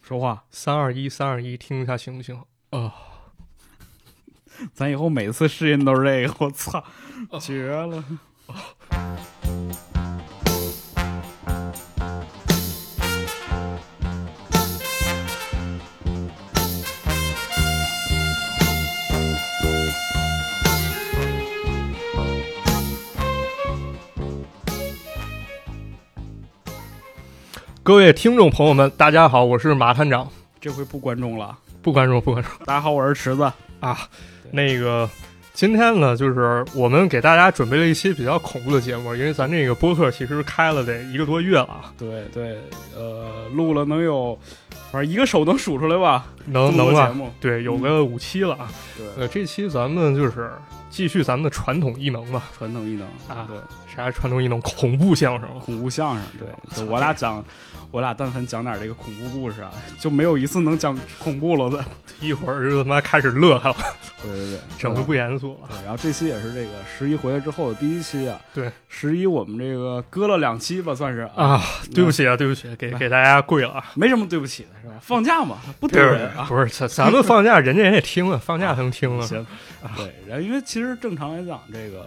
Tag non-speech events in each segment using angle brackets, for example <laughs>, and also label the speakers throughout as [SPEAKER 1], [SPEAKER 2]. [SPEAKER 1] 说话，
[SPEAKER 2] 三二一，三二一，听一下行不行？
[SPEAKER 1] 咱以后每次试音都是这个，我
[SPEAKER 2] <laughs>
[SPEAKER 1] 操，
[SPEAKER 2] 哦
[SPEAKER 1] 绝了！
[SPEAKER 2] 各位听众朋友们，大家好，我是马探长，
[SPEAKER 1] 这回不观众了。
[SPEAKER 2] 不关注不关注
[SPEAKER 1] 大家好，我是池子。
[SPEAKER 2] 啊。那个今天呢，就是我们给大家准备了一期比较恐怖的节目，因为咱这个播客其实开了得一个多月了啊，
[SPEAKER 1] 对对，呃，录了能有，反正一个手能数出来吧，这
[SPEAKER 2] 能
[SPEAKER 1] 么多
[SPEAKER 2] 能
[SPEAKER 1] 节
[SPEAKER 2] 啊，
[SPEAKER 1] 目。嗯
[SPEAKER 2] 对，有个五期了啊。
[SPEAKER 1] 对，
[SPEAKER 2] 呃，这期咱们就是继续咱们的传统异能吧，
[SPEAKER 1] 传统异能
[SPEAKER 2] 啊
[SPEAKER 1] 对，
[SPEAKER 2] 啥传统异能？恐怖相声。
[SPEAKER 1] 恐怖相声，对，就我俩讲，我俩但凡讲点这个恐怖故事啊，就没有一次能讲恐怖了的。
[SPEAKER 2] 一会儿就他妈开始乐呵了，
[SPEAKER 1] 对对对，
[SPEAKER 2] 整的不严肃了。
[SPEAKER 1] 对，然后这期也是这个十一回来之后的第一期啊。
[SPEAKER 2] 对，
[SPEAKER 1] 十一我们这个搁了两期吧，算是
[SPEAKER 2] 啊，对不起啊，对不起，
[SPEAKER 1] 嗯
[SPEAKER 2] 给给大家跪了啊！
[SPEAKER 1] 没什么对不起的是吧？放假嘛，不丢人啊。
[SPEAKER 2] 不是咱咱们放假，人家也得听啊，放假才能听啊。
[SPEAKER 1] 行，对，然后因为其实正常来讲，这个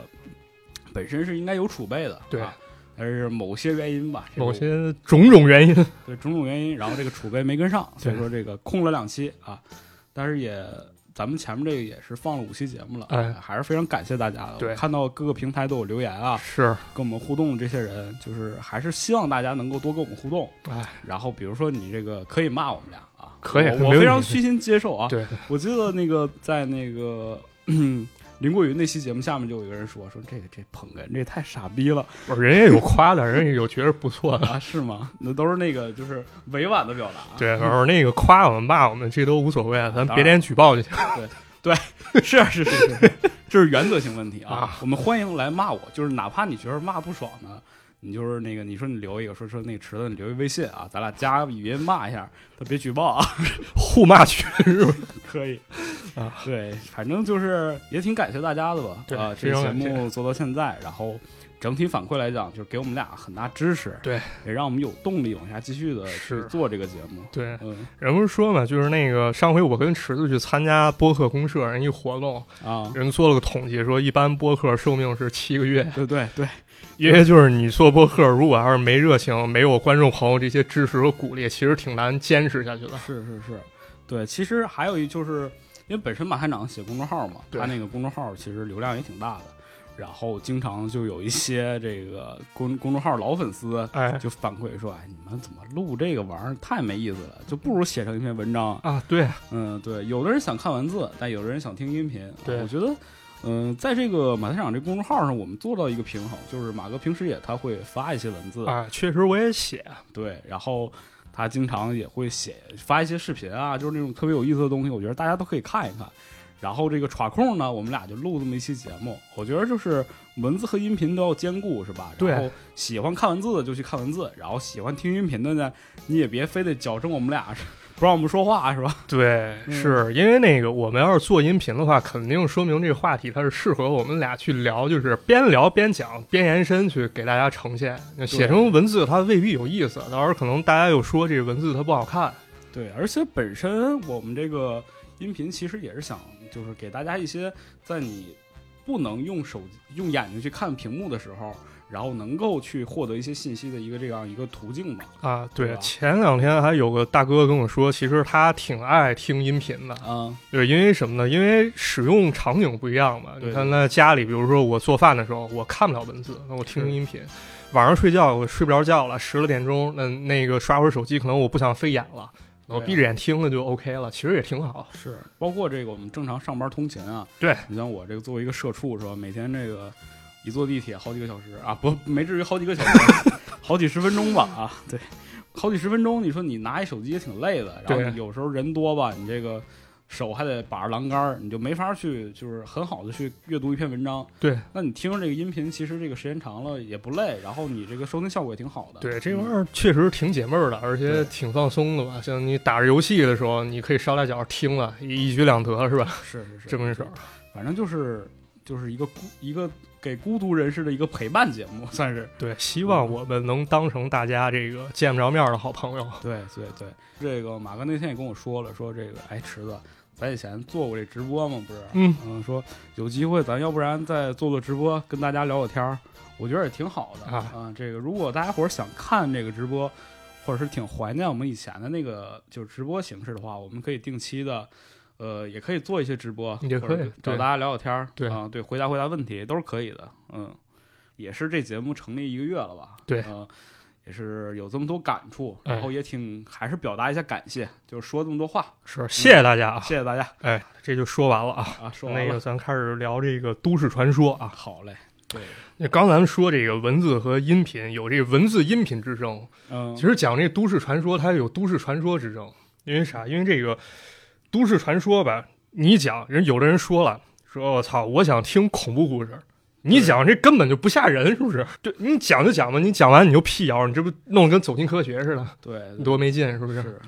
[SPEAKER 1] 本身是应该有储备的，
[SPEAKER 2] 对
[SPEAKER 1] 啊，但是某些原因吧，这个
[SPEAKER 2] 某些种种原因，
[SPEAKER 1] 对种种原因，然后这个储备没跟上，所以说这个空了两期啊，但是也。咱们前面这个也是放了五期节目了，
[SPEAKER 2] 哎
[SPEAKER 1] 还是非常感谢大家的。
[SPEAKER 2] 对
[SPEAKER 1] 我看到各个平台都有留言啊，
[SPEAKER 2] 是，
[SPEAKER 1] 跟我们互动的这些人，就是还是希望大家能够多跟我们互动。
[SPEAKER 2] 哎，
[SPEAKER 1] 然后比如说你这个可以骂我们俩啊，
[SPEAKER 2] 可以
[SPEAKER 1] 我我
[SPEAKER 2] 没问题
[SPEAKER 1] 非常虚心接受啊。
[SPEAKER 2] 对，
[SPEAKER 1] 我记得那个在那个。 <clears throat> 嗯林过云那期节目下面就有一个人说说这个这捧哏这太傻逼
[SPEAKER 2] <laughs>
[SPEAKER 1] 了
[SPEAKER 2] 不是人家有夸的，人家有觉得不错的。 <laughs>
[SPEAKER 1] 啊是吗？那都是那个就是委婉的表达，
[SPEAKER 2] 对，然后那个夸我们骂我们这都无所谓，啊咱别连举报就行。 <laughs>
[SPEAKER 1] 是是是是是，这是原则性问题啊。
[SPEAKER 2] 啊
[SPEAKER 1] 我们欢迎来骂我，就是哪怕你觉得骂不爽呢，你就是那个你说你留一个说说那个池子你留一微信啊，咱俩加语音骂一下，但别举报啊。
[SPEAKER 2] 互骂群是吧？ <laughs>
[SPEAKER 1] 可以
[SPEAKER 2] 啊，
[SPEAKER 1] 对，反正就是也挺感谢大家的吧。
[SPEAKER 2] 对
[SPEAKER 1] 啊，这
[SPEAKER 2] 非
[SPEAKER 1] 个
[SPEAKER 2] 常
[SPEAKER 1] 节
[SPEAKER 2] 感谢
[SPEAKER 1] 目做到现在，然后整体反馈来讲，就是给我们俩很大支持，
[SPEAKER 2] 对，
[SPEAKER 1] 也让我们有动力往下继续的去
[SPEAKER 2] 是
[SPEAKER 1] 做这个节目。
[SPEAKER 2] 对，
[SPEAKER 1] 嗯
[SPEAKER 2] 人不是说嘛，就是那个上回我跟池子去参加播客公社人一活动，
[SPEAKER 1] 啊，
[SPEAKER 2] 人做了个统计，说一般播客寿命是七个月，
[SPEAKER 1] 对对对，
[SPEAKER 2] 因为就是你做播客，如果要是没热情，没有观众朋友这些支持和鼓励，其实挺难坚持下去的。
[SPEAKER 1] 是是是，对。其实还有一就是，因为本身马探长写公众号嘛，
[SPEAKER 2] 对
[SPEAKER 1] 他那个公众号其实流量也挺大的，然后经常就有一些这个公公众号老粉丝，
[SPEAKER 2] 哎
[SPEAKER 1] 就反馈说：“哎，你们怎么录这个玩意儿太没意思了，就不如写成一篇文章。
[SPEAKER 2] 啊，对，”
[SPEAKER 1] 嗯，对，有的人想看文字，但有的人想听音频。
[SPEAKER 2] 对
[SPEAKER 1] 我觉得，嗯、在这个马探长这公众号上，我们做到一个平衡，就是马哥平时也他会发一些文字，
[SPEAKER 2] 啊，确实我也写，
[SPEAKER 1] 对，然后他经常也会写发一些视频啊，就是那种特别有意思的东西，我觉得大家都可以看一看。然后这个耍空呢，我们俩就录这么一期节目，我觉得就是文字和音频都要兼顾，是吧？
[SPEAKER 2] 对
[SPEAKER 1] 然后喜欢看文字的就去看文字，然后喜欢听音频的呢，你也别非得矫正我们俩，不让我们说话，是吧？
[SPEAKER 2] 对，
[SPEAKER 1] 嗯
[SPEAKER 2] 是因为那个我们要是做音频的话，肯定说明这个话题它是适合我们俩去聊，就是边聊边讲边延伸去给大家呈现。那写成文字它未必有意思，到时候可能大家又说这个文字它不好看。
[SPEAKER 1] 啊对，而且本身我们这个音频其实也是想，就是给大家一些在你不能用手用眼睛去看屏幕的时候，然后能够去获得一些信息的一个这样一个途径吧。
[SPEAKER 2] 啊，
[SPEAKER 1] 对
[SPEAKER 2] 对
[SPEAKER 1] 吧，
[SPEAKER 2] 前两天还有个大哥跟我说，其实他挺爱听音频的，
[SPEAKER 1] 啊，
[SPEAKER 2] 对，因为什么呢？因为使用场景不一样嘛。
[SPEAKER 1] 对
[SPEAKER 2] 你看，在家里，比如说我做饭的时候，我看不了文字，那我听
[SPEAKER 1] 是
[SPEAKER 2] 音频；晚上睡觉，我睡不着觉了，十了点钟，那那个刷会儿手机，可能我不想费眼了，我
[SPEAKER 1] 对啊
[SPEAKER 2] 闭着眼听了就 OK 了，其实也挺好。
[SPEAKER 1] 是包括这个我们正常上班通勤啊，
[SPEAKER 2] 对
[SPEAKER 1] 你像我这个作为一个社畜是吧，每天这个一坐地铁好几个小时啊，不没至于好几个小时， <laughs> 好几十分钟吧
[SPEAKER 2] <laughs>
[SPEAKER 1] 啊，对，好几十分钟，你说你拿一手机也挺累的，然后
[SPEAKER 2] 对
[SPEAKER 1] 你有时候人多吧，你这个。手还得把着栏杆儿，你就没法去，就是很好的去阅读一篇文章。
[SPEAKER 2] 对，
[SPEAKER 1] 那你听着这个音频，其实这个时间长了也不累，然后你这个收听效果也挺好的。
[SPEAKER 2] 对，这
[SPEAKER 1] 嗯
[SPEAKER 2] 玩意儿确实挺解闷儿的，而且
[SPEAKER 1] 对
[SPEAKER 2] 挺放松的吧。像你打着游戏的时候，你可以捎带脚听了，一一举两得是吧？ <laughs>
[SPEAKER 1] 是是是，
[SPEAKER 2] 这么一首，
[SPEAKER 1] 反正就是就是一个孤一个给孤独人士的一个陪伴节目，算是
[SPEAKER 2] 对，希
[SPEAKER 1] 嗯
[SPEAKER 2] 望我们能当成大家这个见不着面儿的好朋友。
[SPEAKER 1] <laughs> 对对对。这个马哥那天也跟我说了，说这个哎池子，咱以前做过这直播嘛，不是？
[SPEAKER 2] 嗯，
[SPEAKER 1] 嗯，说有机会咱要不然再做做直播，跟大家聊聊天儿，我觉得也挺好的嗯
[SPEAKER 2] 啊
[SPEAKER 1] 这个如果大家伙儿想看这个直播，或者是挺怀念我们以前的那个就是直播形式的话，我们可以定期的，呃，也可以做一些直播，
[SPEAKER 2] 也
[SPEAKER 1] 或者
[SPEAKER 2] 可以
[SPEAKER 1] 找
[SPEAKER 2] 对
[SPEAKER 1] 大家聊聊天儿，
[SPEAKER 2] 对
[SPEAKER 1] 啊、对，回答回答问题都是可以的，嗯，也是这节目成立一个月了吧？
[SPEAKER 2] 对
[SPEAKER 1] 嗯也是有这么多感触，
[SPEAKER 2] 哎
[SPEAKER 1] 然后也挺还是表达一下感谢，就是说这么多话，
[SPEAKER 2] 是，谢谢大家啊！
[SPEAKER 1] 谢谢大家
[SPEAKER 2] 哎，这就说完了啊。
[SPEAKER 1] 啊！说完
[SPEAKER 2] 那
[SPEAKER 1] 了，
[SPEAKER 2] 个，咱开始聊这个都市传说啊。
[SPEAKER 1] 好嘞，对，
[SPEAKER 2] 那刚咱们说这个文字和音频有这个文字音频之争，
[SPEAKER 1] 嗯，
[SPEAKER 2] 其实讲这都市传说，它有都市传说之争，因为啥？因为这个都市传说吧，你讲人有的人说了，说我操，我想听恐怖故事。你
[SPEAKER 1] 对
[SPEAKER 2] 讲这根本就不吓人，是不是？对，你讲就讲吧，你讲完你就辟谣，你这不弄得跟走进科学似的，
[SPEAKER 1] 对，
[SPEAKER 2] 多没劲，是不是？
[SPEAKER 1] 是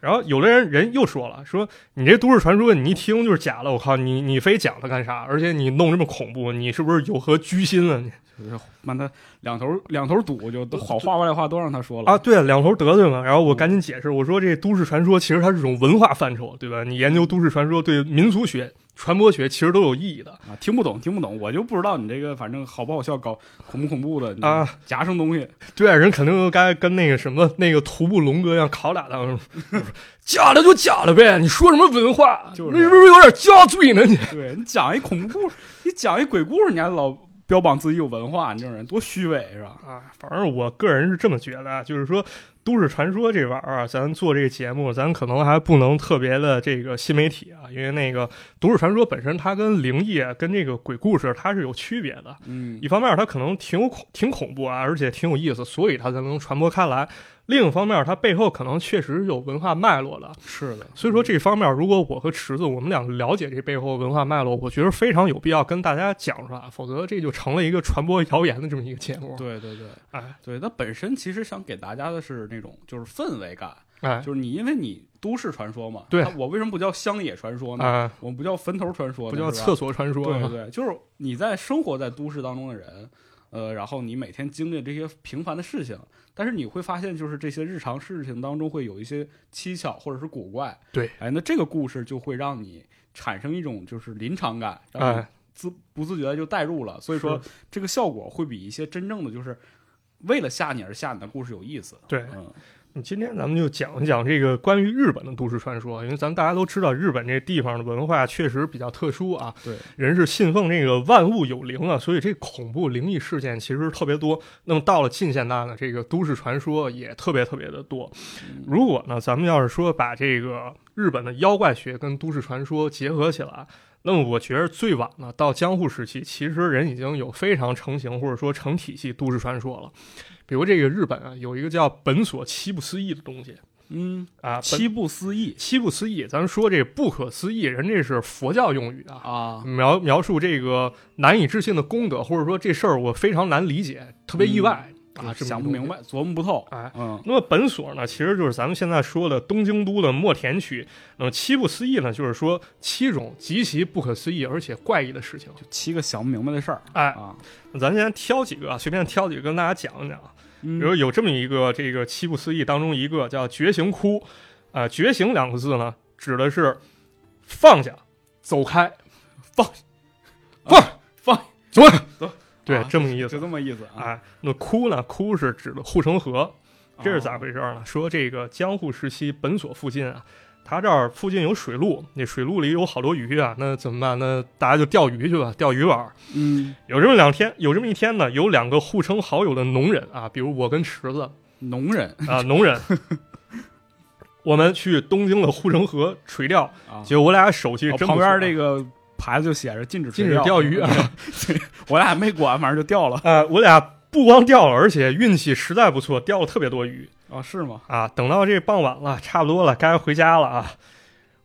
[SPEAKER 2] 然后有的人人又说了，说你这都市传说你一听就是假的，我靠，你你非讲它干啥？而且你弄这么恐怖，你是不是有何居心啊？你
[SPEAKER 1] 就是把他两头两头堵，就都好话外话都让他说了
[SPEAKER 2] 啊，。对啊，两头得罪嘛。然后我赶紧解释，我说这都市传说其实它是一种文化范畴，对吧？你研究都市传说对民俗学、传播学其实都有意义的
[SPEAKER 1] 啊，听不懂，听不懂，我就不知道你这个，反正好不好笑，搞恐不恐怖的，你
[SPEAKER 2] 啊。
[SPEAKER 1] 夹生东西， <laughs>
[SPEAKER 2] 对啊，人肯定该跟那个什么那个徒步龙哥一样拷打他们， <laughs> 假的就假的呗，你说什么文化？
[SPEAKER 1] 就是
[SPEAKER 2] 你是不是有点叫嘴呢？你
[SPEAKER 1] 对你讲一恐怖故事，你讲一鬼故事，你还老标榜自己有文化，你这种人多虚伪是吧？
[SPEAKER 2] 啊，反正我个人是这么觉得啊，就是说都市传说这玩意儿啊，咱做这个节目，咱可能还不能特别的这个新媒体啊，因为那个都市传说本身它跟灵异、啊、跟这个鬼故事它是有区别的。
[SPEAKER 1] 嗯，
[SPEAKER 2] 一方面它可能挺有恐挺恐怖啊，而且挺有意思，所以它才能传播开来；另一方面，它背后可能确实有文化脉络的。
[SPEAKER 1] 是的，
[SPEAKER 2] 所以说这方面，如果我和池子我们俩了解这背后文化脉络，我觉得非常有必要跟大家讲出来，否则这就成了一个传播谣言的这么一个节目。
[SPEAKER 1] 对对对
[SPEAKER 2] 哎
[SPEAKER 1] 对，它本身其实想给大家的是那种就是氛围感，
[SPEAKER 2] 哎
[SPEAKER 1] 就是你因为你都市传说嘛，
[SPEAKER 2] 对
[SPEAKER 1] 它我为什么不叫乡野传说呢？
[SPEAKER 2] 啊，
[SPEAKER 1] 我们不叫坟头传说呢，
[SPEAKER 2] 不叫
[SPEAKER 1] 哦是吧
[SPEAKER 2] 厕所传说
[SPEAKER 1] 对
[SPEAKER 2] 啊，
[SPEAKER 1] 对，就是你在生活在都市当中的人，呃，然后你每天经历这些平凡的事情，但是你会发现，就是这些日常事情当中会有一些蹊跷或者是古怪。
[SPEAKER 2] 对，
[SPEAKER 1] 哎，那这个故事就会让你产生一种就是临场感，让你
[SPEAKER 2] 哎，
[SPEAKER 1] 自不自觉的就带入了。所以说，这个效果会比一些真正的就是为了吓你而吓你的故事有意思。
[SPEAKER 2] 对，
[SPEAKER 1] 嗯，
[SPEAKER 2] 你今天咱们就讲一讲这个关于日本的都市传说，因为咱们大家都知道，日本这地方的文化确实比较特殊啊。
[SPEAKER 1] 对，
[SPEAKER 2] 人是信奉这个万物有灵啊，所以这恐怖灵异事件其实特别多。那么到了近现代呢，这个都市传说也特别特别的多。如果呢，咱们要是说把这个日本的妖怪学跟都市传说结合起来，那么我觉得最晚呢，到江户时期，其实人已经有非常成型或者说成体系都市传说了。比如这个日本啊，有一个叫本所七不思议的东西
[SPEAKER 1] 嗯，
[SPEAKER 2] 啊，本
[SPEAKER 1] 七不思议
[SPEAKER 2] 七不思议，咱们说这不可思议，人这是佛教用语啊。
[SPEAKER 1] 啊，
[SPEAKER 2] 描描述这个难以置信的功德，或者说这事儿我非常难理解，特别意外、啊，这么一
[SPEAKER 1] 想不
[SPEAKER 2] 东西
[SPEAKER 1] 明。白，琢磨不透。
[SPEAKER 2] 哎
[SPEAKER 1] 嗯，
[SPEAKER 2] 那么本所呢，其实就是咱们现在说的东京都的墨田区。那么七不思议呢，就是说七种极其不可思议而且怪异的事情。
[SPEAKER 1] 就七个想不明白的事儿
[SPEAKER 2] 哎，
[SPEAKER 1] 啊，
[SPEAKER 2] 咱先挑几个啊，随便挑几个跟大家讲一讲啊。
[SPEAKER 1] 比
[SPEAKER 2] 比如有这么一个这个七不思议当中一个叫觉醒窟，啊、觉醒两个字呢，指的是放下、走开、放、放、
[SPEAKER 1] 啊放、
[SPEAKER 2] 走开、
[SPEAKER 1] 走，
[SPEAKER 2] 对，
[SPEAKER 1] 啊
[SPEAKER 2] 这么个意
[SPEAKER 1] 就
[SPEAKER 2] 思。
[SPEAKER 1] 这么意思啊。
[SPEAKER 2] 哎，那窟呢？窟是指的护城河， <laughs> 这是咋
[SPEAKER 1] 回
[SPEAKER 2] 回事儿呢？说这个江户时期本所附近啊，它这儿附近有水路，那水路里有好多鱼啊，那怎么办？那大家就钓鱼去吧，钓鱼玩儿。
[SPEAKER 1] 嗯，
[SPEAKER 2] 有这么两天，有这么一天呢，有两个互称好友的农人啊，比如我跟池子，
[SPEAKER 1] 农人
[SPEAKER 2] 啊，
[SPEAKER 1] <laughs>
[SPEAKER 2] 农人。我们去东京的护城河垂钓，
[SPEAKER 1] 啊，
[SPEAKER 2] 结果我俩手气
[SPEAKER 1] 哦
[SPEAKER 2] 真不错、
[SPEAKER 1] 旁边这个牌子就写着禁止
[SPEAKER 2] 禁止钓
[SPEAKER 1] <laughs>
[SPEAKER 2] 鱼啊！
[SPEAKER 1] 我俩没管，反正就钓了
[SPEAKER 2] 啊，我俩不光钓了，而且运气实在不错，钓了特别多鱼
[SPEAKER 1] 啊，是吗？
[SPEAKER 2] 啊。等到这傍晚了，差不多了，该回家了啊。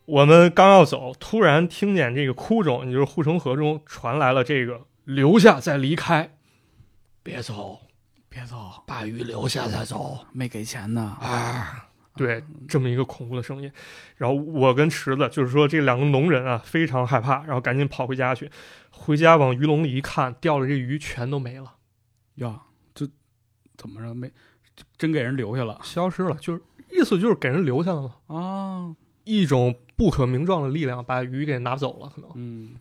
[SPEAKER 2] 我们刚要走，突然听见这个窟中，也就是护城河中传来了这个“留下再离开，别走，
[SPEAKER 1] 别走，
[SPEAKER 2] 把鱼留下再走
[SPEAKER 1] 没给钱呢
[SPEAKER 2] 啊！”对这么一个恐怖的声音。然后我跟池子就是说这两个农人啊非常害怕，然后赶紧跑回家去。回家往鱼笼里一看，钓的这鱼全都没了，
[SPEAKER 1] 呀，这怎么着没真给人留下了
[SPEAKER 2] 消失了，就是意思就是给人留下了嘛，
[SPEAKER 1] 啊？
[SPEAKER 2] 一种不可名状的力量把鱼给拿走了，可能。
[SPEAKER 1] 嗯，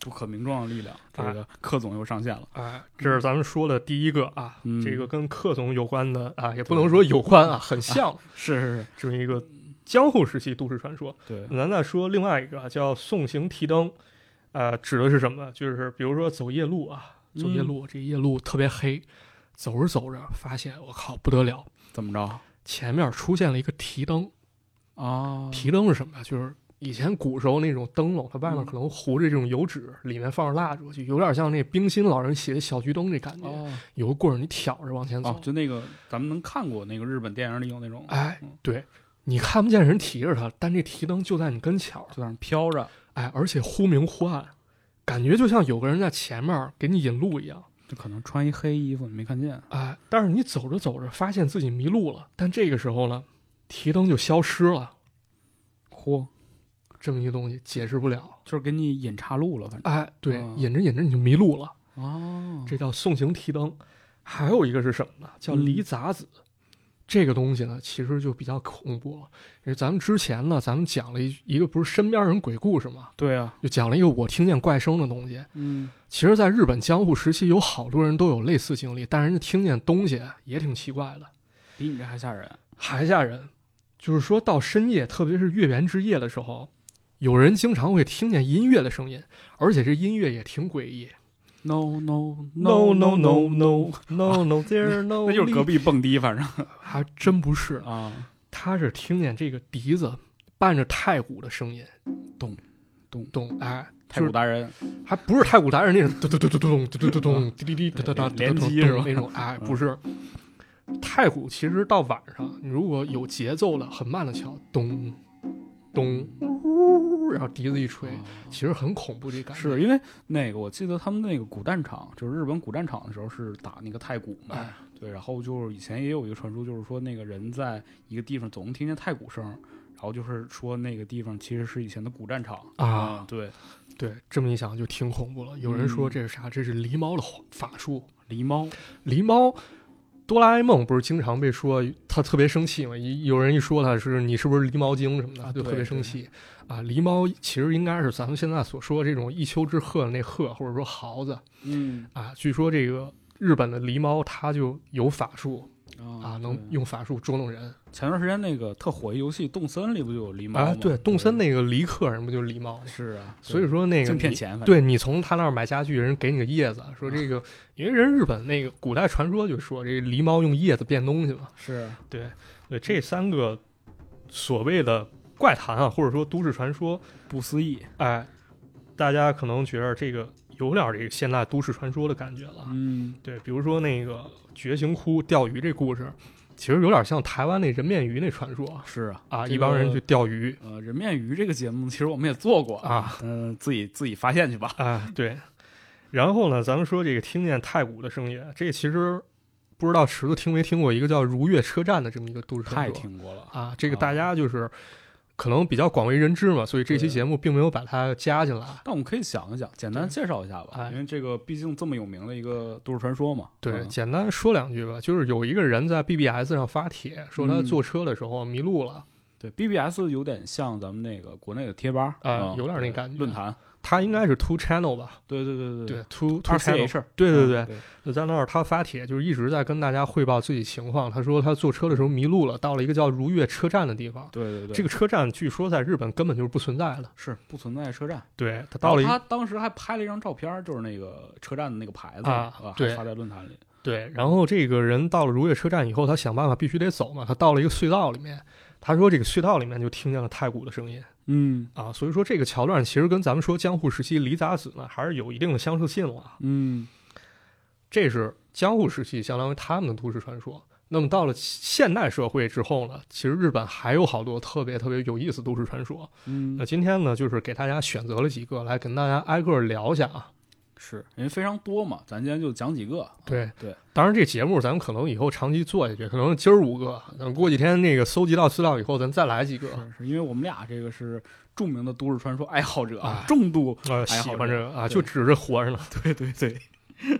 [SPEAKER 1] 不可名状的力量，这个克总又上线了。
[SPEAKER 2] 哎，这是咱们说的第一个啊，
[SPEAKER 1] 嗯
[SPEAKER 2] 这个跟克总有关的啊，也不能说有关啊，很像
[SPEAKER 1] 是是是，
[SPEAKER 2] 这么一个江户时期都市传说。
[SPEAKER 1] 对，
[SPEAKER 2] 咱再说另外一个啊叫送行提灯，呃，指的是什么呢？就是比如说走夜路啊，走
[SPEAKER 1] 嗯
[SPEAKER 2] 夜路，这夜路特别黑，走着走着发现我靠不得了，
[SPEAKER 1] 怎么着
[SPEAKER 2] 前面出现了一个提灯。
[SPEAKER 1] 啊？
[SPEAKER 2] 提灯是什么呀？就是以前古时候那种灯笼，它外面
[SPEAKER 1] 嗯
[SPEAKER 2] 可能糊着这种油纸，里面放着蜡烛，就有点像那冰心老人写的小桔灯这感觉。
[SPEAKER 1] 哦
[SPEAKER 2] 有个棍儿，你挑着往前走。
[SPEAKER 1] 哦，就那个咱们能看过那个日本电影里有那种，
[SPEAKER 2] 哎
[SPEAKER 1] 嗯，
[SPEAKER 2] 对，你看不见人提着它，但这提灯就在你跟前儿。
[SPEAKER 1] 就在那飘着，
[SPEAKER 2] 哎，而且忽明忽暗，感觉就像有个人在前面儿给你引路一样。
[SPEAKER 1] 就可能穿一黑衣服，你没看见。
[SPEAKER 2] 哎，但是你走着走着发现自己迷路了，但这个时候呢，提灯就消失了。
[SPEAKER 1] 嚯，
[SPEAKER 2] 这么一个东西解释不了，
[SPEAKER 1] 就是给你引岔路了，反正。
[SPEAKER 2] 哎，对
[SPEAKER 1] 哦，
[SPEAKER 2] 引着引着你就迷路了，
[SPEAKER 1] 哦，
[SPEAKER 2] 这叫送行提灯。还有一个是什么呢？叫
[SPEAKER 1] 嗯
[SPEAKER 2] 离杂子，这个东西呢，其实就比较恐怖了。因为咱们之前呢，咱们讲了一一个不是身边人鬼故事嘛，
[SPEAKER 1] 对啊，
[SPEAKER 2] 就讲了一个我听见怪声的东西。
[SPEAKER 1] 嗯，
[SPEAKER 2] 其实，在日本江户时期，有好多人都有类似经历，但人家听见东西也挺奇怪的，
[SPEAKER 1] 比你这还吓人。
[SPEAKER 2] 还吓人。就是说到深夜，特别是月圆之夜的时候，有人经常会听见音乐的声音，而且这音乐也挺诡异。
[SPEAKER 1] No no
[SPEAKER 2] <laughs> no no no there
[SPEAKER 1] <laughs>
[SPEAKER 2] no，
[SPEAKER 1] 那就是隔壁蹦迪，反正
[SPEAKER 2] 还真不是，
[SPEAKER 1] 啊，
[SPEAKER 2] 他是听见这个笛子伴着太鼓的声音，
[SPEAKER 1] 咚咚
[SPEAKER 2] 咚，哎，
[SPEAKER 1] <laughs> 太鼓达人，
[SPEAKER 2] 还不是太古达人那种嘟嘟嘟嘟咚嘟嘟嘟咚滴滴滴哒哒哒
[SPEAKER 1] 啊连
[SPEAKER 2] 哒哒
[SPEAKER 1] 击
[SPEAKER 2] 咚
[SPEAKER 1] 是吧
[SPEAKER 2] 那种哎，不是。太鼓其实到晚上，你如果有节奏的、很慢的敲，咚咚，呜然后笛子一吹，其实很恐怖这感觉。
[SPEAKER 1] 啊嗯是因为那个，我记得他们那个古战场，就是日本古战场的时候是打那个太鼓嘛。
[SPEAKER 2] 哎，
[SPEAKER 1] 对，然后就是以前也有一个传说，就是说那个人在一个地方总能听见太鼓声，然后就是说那个地方其实是以前的古战场
[SPEAKER 2] 啊
[SPEAKER 1] 对，
[SPEAKER 2] 对，这么一想就挺恐怖了。有人
[SPEAKER 1] 嗯
[SPEAKER 2] 说这是啥？这是狸猫的法术。
[SPEAKER 1] 狸猫
[SPEAKER 2] 狸猫，哆啦 A 梦不是经常被说他特别生气嘛？一有人一说他是你是不是狸猫精什么的，
[SPEAKER 1] 啊
[SPEAKER 2] 他就
[SPEAKER 1] 对
[SPEAKER 2] 特别生气啊。狸猫其实应该是咱们现在所说这种一丘之貉的那鹤，或者说豪子
[SPEAKER 1] 嗯
[SPEAKER 2] 啊。据说这个日本的狸猫它就有法术
[SPEAKER 1] 啊
[SPEAKER 2] 啊，能
[SPEAKER 1] 对
[SPEAKER 2] 用法术捉弄人
[SPEAKER 1] 前段时间那个特火一游戏《动森》里不就有狸嗯猫吗？
[SPEAKER 2] 啊。对，动森那个狸客人不就是狸猫吗？
[SPEAKER 1] 是啊，
[SPEAKER 2] 所以
[SPEAKER 1] 对
[SPEAKER 2] 说那个
[SPEAKER 1] 净骗
[SPEAKER 2] 你
[SPEAKER 1] 钱，反正
[SPEAKER 2] 对你从他那儿买家具，人给你个叶子，说
[SPEAKER 1] <laughs>
[SPEAKER 2] 这个，因为人日本那个古代传说就说这狸猫用叶子变东西嘛，
[SPEAKER 1] 是啊
[SPEAKER 2] 对这三个所谓的怪谈啊，或者说都市传说，
[SPEAKER 1] 不思议。
[SPEAKER 2] 哎，大家可能觉得这个有点这个现代都市传说的感觉了。
[SPEAKER 1] 嗯，
[SPEAKER 2] 对，比如说那个绝情窟钓鱼这故事，其实有点像台湾那人面鱼那传说
[SPEAKER 1] 是啊，
[SPEAKER 2] 啊，
[SPEAKER 1] 这
[SPEAKER 2] 一帮人
[SPEAKER 1] 个
[SPEAKER 2] 去钓鱼
[SPEAKER 1] 呃，人面鱼这个节目其实我们也做过，
[SPEAKER 2] 啊
[SPEAKER 1] 嗯、自己自己发现去吧。
[SPEAKER 2] 啊，对。然后呢，咱们说这个听见太鼓的声音，这其实不知道池子听没听过一个叫如月车站的这么一个都市传
[SPEAKER 1] 太
[SPEAKER 2] 说。
[SPEAKER 1] 听过了，
[SPEAKER 2] 啊，这个
[SPEAKER 1] 啊
[SPEAKER 2] 大家就是可能比较广为人知嘛，所以这期
[SPEAKER 1] 对
[SPEAKER 2] 节目并没有把它加进来。
[SPEAKER 1] 但我们可以想一想，简单介绍一下吧，
[SPEAKER 2] 哎
[SPEAKER 1] 因为这个毕竟这么有名的一个都市传说嘛。
[SPEAKER 2] 对，
[SPEAKER 1] 嗯
[SPEAKER 2] 简单说两句吧，就是有一个人在 BBS 上发帖说他
[SPEAKER 1] 嗯
[SPEAKER 2] 坐车的时候迷路了，
[SPEAKER 1] 对，BBS 有点像咱们那个国内的贴吧啊
[SPEAKER 2] 啊有点那感觉
[SPEAKER 1] 论坛，
[SPEAKER 2] 他应该是 Two Channel 吧？
[SPEAKER 1] 对对对
[SPEAKER 2] 对，Two Two
[SPEAKER 1] ，R
[SPEAKER 2] Channel，
[SPEAKER 1] C H，
[SPEAKER 2] 对对
[SPEAKER 1] 嗯
[SPEAKER 2] 对，
[SPEAKER 1] 对，
[SPEAKER 2] 就在那儿他发帖，就是一直在跟大家汇报自己情况。他说他坐车的时候迷路了，到了一个叫如月车站的地方。
[SPEAKER 1] 对对对，
[SPEAKER 2] 这个车站据说在日本根本就是不存在的。
[SPEAKER 1] 是不存在的车站。
[SPEAKER 2] 对他到了一
[SPEAKER 1] 然后他当时还拍了一张照片，就是那个车站的那个牌子
[SPEAKER 2] 啊
[SPEAKER 1] 还
[SPEAKER 2] 对
[SPEAKER 1] 发在论坛里。
[SPEAKER 2] 对，然后这个人到了如月车站以后，他想办法必须得走嘛。他到了一个隧道里面，他说这个隧道里面就听见了太鼓的声音
[SPEAKER 1] 嗯
[SPEAKER 2] 啊，所以说这个桥段其实跟咱们说江户时期离杂子呢还是有一定的相似性了啊。
[SPEAKER 1] 嗯，
[SPEAKER 2] 这是江户时期相当于他们的都市传说。那么到了现代社会之后呢，其实日本还有好多特别特别有意思的都市传说。
[SPEAKER 1] 嗯
[SPEAKER 2] 那今天呢，就是给大家选择了几个来跟大家挨个聊一下啊。
[SPEAKER 1] 是因为非常多嘛，咱今天就讲几个。
[SPEAKER 2] 对
[SPEAKER 1] 啊对，
[SPEAKER 2] 当然这节目咱们可能以后长期做下去，可能今儿五个，等过几天那个搜集到资料以后，咱再来几个。
[SPEAKER 1] 是因为我们俩这个是著名的都市传说爱好者啊
[SPEAKER 2] 哎，
[SPEAKER 1] 重度。
[SPEAKER 2] 呃，
[SPEAKER 1] 哎呀
[SPEAKER 2] 喜
[SPEAKER 1] 好
[SPEAKER 2] 欢这
[SPEAKER 1] 这
[SPEAKER 2] 个啊，
[SPEAKER 1] 对
[SPEAKER 2] 就指着活着呢。 <laughs>
[SPEAKER 1] 对对对， <laughs>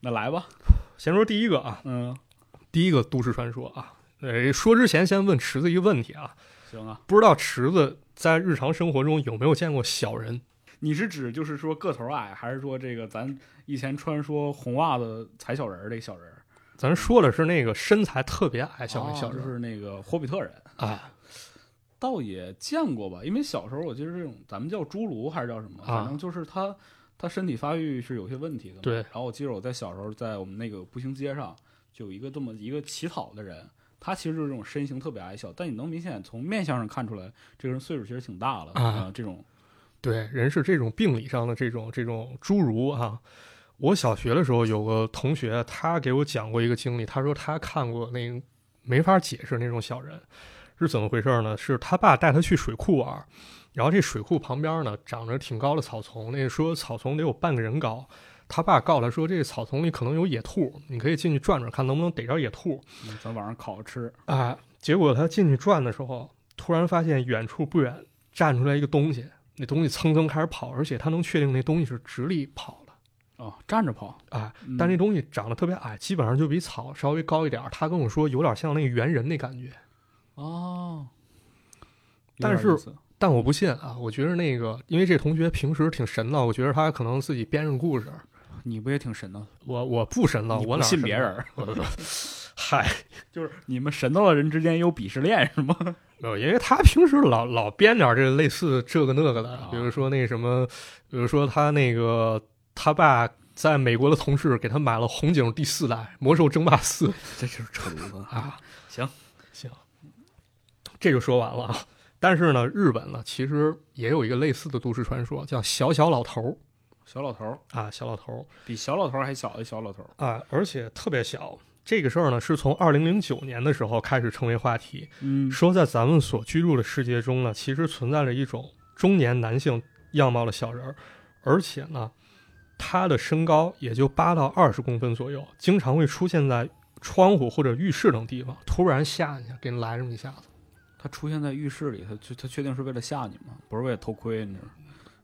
[SPEAKER 1] 那来吧，
[SPEAKER 2] 先说第一个啊，
[SPEAKER 1] 嗯，
[SPEAKER 2] 第一个都市传说啊，呃，说之前先问池子一个问题啊，
[SPEAKER 1] 行啊。
[SPEAKER 2] 不知道池子在日常生活中有没有见过小人？
[SPEAKER 1] 你是指就是说个头矮，还是说这个咱以前穿说红袜子踩小人儿这小人儿？
[SPEAKER 2] 咱说的是那个身材特别矮哎小的
[SPEAKER 1] 哦
[SPEAKER 2] 小
[SPEAKER 1] 就
[SPEAKER 2] 人
[SPEAKER 1] 是那个霍比特人，
[SPEAKER 2] 啊，
[SPEAKER 1] 倒也见过吧，因为小时候我记得这种咱们叫侏儒还是叫什么，
[SPEAKER 2] 啊
[SPEAKER 1] 反正就是他他身体发育是有些问题的嘛。
[SPEAKER 2] 对
[SPEAKER 1] 然后我记得我在小时候在我们那个步行街上就有一个这么一个乞讨的人，他其实就是这种身形特别矮小，但你能明显从面相上看出来，这个人岁数其实挺大了
[SPEAKER 2] 啊
[SPEAKER 1] 这种
[SPEAKER 2] 对，人是这种病理上的这种这种侏儒啊。我小学的时候有个同学，他给我讲过一个经历，他说他看过那个没法解释那种小人是怎么回事呢？是他爸带他去水库玩，然后这水库旁边呢长着挺高的草丛，那说草丛得有半个人高。他爸告诉他说，这草丛里可能有野兔，你可以进去转转，看能不能逮着野兔。
[SPEAKER 1] 嗯咱晚上烤着吃，
[SPEAKER 2] 啊，结果他进去转的时候，突然发现远处不远站出来一个东西，那东西蹭蹭开始跑，而且他能确定那东西是直立跑的
[SPEAKER 1] 哦，站着跑，
[SPEAKER 2] 啊。
[SPEAKER 1] 嗯
[SPEAKER 2] 但这东西长得特别矮，基本上就比草稍微高一点儿。他跟我说有点像那个猿人那感觉，
[SPEAKER 1] 哦，有
[SPEAKER 2] 但
[SPEAKER 1] 点
[SPEAKER 2] 是
[SPEAKER 1] 意思
[SPEAKER 2] 但我不信啊。我觉得那个，因为这同学平时挺神的，我觉得他可能自己编上故事。
[SPEAKER 1] 你不也挺神的？
[SPEAKER 2] 我我不神了，
[SPEAKER 1] 你
[SPEAKER 2] 啊我
[SPEAKER 1] 不
[SPEAKER 2] 哪
[SPEAKER 1] 信
[SPEAKER 2] 神
[SPEAKER 1] 别
[SPEAKER 2] 呢
[SPEAKER 1] 人儿？
[SPEAKER 2] <laughs> 嗨，
[SPEAKER 1] 就是你们神道的人之间有鄙视链是
[SPEAKER 2] <laughs>
[SPEAKER 1] 吗？
[SPEAKER 2] 没呃有，因为他平时老老编点儿这类似这个那个的
[SPEAKER 1] 啊，
[SPEAKER 2] 比如说那什么，比如说他那个他爸在美国的同事给他买了红警第四代《魔兽争霸四》
[SPEAKER 1] 这就是扯犊子
[SPEAKER 2] 啊，
[SPEAKER 1] 行
[SPEAKER 2] 行，这就说完了啊。但是呢，日本呢其实也有一个类似的都市传说，叫小小老头
[SPEAKER 1] 小老头儿
[SPEAKER 2] 儿啊，小老头儿。
[SPEAKER 1] 比小老头儿还小的小老头儿，
[SPEAKER 2] 啊，而且特别小。这个事儿呢，是从二零零九年的时候开始成为话题。
[SPEAKER 1] 嗯
[SPEAKER 2] 说在咱们所居住的世界中呢，其实存在着一种中年男性样貌的小人儿，而且呢，他的身高也就八到二十公分左右，经常会出现在窗户或者浴室等地方，突然吓你，给你来这么一下子，
[SPEAKER 1] 他出现在浴室里，他就他确定是为了吓你吗？不是为了偷窥，你知道吗？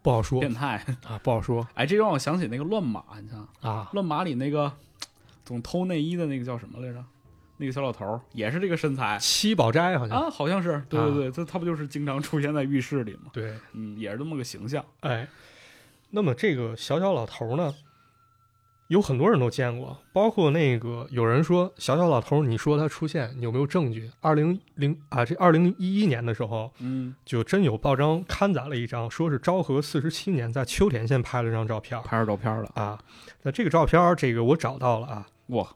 [SPEAKER 2] 不好说
[SPEAKER 1] 变态！
[SPEAKER 2] 啊，不好说
[SPEAKER 1] 哎，这让我想起那个乱马，你看
[SPEAKER 2] 啊。
[SPEAKER 1] 乱马里那个总偷内衣的那个叫什么来着？那个小老头儿也是这个身材
[SPEAKER 2] 七宝斋好像、
[SPEAKER 1] 啊，好像是，对对对，他他不就是经常出现在浴室里吗？
[SPEAKER 2] 对，
[SPEAKER 1] 嗯，也是这么个形象。
[SPEAKER 2] 哎，那么这个小小老头儿呢，有很多人都见过，包括那个有人说小小老头儿，你说他出现你有没有证据？二零零啊，这二零一一年的时候，
[SPEAKER 1] 嗯，
[SPEAKER 2] 就真有报章刊载了一张，说是昭和四十七年在秋田县拍了张照片儿
[SPEAKER 1] 拍着照片了，
[SPEAKER 2] 啊。那这个照片儿，这个我找到了啊，
[SPEAKER 1] 哇，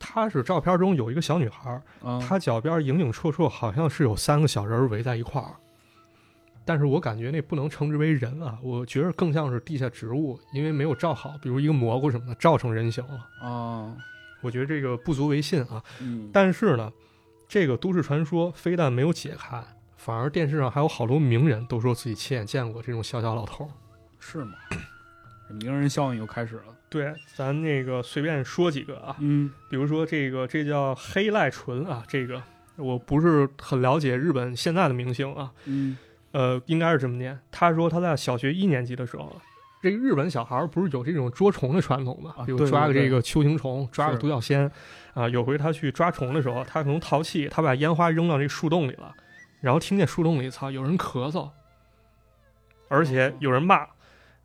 [SPEAKER 2] 它是照片中有一个小女孩儿，
[SPEAKER 1] 嗯，
[SPEAKER 2] 她脚边影影绰绰，好像是有三个小人儿围在一块儿，但是我感觉那不能称之为人啊，我觉得更像是地下植物，因为没有照好，比如一个蘑菇什么的，照成人形了。
[SPEAKER 1] 哦，
[SPEAKER 2] 我觉得这个不足为信啊。
[SPEAKER 1] 嗯，
[SPEAKER 2] 但是呢，这个都市传说非但没有解开，反而电视上还有好多名人都说自己亲眼见过这种小小老头儿。
[SPEAKER 1] 是吗？这名人效应又开始了。
[SPEAKER 2] 对，咱那个随便说几个啊，
[SPEAKER 1] 嗯，
[SPEAKER 2] 比如说这个，这叫黑濑纯啊，这个我不是很了解日本现在的明星啊，
[SPEAKER 1] 嗯，
[SPEAKER 2] 呃，应该是这么念。他说他在小学一年级的时候，这个日本小孩儿不是有这种捉虫的传统吗
[SPEAKER 1] 啊？
[SPEAKER 2] 比如
[SPEAKER 1] 对对
[SPEAKER 2] 抓个
[SPEAKER 1] 对
[SPEAKER 2] 这个秋行虫，抓个
[SPEAKER 1] 是
[SPEAKER 2] 独角仙。啊，有回他去抓虫的时候，他可能淘气，他把烟花扔到这树洞里了，然后听见树洞里操有人咳嗽，而且
[SPEAKER 1] 哦
[SPEAKER 2] 有人骂，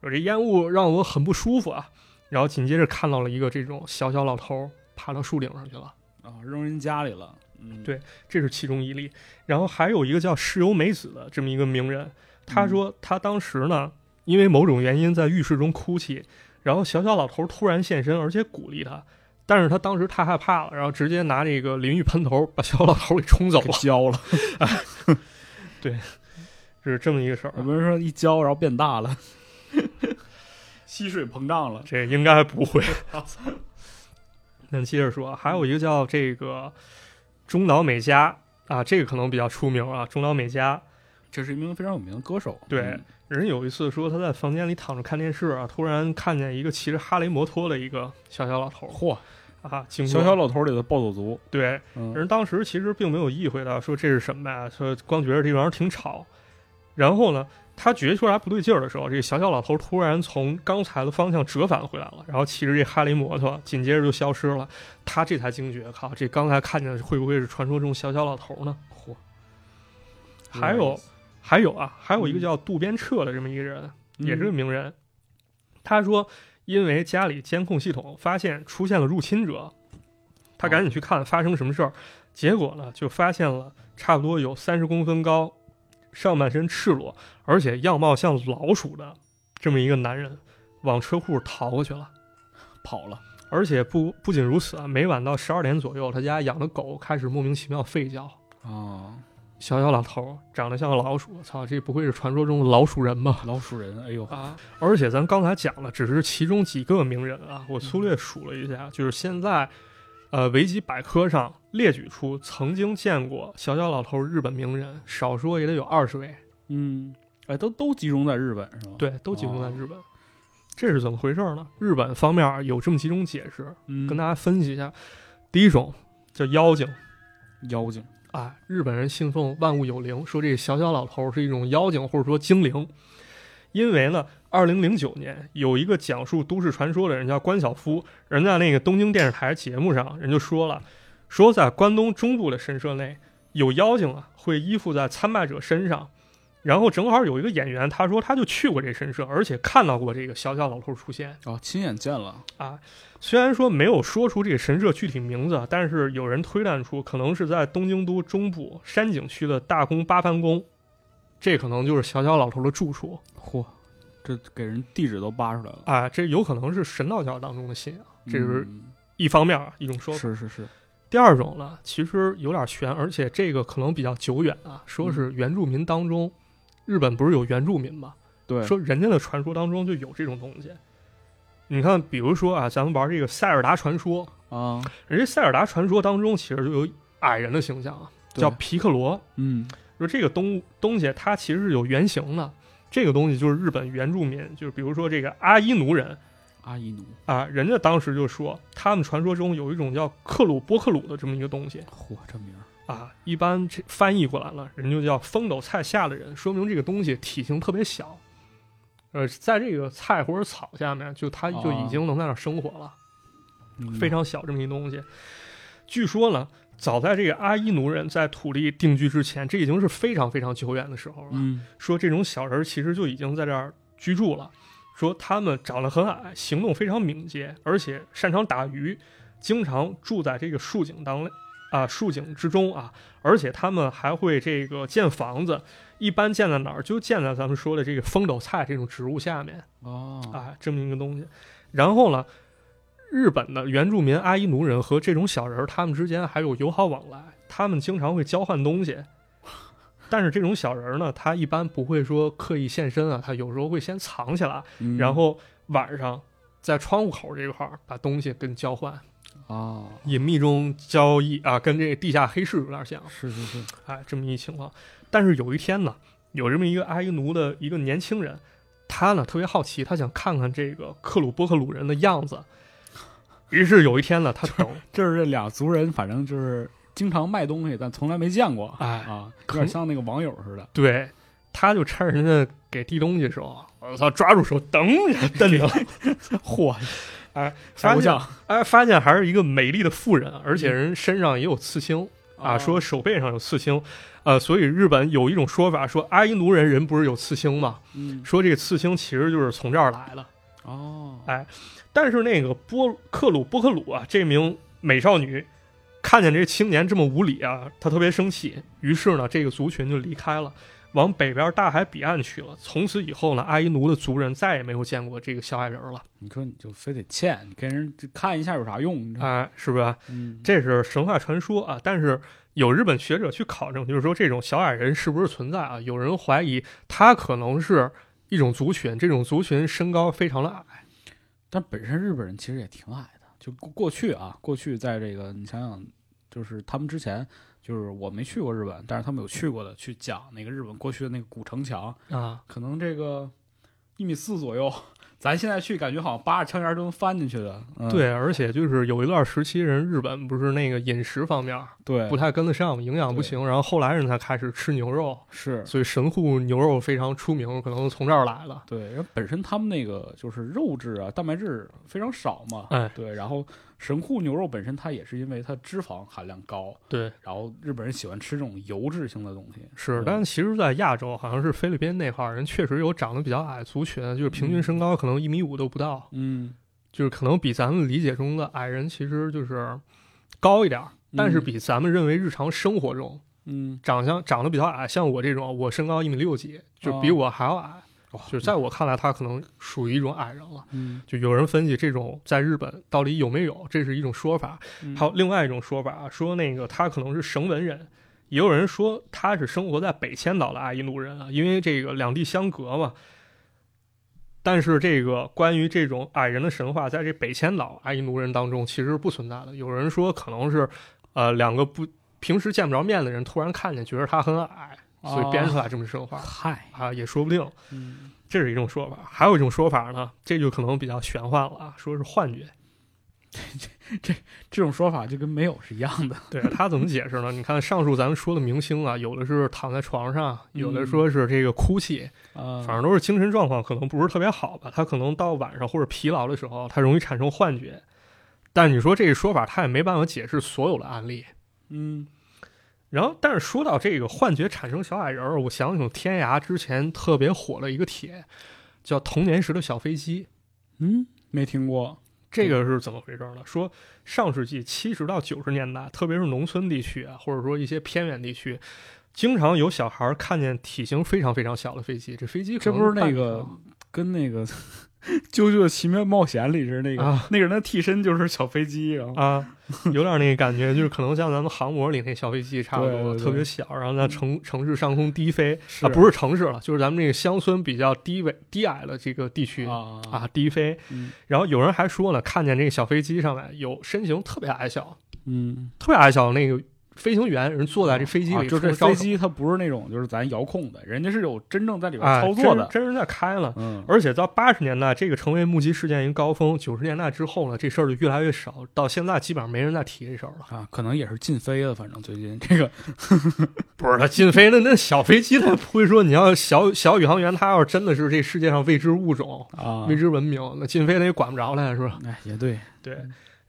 [SPEAKER 2] 说这烟雾让我很不舒服啊。然后紧接着看到了一个这种小小老头儿爬到树顶上去了。
[SPEAKER 1] 啊，扔人家里了。嗯，
[SPEAKER 2] 对这是其中一例。然后还有一个叫石由美子的这么一个名人，他说他当时呢，因为某种原因在浴室中哭泣，然后小小老头突然现身，而且鼓励他，但是他当时太害怕了，然后直接拿这个淋浴喷头把小老头给冲走
[SPEAKER 1] 给
[SPEAKER 2] 了，
[SPEAKER 1] <laughs> 浇了。
[SPEAKER 2] 是这么一个事儿。啊
[SPEAKER 1] 有人说一浇，然后变大了， <laughs> 吸水膨胀了。
[SPEAKER 2] 这应该不会。那接着说，还有一个叫啊这个中岛美嘉啊，这个可能比较出名啊。中岛美嘉
[SPEAKER 1] 这是一名非常有名的歌手。
[SPEAKER 2] 对
[SPEAKER 1] 嗯
[SPEAKER 2] 人有一次说他在房间里躺着看电视啊，突然看见一个骑着哈雷摩托的一个小小老头儿
[SPEAKER 1] 嚯，
[SPEAKER 2] 啊，经过
[SPEAKER 1] 小小老头里的暴走族，
[SPEAKER 2] 对
[SPEAKER 1] 嗯，
[SPEAKER 2] 人当时其实并没有意会到说这是什么呀，说光觉得这玩意儿挺吵。然后呢，他觉出来不对劲儿的时候，这个小小老头突然从刚才的方向折返回来了，然后骑着这哈雷摩托，紧接着就消失了。他这才惊觉，靠，这刚才看见的会不会是传说中小小老头呢？嚯！还有还有啊，还有一个叫渡边彻的这么一个人，
[SPEAKER 1] 嗯
[SPEAKER 2] 也是个名人。他说，因为家里监控系统发现出现了入侵者，他赶紧去看发生什么事儿。结果呢，就发现了差不多有三十公分高、上半身赤裸，而且样貌像老鼠的这么一个男人，往车库逃过去了。
[SPEAKER 1] 跑了，
[SPEAKER 2] 而且不不仅如此啊，每晚到十二点左右，他家养的狗开始莫名其妙吠叫。
[SPEAKER 1] 啊，
[SPEAKER 2] 小小老头儿长得像老鼠，操，这不会是传说中的老鼠人吧？
[SPEAKER 1] 老鼠人，哎呦，
[SPEAKER 2] 啊！而且咱刚才讲了，只是其中几个名人啊，我粗略数了一下，就是现在，呃，维基百科上列举出曾经见过小小老头儿日本名人，少说也得有二十位，
[SPEAKER 1] 嗯，哎，都都集中在日本是吧？，
[SPEAKER 2] 对，都集中在日本。这是怎么回事呢？日本方面有这么几种解释，
[SPEAKER 1] 嗯，
[SPEAKER 2] 跟大家分析一下。第一种叫妖精
[SPEAKER 1] 妖精，
[SPEAKER 2] 啊，日本人信奉万物有灵，说这小小老头儿是一种妖精或者说精灵。因为呢，二零零九年有一个讲述都市传说的人叫关晓夫，人在那个东京电视台节目上，人就说了，说在关东中部的神社内有妖精啊，会依附在参拜者身上。然后正好有一个演员，他说他就去过这神社，而且看到过这个小小老头儿出现。
[SPEAKER 1] 哦，亲眼见了，
[SPEAKER 2] 虽然说没有说出这个神社具体名字，但是有人推断出可能是在东京都中部山景区的大宫八幡宫，这可能就是小小老头的住处
[SPEAKER 1] 嚯，这给人地址都扒出来了，
[SPEAKER 2] 啊，这有可能是神道教当中的信仰，这是
[SPEAKER 1] 嗯
[SPEAKER 2] 一方面啊，一种说法。
[SPEAKER 1] 是是是，
[SPEAKER 2] 第二种呢，其实有点悬，而且这个可能比较久远啊，说
[SPEAKER 1] 嗯
[SPEAKER 2] 是原住民当中，日本不是有原住民吗？
[SPEAKER 1] 对，
[SPEAKER 2] 说人家的传说当中就有这种东西。你看，比如说啊，咱们玩这个塞尔达传说，
[SPEAKER 1] 啊，
[SPEAKER 2] 人家塞尔达传说当中其实就有矮人的形象啊，
[SPEAKER 1] 对
[SPEAKER 2] 叫皮克罗。
[SPEAKER 1] 嗯，
[SPEAKER 2] 说这个东东西它其实是有原型的，这个东西就是日本原住民，就是比如说这个阿伊奴人
[SPEAKER 1] 阿伊奴，
[SPEAKER 2] 啊，人家当时就说他们传说中有一种叫克鲁波克鲁的这么一个东西
[SPEAKER 1] 嚯，这名儿，
[SPEAKER 2] 啊，一般这翻译过来了，人就叫风斗菜下的人，说明这个东西体型特别小。呃，在这个菜或者草下面，就它就已经能在那儿生活了。
[SPEAKER 1] 嗯
[SPEAKER 2] 非常小这么一东西。据说呢，早在这个阿伊奴人在土地定居之前，这已经是非常非常久远的时候了。
[SPEAKER 1] 嗯，
[SPEAKER 2] 说这种小人儿其实就已经在这儿居住了。说他们长得很矮，行动非常敏捷，而且擅长打鱼，经常住在这个树井当内啊树井之中啊，而且他们还会这个建房子，一般建在哪儿？就建在咱们说的这个风斗菜这种植物下面。
[SPEAKER 1] 哦，
[SPEAKER 2] 啊，这么一个东西。然后呢，日本的原住民阿伊奴人和这种小人儿，他们之间还有友好往来，他们经常会交换东西。但是这种小人儿呢，他一般不会说刻意现身啊，他有时候会先藏起来，
[SPEAKER 1] 嗯
[SPEAKER 2] 然后晚上在窗户口这块儿把东西跟交换，
[SPEAKER 1] 哦，
[SPEAKER 2] 隐秘中交易啊，跟这地下黑市有点像。
[SPEAKER 1] 是是是，
[SPEAKER 2] 哎，这么一情况。但是有一天呢，有这么一个阿伊奴的一个年轻人，他呢特别好奇，他想看看这个克鲁波克鲁人的样子。于是有一天呢，他等，
[SPEAKER 1] <laughs> 就是这俩族人，反正就是经常卖东西，但从来没见过，
[SPEAKER 2] 哎
[SPEAKER 1] 啊，有
[SPEAKER 2] 可
[SPEAKER 1] 点像那个网友似的，
[SPEAKER 2] 对，他就趁人家给递东西的时候，我操，抓住手，等一下，瞪 <laughs> 着，
[SPEAKER 1] 嚯， <laughs>
[SPEAKER 2] 哎，
[SPEAKER 1] 吓
[SPEAKER 2] 发
[SPEAKER 1] 不
[SPEAKER 2] 现，
[SPEAKER 1] 像嗯
[SPEAKER 2] 哎，发现还是一个美丽的妇人，而且人身上也有刺青。啊，
[SPEAKER 1] 哦
[SPEAKER 2] 说手背上有刺青，呃，所以日本有一种说法，说阿伊奴人人不是有刺青吗？
[SPEAKER 1] 嗯
[SPEAKER 2] 说这个刺青其实就是从这儿来的。
[SPEAKER 1] 哦
[SPEAKER 2] 哎但是那个波克鲁波克鲁啊，这名美少女看见这青年这么无理啊，她特别生气。于是呢，这个族群就离开了，往北边大海彼岸去了。从此以后呢，阿伊奴的族人再也没有见过这个小矮人了。
[SPEAKER 1] 你说你就非得欠，你跟人看一下有啥用？你知道吗
[SPEAKER 2] 哎，是不是？
[SPEAKER 1] 嗯，
[SPEAKER 2] 这是神话传说啊，但是有日本学者去考证，就是说这种小矮人是不是存在啊？有人怀疑他可能是一种族群，这种族群身高非常的矮。
[SPEAKER 1] 但本身日本人其实也挺矮的，就过过去啊，过去在这个你想想，就是他们之前。就是我没去过日本，但是他们有去过的，去讲那个日本过去的那个古城墙，
[SPEAKER 2] 啊，
[SPEAKER 1] 可能这个一米四左右，咱现在去感觉好像扒着枪沿儿都能翻进去的。嗯、
[SPEAKER 2] 对，而且就是有一段时期，人日本不是那个饮食方面
[SPEAKER 1] 对
[SPEAKER 2] 不，太跟得上，营养不行，然后后来人才开始吃牛肉，
[SPEAKER 1] 是，
[SPEAKER 2] 所以神户牛肉非常出名，可能从这儿来的。
[SPEAKER 1] 对，然后本身他们那个就是肉质啊、蛋白质非常少嘛。
[SPEAKER 2] 哎，
[SPEAKER 1] 对，然后神户牛肉本身它也是因为它脂肪含量高，
[SPEAKER 2] 对，
[SPEAKER 1] 然后日本人喜欢吃这种油脂性的东西。
[SPEAKER 2] 是
[SPEAKER 1] 对，
[SPEAKER 2] 但其实，在亚洲，好像是菲律宾那块儿人确实有长得比较矮的族群，就是平均身高可能一米五都不到，
[SPEAKER 1] 嗯，
[SPEAKER 2] 就是可能比咱们理解中的矮人其实就是高一点儿，嗯但是比咱们认为日常生活中
[SPEAKER 1] 嗯，
[SPEAKER 2] 长相长得比较矮，像我这种，我身高一米六几，就
[SPEAKER 1] 哦
[SPEAKER 2] 比我还要矮，
[SPEAKER 1] 哇
[SPEAKER 2] 就是在我看来，他可能属于一种矮人了。
[SPEAKER 1] 嗯，
[SPEAKER 2] 就有人分析这种在日本到底有没有，这是一种说法，
[SPEAKER 1] 嗯
[SPEAKER 2] 还有另外一种说法，啊说那个他可能是绳文人，也有人说他是生活在北千岛的阿伊努人啊，因为这个两地相隔嘛。但是这个关于这种矮人的神话，在这北千岛阿伊努人当中其实是不存在的。有人说可能是，呃，两个不平时见不着面的人突然看见，觉得他很矮，所以编出来这么神
[SPEAKER 1] 嗯哦
[SPEAKER 2] 话
[SPEAKER 1] 嗨，
[SPEAKER 2] 啊，也说不定。
[SPEAKER 1] 嗯，
[SPEAKER 2] 这是一种说法，还有一种说法呢，这就可能比较玄幻了啊，说是幻觉。
[SPEAKER 1] 这种说法就跟没有是一样的。
[SPEAKER 2] 对啊他怎么解释呢？你看上述咱们说的明星啊，有的是躺在床上，有的
[SPEAKER 1] 嗯
[SPEAKER 2] 说是这个哭泣，
[SPEAKER 1] 啊，
[SPEAKER 2] 反正都是精神状况可能不是特别好吧。他可能到晚上或者疲劳的时候，他容易产生幻觉。但你说这个说法，他也没办法解释所有的案例。
[SPEAKER 1] 嗯，
[SPEAKER 2] 然后，但是说到这个幻觉产生小矮人儿，我想起天涯之前特别火的一个帖，叫《童年时的小飞机》。
[SPEAKER 1] 嗯，没听过。
[SPEAKER 2] 这个是怎么回事呢？说上世纪七十到九十年代，特别是农村地区啊，或者说一些偏远地区，经常有小孩看见体型非常非常小的飞机。这飞机可
[SPEAKER 1] 这
[SPEAKER 2] 能
[SPEAKER 1] 不是那
[SPEAKER 2] 半
[SPEAKER 1] 个
[SPEAKER 2] 长
[SPEAKER 1] 跟那个《啾啾的奇妙冒险》里是那个、
[SPEAKER 2] 啊
[SPEAKER 1] 那个人的替身就是小飞机，然后
[SPEAKER 2] 啊，有点那个感觉，就是可能像咱们航模里那小飞机差不多，
[SPEAKER 1] 对对对嗯
[SPEAKER 2] 特别小，然后在城城市上空低飞
[SPEAKER 1] 是
[SPEAKER 2] 啊，不是城市了，就是咱们这个乡村比较低位低矮的这个地区。
[SPEAKER 1] 啊
[SPEAKER 2] 啊，低飞，
[SPEAKER 1] 嗯
[SPEAKER 2] 然后有人还说呢，看见这个小飞机上面有身形特别矮小、
[SPEAKER 1] 嗯，
[SPEAKER 2] 特别矮小的那个飞行员，人坐在这飞机
[SPEAKER 1] 啊
[SPEAKER 2] 里，
[SPEAKER 1] 就是
[SPEAKER 2] 冲
[SPEAKER 1] 这
[SPEAKER 2] 着招
[SPEAKER 1] 飞
[SPEAKER 2] 手
[SPEAKER 1] 机它不是那种就是咱遥控的，人家是有真正在里边
[SPEAKER 2] 啊，
[SPEAKER 1] 操作的。
[SPEAKER 2] 真真是在开了。
[SPEAKER 1] 嗯
[SPEAKER 2] 而且到八十年代，这个成为目击事件一个高峰。九十年代之后呢，这事儿就越来越少，到现在基本上没人再提这事儿了。
[SPEAKER 1] 啊，可能也是禁飞了，反正最近这个
[SPEAKER 2] 不是他禁飞那那小飞机，他不会说你要小小宇航员，他要是真的是这世界上未知物种、
[SPEAKER 1] 啊
[SPEAKER 2] 未知文明，那禁飞他也管不着了，是吧？
[SPEAKER 1] 哎，也对，
[SPEAKER 2] 对。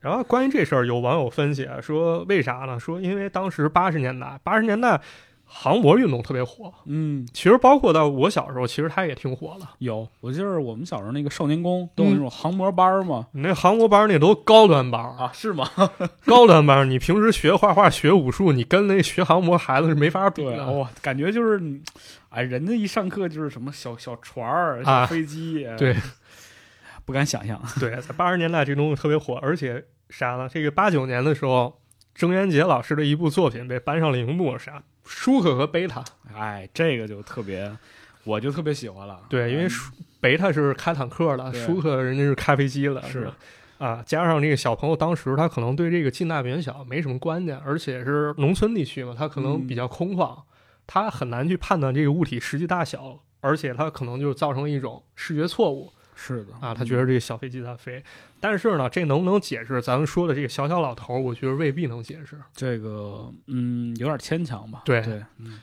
[SPEAKER 2] 然后关于这事儿，有网友分析啊说，为啥呢？说因为当时八十年代，八十年代航模运动特别火，
[SPEAKER 1] 嗯，
[SPEAKER 2] 其实包括到我小时候，其实它也挺火的。
[SPEAKER 1] 有，我记得我们小时候那个少年宫
[SPEAKER 2] 嗯
[SPEAKER 1] 都有那种航模班儿嘛，
[SPEAKER 2] 你那航模班儿那都高端班儿，
[SPEAKER 1] 啊，是吗？
[SPEAKER 2] 高端班儿，你平时学画画、学武术，你跟那学航模孩子是没法比
[SPEAKER 1] 啊对，
[SPEAKER 2] 的。
[SPEAKER 1] 哇、感觉就是你，哎，人家一上课就是什么小小船儿、
[SPEAKER 2] 啊
[SPEAKER 1] 小飞机，哎
[SPEAKER 2] 对，
[SPEAKER 1] 不敢想象。
[SPEAKER 2] 对，在八十年代这东西特别火，而且啥呢？这个八九年的时候，郑渊洁老师的一部作品被搬上了荧幕，啥舒克和贝塔。
[SPEAKER 1] 哎，这个就特别，我就特别喜欢了。
[SPEAKER 2] 对，因为
[SPEAKER 1] 嗯
[SPEAKER 2] 舒贝塔是开坦克的，
[SPEAKER 1] 对
[SPEAKER 2] 舒克人家是开飞机的，
[SPEAKER 1] 是
[SPEAKER 2] 吧啊，加上这个小朋友当时他可能对这个近代美小没什么观念，而且是农村地区嘛，他可能
[SPEAKER 1] 嗯
[SPEAKER 2] 比较空旷，他很难去判断这个物体实际大小，而且他可能就造成一种视觉错误
[SPEAKER 1] 是的嗯
[SPEAKER 2] 啊，他觉得这个小飞机在飞。但是呢，这能不能解释咱们说的这个小小老头儿？我觉得未必能解释。
[SPEAKER 1] 这个嗯有点牵强吧。
[SPEAKER 2] 对
[SPEAKER 1] 对，嗯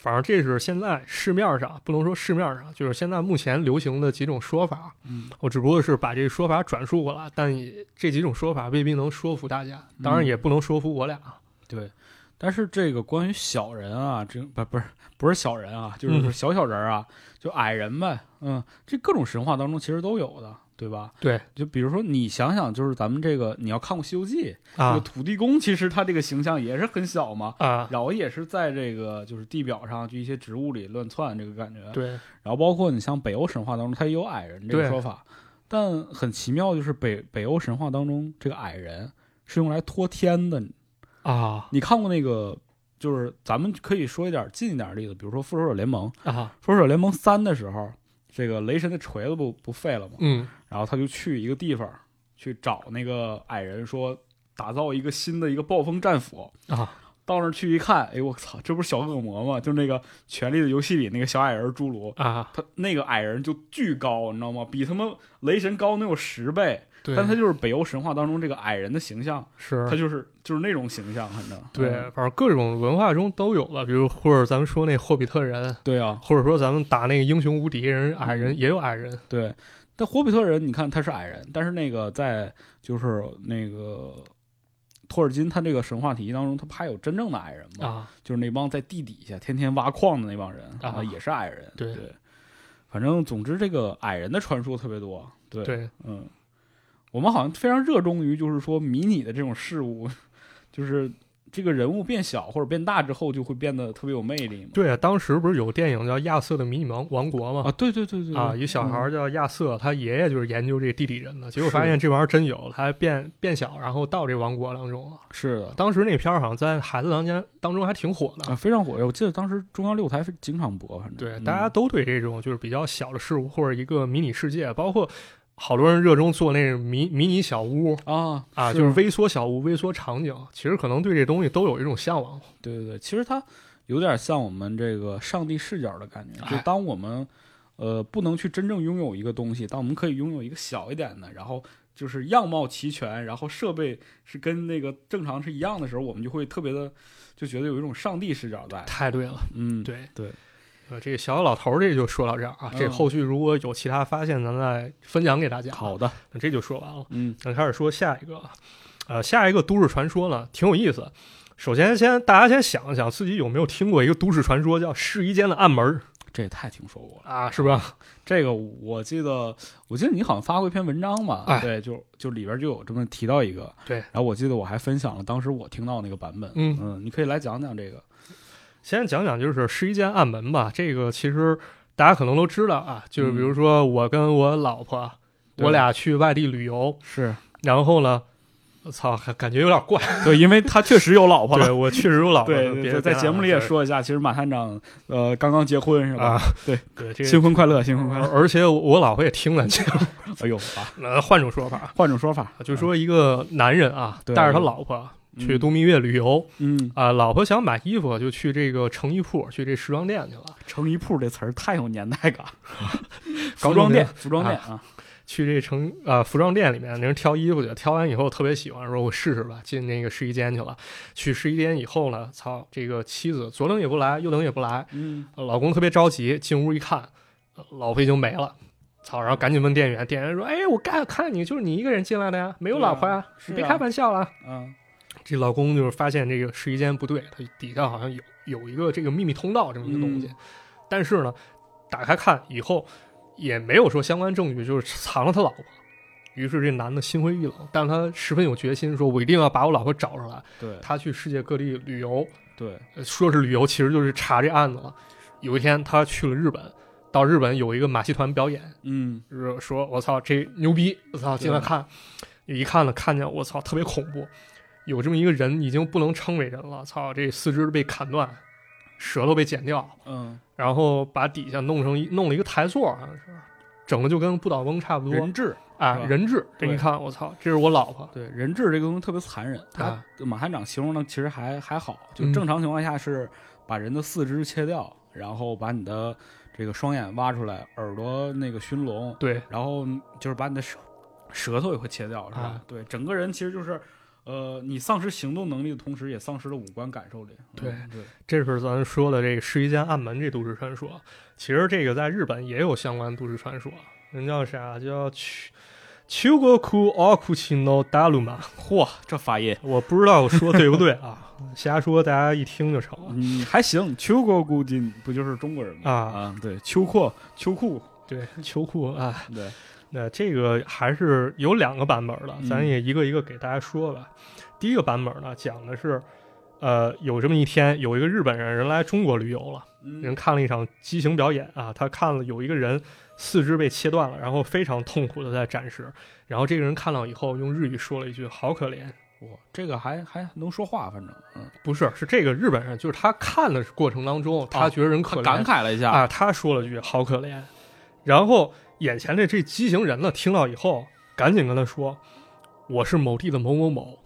[SPEAKER 2] 反正这是现在市面上不能说市面上，就是现在目前流行的几种说法，啊
[SPEAKER 1] 嗯
[SPEAKER 2] 我只不过是把这个说法转述过来，但也这几种说法未必能说服大家，当然
[SPEAKER 1] 嗯
[SPEAKER 2] 也不能说服我俩。
[SPEAKER 1] 对。但是这个关于小人啊，这不不是不是小人啊，就是
[SPEAKER 2] 嗯
[SPEAKER 1] 说小小人啊，就矮人呗，嗯，这各种神话当中其实都有的，对吧？
[SPEAKER 2] 对，
[SPEAKER 1] 就比如说你想想，就是咱们这个你要看过《西游记》，这个
[SPEAKER 2] 啊
[SPEAKER 1] 土地公其实他这个形象也是很小嘛，
[SPEAKER 2] 啊，
[SPEAKER 1] 然后也是在这个就是地表上就一些植物里乱窜这个感觉。
[SPEAKER 2] 对
[SPEAKER 1] 然后包括你像北欧神话当中，它也有矮人这个
[SPEAKER 2] 对
[SPEAKER 1] 说法，但很奇妙就是北北欧神话当中这个矮人是用来托天的。
[SPEAKER 2] 啊
[SPEAKER 1] 你看过那个？就是咱们可以说一点近一点的例子，比如说《复仇者联盟》，《
[SPEAKER 2] 啊，
[SPEAKER 1] 复仇者联盟三》的时候，这个雷神的锤子不不废了吗？
[SPEAKER 2] 嗯
[SPEAKER 1] 然后他就去一个地方去找那个矮人说，打造一个新的一个暴风战斧。
[SPEAKER 2] 啊
[SPEAKER 1] 到那儿去一看，哎我操，这不是小恶魔吗？就那个《权力的游戏》里那个小矮人侏儒，
[SPEAKER 2] 啊，
[SPEAKER 1] 他那个矮人就巨高，你知道吗？比他妈雷神高能有十倍，
[SPEAKER 2] 对，
[SPEAKER 1] 但他就是北欧神话当中这个矮人的形象，他
[SPEAKER 2] 是。
[SPEAKER 1] 就是就是那种形象，反正
[SPEAKER 2] 对，
[SPEAKER 1] 嗯
[SPEAKER 2] 反正各种文化中都有了，比如或者咱们说那霍比特人，
[SPEAKER 1] 对啊，
[SPEAKER 2] 或者说咱们打那个英雄无敌人矮人
[SPEAKER 1] 嗯
[SPEAKER 2] 也有矮人，
[SPEAKER 1] 对。但霍比特人，你看他是矮人，但是那个在就是那个托尔金他这个神话体系当中，他不还有真正的矮人吗？
[SPEAKER 2] 啊，
[SPEAKER 1] 就是那帮在地底下天天挖矿的那帮人
[SPEAKER 2] 啊
[SPEAKER 1] 也是矮人。
[SPEAKER 2] 对
[SPEAKER 1] 反正总之这个矮人的传说特别多。对，
[SPEAKER 2] 对，
[SPEAKER 1] 嗯，我们好像非常热衷于就是说迷你的这种事物，就是这个人物变小或者变大之后就会变得特别有魅力嘛。
[SPEAKER 2] 对，啊当时不是有电影叫《亚瑟的迷你王王国》
[SPEAKER 1] 啊，
[SPEAKER 2] 吗？
[SPEAKER 1] 对对对对
[SPEAKER 2] 啊，一小孩儿叫亚瑟，他爷爷就是研究这地底人的，结果发
[SPEAKER 1] 嗯是
[SPEAKER 2] 现这玩意儿真有，他还变变小，然后到这王国当中了。
[SPEAKER 1] 嗯是的。
[SPEAKER 2] 当时那片儿好像在孩子当间当中还挺火的
[SPEAKER 1] 啊，，非常火热！我记得当时中央六台是经常播，反正
[SPEAKER 2] 对，
[SPEAKER 1] 嗯
[SPEAKER 2] 大家都对这种就是比较小的事物或者一个迷你世界，包括好多人热衷做那种迷迷你小屋
[SPEAKER 1] 啊
[SPEAKER 2] 啊，就是微缩小屋、微缩场景，其实可能对这东西都有一种向往。
[SPEAKER 1] 对对对，其实它有点像我们这个上帝视角的感觉，就
[SPEAKER 2] 哎
[SPEAKER 1] 当我们呃不能去真正拥有一个东西，当我们可以拥有一个小一点的，然后就是样貌齐全，然后设备是跟那个正常是一样的时候，我们就会特别的就觉得有一种上帝视角在。
[SPEAKER 2] 太 <laughs> 对了，
[SPEAKER 1] 嗯，
[SPEAKER 2] 对
[SPEAKER 1] 对。
[SPEAKER 2] 呃，这个小老头儿这就说到这儿啊，这
[SPEAKER 1] 嗯
[SPEAKER 2] 后续如果有其他发现，咱再分享给大家。，
[SPEAKER 1] 好的，
[SPEAKER 2] 这就说完了。
[SPEAKER 1] 嗯
[SPEAKER 2] 咱开始说下一个，呃，下一个都市传说呢，挺有意思。首先先，大家先想一想，自己有没有听过一个都市传说，叫“试衣间的暗门儿
[SPEAKER 1] 这也太听说过”了。
[SPEAKER 2] 啊，是吧？
[SPEAKER 1] 这个我记得，我记得你好像发过一篇文章吧？
[SPEAKER 2] 哎
[SPEAKER 1] 对，就就里边就有这么提到一个。
[SPEAKER 2] 对
[SPEAKER 1] 然后我记得我还分享了当时我听到那个版本。
[SPEAKER 2] 嗯
[SPEAKER 1] 嗯，你可以来讲讲这个。
[SPEAKER 2] 先讲讲就是试衣间暗门吧，这个其实大家可能都知道啊，就是比如说我跟我老婆，
[SPEAKER 1] 对
[SPEAKER 2] 我俩去外地旅游，
[SPEAKER 1] 是，
[SPEAKER 2] 然后呢，我操，感感觉有点怪，
[SPEAKER 1] <laughs> 对，因为他确实有老婆
[SPEAKER 2] 对
[SPEAKER 1] 了。
[SPEAKER 2] 我确实有老婆，
[SPEAKER 1] 对
[SPEAKER 2] 别
[SPEAKER 1] 对
[SPEAKER 2] 别
[SPEAKER 1] 啊对，在节目里也说一下，其实马探长呃刚刚结婚是
[SPEAKER 2] 对
[SPEAKER 1] 吧？
[SPEAKER 2] 啊，
[SPEAKER 1] 对哦
[SPEAKER 2] 对这
[SPEAKER 1] 新婚快乐，新婚快乐。
[SPEAKER 2] 而且我老婆也听了 <laughs> 这个，
[SPEAKER 1] <laughs> 哎呦，啊
[SPEAKER 2] 呃，换种说法，
[SPEAKER 1] 换种说法，
[SPEAKER 2] 啊就说一个男人啊，
[SPEAKER 1] 对
[SPEAKER 2] 带着他老婆
[SPEAKER 1] 嗯
[SPEAKER 2] 去度蜜月旅游
[SPEAKER 1] 嗯，
[SPEAKER 2] 啊、老婆想买衣服就去这个成衣铺，去这时装店去了，
[SPEAKER 1] <laughs> 成衣铺这词儿太有年代感 <laughs> 了，服装店，服装店啊，
[SPEAKER 2] 去这成啊服装店里面，那人挑衣服去，挑完以后特别喜欢，说我试试吧，进那个试衣间去了。去试衣间以后呢，操，这个妻子左等也不来，右等也不来，
[SPEAKER 1] 嗯，
[SPEAKER 2] 呃老公特别着急，进屋一看，呃老婆已经没了。操！然后赶紧问店员，店员说：“哎，我刚看你就是你一个人进来的呀，没有
[SPEAKER 1] 对啊
[SPEAKER 2] 老婆呀，
[SPEAKER 1] 是
[SPEAKER 2] 你别
[SPEAKER 1] 啊
[SPEAKER 2] 开玩笑了。
[SPEAKER 1] 嗯，
[SPEAKER 2] 这老公就是发现这个试衣间不对，他底下好像有有一个这个秘密通道这么一个东西，
[SPEAKER 1] 嗯
[SPEAKER 2] 但是呢，打开看以后也没有说相关证据，就是藏了他老婆。于是这男的心灰意冷，但是他十分有决心，说我一定要把我老婆找出来。
[SPEAKER 1] 对
[SPEAKER 2] 他去世界各地旅游，
[SPEAKER 1] 对，
[SPEAKER 2] 呃说是旅游，其实就是查这案子了。有一天他去了日本，到日本有一个马戏团表演，
[SPEAKER 1] 嗯，
[SPEAKER 2] 就是说我操这牛逼，我操进来看，一看呢看见我操特别恐怖，有这么一个人已经不能称为人了，操这四肢被砍断，舌头被剪掉，
[SPEAKER 1] 嗯，
[SPEAKER 2] 然后把底下弄成一弄了一个台座，好像是整的就跟不倒翁差不多
[SPEAKER 1] 人质，
[SPEAKER 2] 啊
[SPEAKER 1] 是吧，
[SPEAKER 2] 人质。这
[SPEAKER 1] 对
[SPEAKER 2] 一看我操，这是我老婆，
[SPEAKER 1] 对人质这个东西特别残忍，他
[SPEAKER 2] 啊
[SPEAKER 1] 马探长形容的其实还还好，就
[SPEAKER 2] 嗯
[SPEAKER 1] 正常情况下是把人的四肢切掉，然后把你的这个双眼挖出来，耳朵那个熏聋，
[SPEAKER 2] 对
[SPEAKER 1] 然后就是把你的舌舌头也会切掉，是吧？
[SPEAKER 2] 啊
[SPEAKER 1] 对，整个人其实就是，呃，你丧失行动能力的同时，也丧失了五官感受力。
[SPEAKER 2] 对
[SPEAKER 1] 嗯对，
[SPEAKER 2] 这是咱说的这个试衣间暗门这都市传说，其实这个在日本也有相关都市传说，人叫啥叫去。秋国库奥库奇诺达鲁玛，
[SPEAKER 1] 嚯，这发音，
[SPEAKER 2] 我不知道我说对不对
[SPEAKER 1] <laughs>
[SPEAKER 2] 啊，瞎说，大家一听就成了。
[SPEAKER 1] 嗯，还行。秋国估计不就是中国人吗？
[SPEAKER 2] 啊
[SPEAKER 1] 对，秋裤，秋裤，
[SPEAKER 2] 对，秋裤啊，
[SPEAKER 1] 对，
[SPEAKER 2] 那这个还是有两个版本的，
[SPEAKER 1] 嗯
[SPEAKER 2] 咱也一个一个给大家说吧。第一个版本呢，讲的是，呃，有这么一天，有一个日本人人来中国旅游了，人
[SPEAKER 1] 嗯，
[SPEAKER 2] 看了一场畸形表演啊，他看了有一个人四肢被切断了，然后非常痛苦的在展示，然后这个人看到以后用日语说了一句“好可怜”，
[SPEAKER 1] 哇，这个还还能说话，反正，嗯，
[SPEAKER 2] 不是，是这个日本人，就是他看的过程当中，他觉得人可
[SPEAKER 1] 哦他
[SPEAKER 2] 怜，
[SPEAKER 1] 感慨了一下，
[SPEAKER 2] 啊，他说了句“好可怜”，然后眼前的这畸形人呢，听到以后赶紧跟他说：“我是某地的某某某。”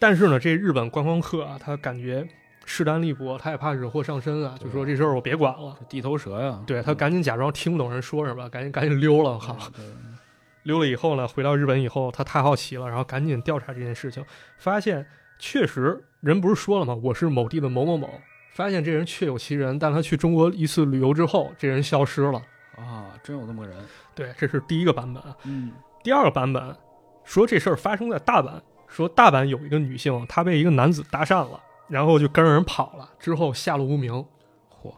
[SPEAKER 2] 但是呢，这日本观光客啊，他感觉势单力薄，他也怕惹祸上身啊，就嗯说这事儿我别管了。
[SPEAKER 1] 地头蛇呀，
[SPEAKER 2] 对他赶紧假装听不懂人说什么，赶紧赶紧溜了，好，溜了以后呢，回到日本以后，他太好奇了，然后赶紧调查这件事情，发现确实人不是说了吗？我是某地的某某某，发现这人确有其人，但他去中国一次旅游之后，这人消失了。
[SPEAKER 1] 啊，真有这么个人，
[SPEAKER 2] 对，这是第一个版本。啊
[SPEAKER 1] 嗯，
[SPEAKER 2] 第二个版本说这事儿发生在大阪，说大阪有一个女性，她被一个男子搭讪了，然后就跟着人跑了，之后下落无名。
[SPEAKER 1] 嚯，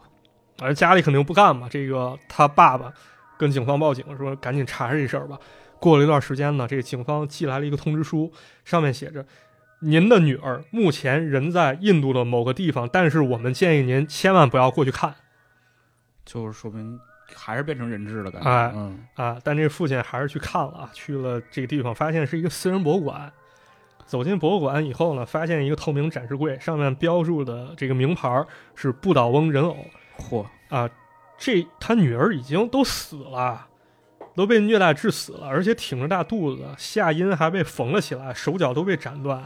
[SPEAKER 2] 而家里肯定不干嘛，这个他爸爸跟警方报警说赶紧查查这事儿吧。过了一段时间呢，这警方寄来了一个通知书，上面写着。您的女儿目前人在印度的某个地方，但是我们建议您千万不要过去看
[SPEAKER 1] 就是说明还是变成人质了，感觉，
[SPEAKER 2] 哎
[SPEAKER 1] 嗯，
[SPEAKER 2] 啊。但这父亲还是去看了啊，去了这个地方，发现是一个私人博物馆。走进博物馆以后呢，发现一个透明展示柜，上面标注的这个名牌儿是不倒翁人偶，
[SPEAKER 1] 嚯，
[SPEAKER 2] 这他女儿已经都死了，都被虐待致死了，而且挺着大肚子，下阴还被缝了起来，手脚都被斩断，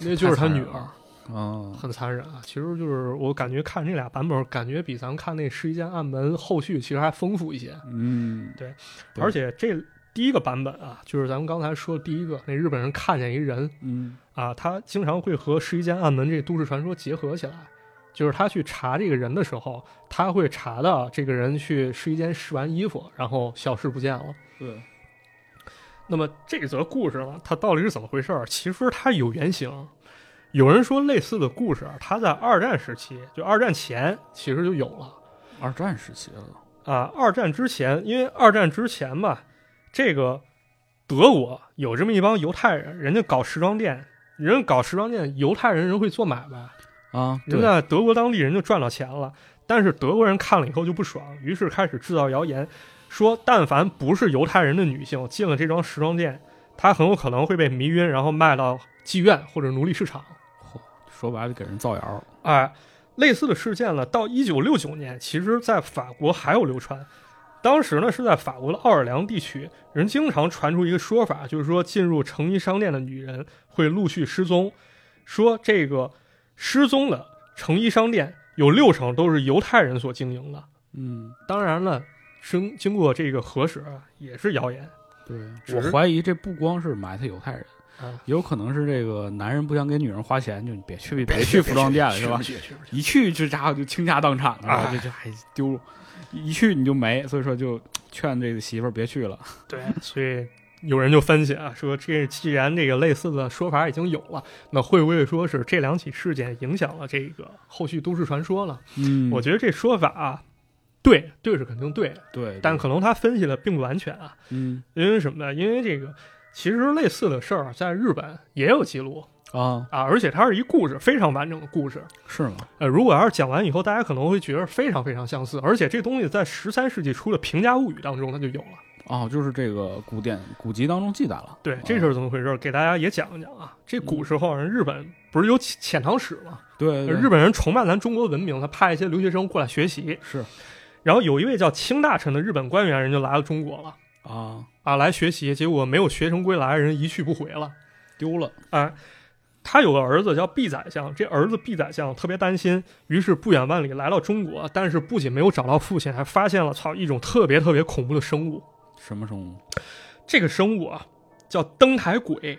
[SPEAKER 2] 那就是他女儿，
[SPEAKER 1] 嗯，
[SPEAKER 2] 很残忍啊。其实就是我感觉看这俩版本，感觉比咱们看那《十一间暗门》后续其实还丰富一些，
[SPEAKER 1] 嗯，
[SPEAKER 2] 对，
[SPEAKER 1] 对
[SPEAKER 2] 而且这。第一个版本啊，就是咱们刚才说的第一个，那日本人看见一人
[SPEAKER 1] 嗯，
[SPEAKER 2] 啊，他经常会和《十一间暗门》这都市传说结合起来，就是他去查这个人的时候，他会查到这个人去试衣间试完衣服，然后消失不见了。
[SPEAKER 1] 对，
[SPEAKER 2] 那么这则故事呢，它到底是怎么回事儿？其实它有原型。有人说类似的故事，啊它在二战时期，就二战前其实就有了
[SPEAKER 1] 二战时期了，
[SPEAKER 2] 啊。二战之前，因为二战之前吧，这个德国有这么一帮犹太人，人家搞时装店，人家搞时装店，犹太人人会做买卖，
[SPEAKER 1] 啊，
[SPEAKER 2] 人
[SPEAKER 1] 对，
[SPEAKER 2] 在德国当地人就赚到钱了，但是德国人看了以后就不爽，于是开始制造谣言，说但凡不是犹太人的女性进了这桩时装店，她很有可能会被迷晕，然后卖到妓院或者奴隶市场。
[SPEAKER 1] 说白了给人造谣，
[SPEAKER 2] 哎，类似的事件呢，到一九六九年，其实在法国还有流传。当时呢是在法国的奥尔良地区，人经常传出一个说法，就是说进入成衣商店的女人会陆续失踪，说这个失踪的成衣商店有六成都是犹太人所经营的。
[SPEAKER 1] 嗯，
[SPEAKER 2] 当然了，经经过这个核实啊，也是谣言。
[SPEAKER 1] 对，
[SPEAKER 2] 只
[SPEAKER 1] 我
[SPEAKER 2] 是
[SPEAKER 1] 怀疑这不光是埋汰犹太人
[SPEAKER 2] 啊。
[SPEAKER 1] 也有可能是这个男人不想给女人花钱，就你别去别去服装店了，是吧？一去这家伙就倾家荡产的，
[SPEAKER 2] 哎
[SPEAKER 1] 这就还丢，一去你就没，所以说就劝这个媳妇儿别去
[SPEAKER 2] <laughs>
[SPEAKER 1] 了。
[SPEAKER 2] 对，所以有人就分析啊，说这既然这个类似的说法已经有了，那会不会说是这两起事件影响了这个后续都市传说了？
[SPEAKER 1] 嗯
[SPEAKER 2] 我觉得这说法、啊、对，对是肯定对，
[SPEAKER 1] 对，
[SPEAKER 2] 但可能他分析的并不完全啊，
[SPEAKER 1] 嗯
[SPEAKER 2] 因为什么呢？因为这个其实类似的事儿啊在日本也有记录
[SPEAKER 1] 啊，
[SPEAKER 2] 啊，而且它是一故事，非常完整的故事。
[SPEAKER 1] 是吗？
[SPEAKER 2] 呃，如果要是讲完以后，大家可能会觉得非常非常相似，而且这东西在十三世纪初的《平家物语》当中它就有了。
[SPEAKER 1] 哦，就是这个古典古籍当中记载了。
[SPEAKER 2] 对，这
[SPEAKER 1] 哦
[SPEAKER 2] 事儿怎么回事儿？给大家也讲一讲啊。这古时候人日本不是有潜潜堂史吗？
[SPEAKER 1] 啊对，对
[SPEAKER 2] 日本人崇拜咱中国文明，他派一些留学生过来学习。
[SPEAKER 1] 是
[SPEAKER 2] 然后有一位叫清大臣的日本官员，人就来了中国了
[SPEAKER 1] 啊，
[SPEAKER 2] 啊，来学习，结果没有学成归来，人一去不回了。
[SPEAKER 1] 丢了
[SPEAKER 2] 啊，他有个儿子叫毕宰相，这儿子毕宰相特别担心，于是不远万里来到中国，但是不仅没有找到父亲，还发现了操一种特别特别恐怖的生物。
[SPEAKER 1] 什么生物？
[SPEAKER 2] 这个生物啊，叫登台鬼。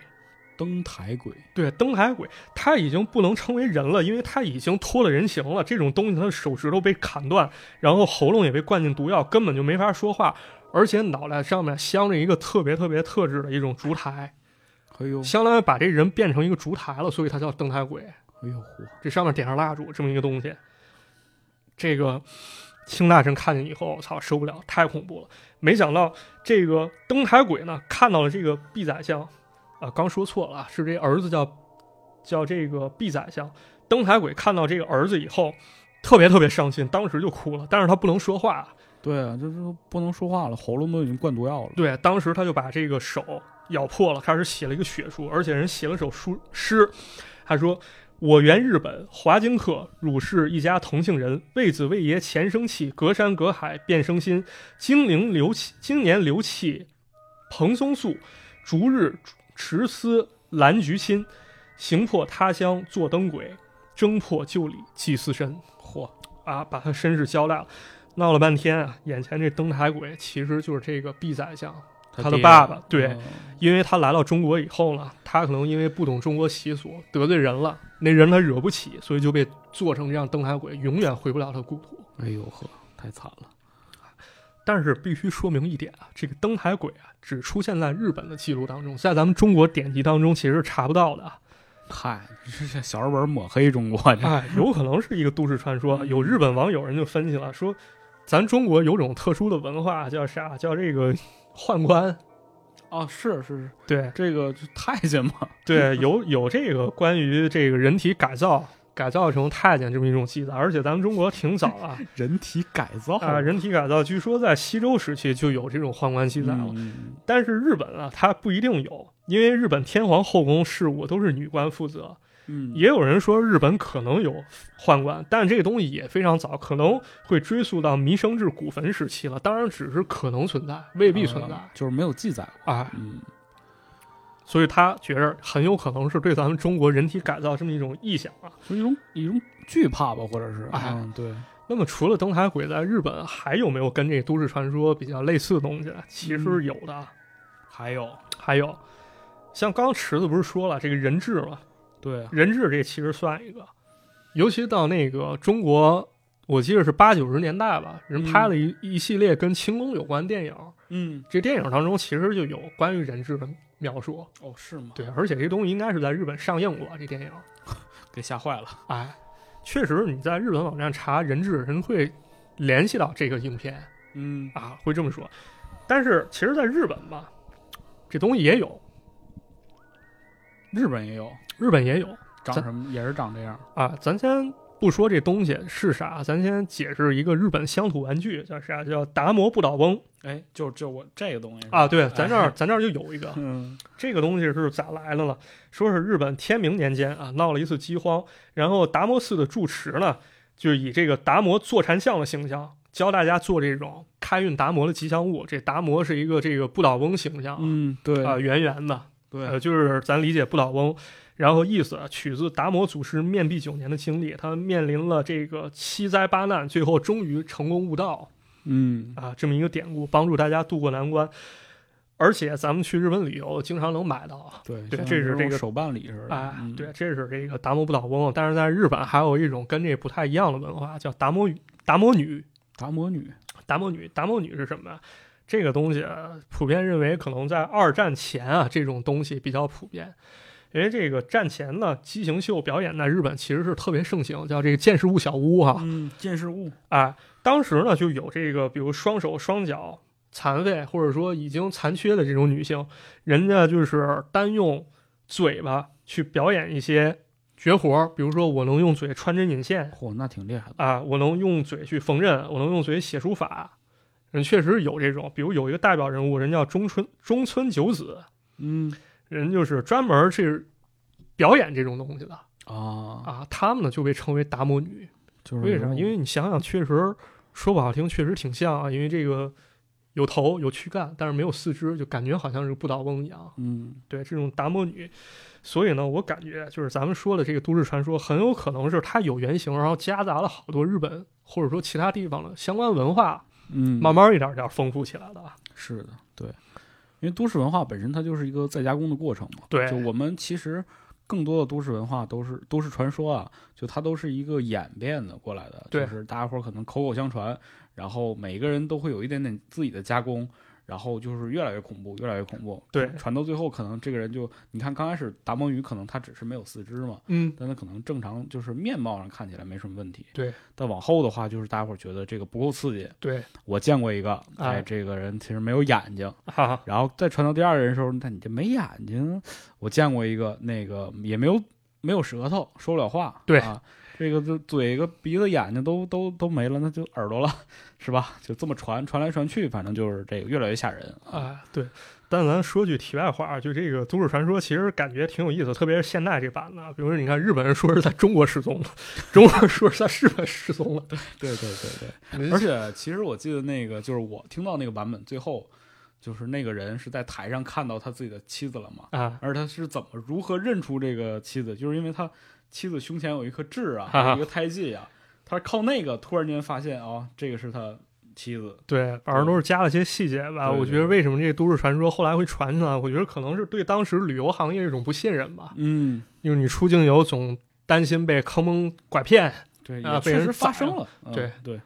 [SPEAKER 1] 登台鬼
[SPEAKER 2] 对，登台鬼，它已经不能称为人了，因为它已经脱了人形了。这种东西，它的手指头被砍断，然后喉咙也被灌进毒药，根本就没法说话。而且脑袋上面镶着一个特别特别特制的一种烛台，
[SPEAKER 1] 哎呦
[SPEAKER 2] 相当于把这人变成一个烛台了，所以它叫登台鬼。
[SPEAKER 1] 哎呦嚯，
[SPEAKER 2] 这上面点上蜡烛，这么一个东西。这个清大神看见以后，我操，受不了，太恐怖了。没想到这个登台鬼呢，看到了这个毕宰相，啊、刚说错了啊，是这儿子叫叫这个毕宰相。登台鬼看到这个儿子以后，特别特别伤心，当时就哭了，但是他不能说话。
[SPEAKER 1] 对啊，就是说不能说话了，喉咙都已经灌毒药了。
[SPEAKER 2] 对，当时他就把这个手咬破了，开始写了一个血书，而且人写了首书诗，他说：“我原日本华京客，汝是一家同姓人，为子为爷前生气，隔山隔海变生心。金陵流气，今年流气，蓬松素，逐日持丝蓝菊亲，行破他乡做灯鬼。”挣破旧里祭司身
[SPEAKER 1] 嚯，
[SPEAKER 2] 啊，把他身世交代了。闹了半天啊，眼前这登台鬼其实就是这个毕宰相，他的
[SPEAKER 1] 爹
[SPEAKER 2] 爸爸对
[SPEAKER 1] 嗯
[SPEAKER 2] 因为他来到中国以后呢，他可能因为不懂中国习俗得罪人了，那人他惹不起，所以就被做成这样登台鬼，永远回不了他故土。
[SPEAKER 1] 哎呦呵，太惨了。
[SPEAKER 2] 但是必须说明一点啊，这个登台鬼啊，只出现在日本的记录当中，在咱们中国典籍当中其实是查不到的啊。
[SPEAKER 1] 嗨，这是小日本抹黑中国这
[SPEAKER 2] 哎，有可能是一个都市传说。有日本网友人就分析了，说咱中国有种特殊的文化，叫啥？叫这个宦官。
[SPEAKER 1] 哦，是是是，
[SPEAKER 2] 对
[SPEAKER 1] 这个就太监嘛，
[SPEAKER 2] 对，有有这个关于这个人体改造。改造成太监这么一种记载，而且咱们中国挺早
[SPEAKER 1] <laughs>
[SPEAKER 2] 啊
[SPEAKER 1] <laughs> 人体改造
[SPEAKER 2] 啊，人体改造据说在西周时期就有这种宦官记载了。
[SPEAKER 1] 嗯
[SPEAKER 2] 但是日本啊，它不一定有，因为日本天皇后宫事务都是女官负责。
[SPEAKER 1] 嗯，
[SPEAKER 2] 也有人说日本可能有宦官，但这个东西也非常早，可能会追溯到弥生至古坟时期了。当然，只是可能存在，未必存在
[SPEAKER 1] 啊就是没有记载。
[SPEAKER 2] 啊。
[SPEAKER 1] 嗯，
[SPEAKER 2] 所以他觉着很有可能是对咱们中国人体改造这么一种臆想啊。
[SPEAKER 1] 就是一种一种惧怕吧，或者是
[SPEAKER 2] 哎
[SPEAKER 1] 嗯，对，
[SPEAKER 2] 那么除了登台鬼，在日本还有没有跟这都市传说比较类似的东西？啊其实有的，
[SPEAKER 1] 还有
[SPEAKER 2] 还有像刚刚池子不是说了这个人质嘛，
[SPEAKER 1] 对，
[SPEAKER 2] 人质这其实算一个，尤其到那个中国，我记得是八九十年代吧，人拍了一、一系列跟清宫有关的电影，
[SPEAKER 1] 嗯，
[SPEAKER 2] 这电影当中其实就有关于人质的描述。
[SPEAKER 1] 哦，是吗？
[SPEAKER 2] 对，而且这东西应该是在日本上映过这电影，
[SPEAKER 1] 给吓坏了。
[SPEAKER 2] 哎，确实你在日本网站查人质，人会联系到这个影片
[SPEAKER 1] 嗯，
[SPEAKER 2] 啊，会这么说。但是其实，在日本吧，这东西也有，
[SPEAKER 1] 日本也有，
[SPEAKER 2] 日本也有，
[SPEAKER 1] 长
[SPEAKER 2] 咱
[SPEAKER 1] 什么也是长这样。
[SPEAKER 2] 啊，咱先不说这东西是啥，咱先解释一个日本乡土玩具叫啥，叫达摩不倒翁
[SPEAKER 1] 哎，就就我这个东西
[SPEAKER 2] 啊。对，咱这儿、
[SPEAKER 1] 哎
[SPEAKER 2] 咱这儿就有一个，
[SPEAKER 1] 嗯，
[SPEAKER 2] 这个东西是咋来的了？说是日本天明年间啊，闹了一次饥荒，然后达摩寺的住持呢，就以这个达摩坐禅像的形象。教大家做这种开运达摩的吉祥物，这达摩是一个这个不倒翁形象啊，
[SPEAKER 1] 嗯，对
[SPEAKER 2] 啊圆圆的，
[SPEAKER 1] 对
[SPEAKER 2] 呃，，就是咱理解不倒翁，然后意思啊取自达摩祖师面壁九年的经历，他面临了这个七灾八难，最后终于成功悟道
[SPEAKER 1] 嗯，
[SPEAKER 2] 啊，这么一个典故，帮助大家渡过难关。而且咱们去日本旅游，经常能买到
[SPEAKER 1] 对
[SPEAKER 2] 对
[SPEAKER 1] 像
[SPEAKER 2] 这是
[SPEAKER 1] 种
[SPEAKER 2] 这个
[SPEAKER 1] 手办礼似的
[SPEAKER 2] 啊。
[SPEAKER 1] 嗯
[SPEAKER 2] 对，这是这个达摩不倒翁，但是在日本还有一种跟这不太一样的文化，叫达摩达摩女。
[SPEAKER 1] 达摩女，
[SPEAKER 2] 达摩女，达摩女是什么呀？这个东西啊普遍认为可能在二战前啊，这种东西比较普遍，因为这个战前呢，畸形秀表演在日本其实是特别盛行，叫这个建识物小屋哈、
[SPEAKER 1] 嗯，见识物，
[SPEAKER 2] 啊，当时呢就有这个，比如双手双脚残废或者说已经残缺的这种女性，人家就是单用嘴巴去表演一些绝活儿，比如说我能用嘴穿针引线，
[SPEAKER 1] 嚯，那挺厉害的。
[SPEAKER 2] 啊，我能用嘴去缝纫，我能用嘴写书法。人确实有这种，比如有一个代表人物，人叫中村中村九子，
[SPEAKER 1] 嗯
[SPEAKER 2] 人就是专门去表演这种东西的
[SPEAKER 1] 啊，
[SPEAKER 2] 啊。他们呢就被称为达摩女，
[SPEAKER 1] 就是
[SPEAKER 2] 为啥？
[SPEAKER 1] 那种
[SPEAKER 2] 因为你想想，确实说不好听，确实挺像啊。因为这个有头有躯干，但是没有四肢，就感觉好像是不倒翁一样。
[SPEAKER 1] 嗯，
[SPEAKER 2] 对，这种达摩女，所以呢，我感觉就是咱们说的这个都市传说，很有可能是它有原型，然后夹杂了好多日本或者说其他地方的相关文化，
[SPEAKER 1] 嗯，
[SPEAKER 2] 慢慢一点儿一点儿丰富起来的啊。
[SPEAKER 1] 是的，对，因为都市文化本身它就是一个再加工的过程嘛。
[SPEAKER 2] 对
[SPEAKER 1] 就我们其实更多的都市文化都是都市传说啊，就它都是一个演变的过来的，
[SPEAKER 2] 对
[SPEAKER 1] 就是大家伙儿可能口口相传，然后每个人都会有一点点自己的加工。然后就是越来越恐怖，越来越恐怖。
[SPEAKER 2] 对
[SPEAKER 1] 传到最后，可能这个人就，你看刚开始达摩鱼，可能他只是没有四肢嘛，
[SPEAKER 2] 嗯，
[SPEAKER 1] 但他可能正常就是面貌上看起来没什么问题。
[SPEAKER 2] 对。
[SPEAKER 1] 但往后的话，就是大家伙儿觉得这个不够刺激。
[SPEAKER 2] 对，
[SPEAKER 1] 我见过一个，
[SPEAKER 2] 哎
[SPEAKER 1] 哎，这个人其实没有眼睛，
[SPEAKER 2] 哈哈，
[SPEAKER 1] 然后再传到第二个人的时候，那你这没眼睛，我见过一个那个也没有没有舌头，说不了话，
[SPEAKER 2] 对
[SPEAKER 1] 啊，这个这嘴个鼻子眼睛都都都没了，那就耳朵了， <laughs> 是吧？就这么传传来传去，反正就是这个越来越吓人啊。
[SPEAKER 2] 啊，对。但咱说句题外话啊，就这个都市传说，其实感觉挺有意思，特别是现代这版的啊。比如说，你看日本人说是在中国失踪了， <laughs> 中国人说是在日本失踪了，
[SPEAKER 1] 对对对对，而且其实我记得那个就是我听到那个版本最后，就是那个人是在台上看到他自己的妻子了嘛，
[SPEAKER 2] 啊，
[SPEAKER 1] 而他是怎么如何认出这个妻子，就是因为他妻子胸前有一颗痣啊，
[SPEAKER 2] 哈哈
[SPEAKER 1] 有一个胎记啊，他是靠那个突然间发现啊、这个是他妻子。
[SPEAKER 2] 对，反正都是加了些细节吧。
[SPEAKER 1] 对对
[SPEAKER 2] 我觉得为什么这都市传说后来会传出来，我觉得可能是对当时旅游行业一种不信任吧。
[SPEAKER 1] 嗯，
[SPEAKER 2] 因为你出境游总担心被坑蒙拐骗，
[SPEAKER 1] 对，
[SPEAKER 2] 啊
[SPEAKER 1] 也确
[SPEAKER 2] 被人
[SPEAKER 1] 实发
[SPEAKER 2] 宰了
[SPEAKER 1] 生了。嗯
[SPEAKER 2] 对
[SPEAKER 1] 对，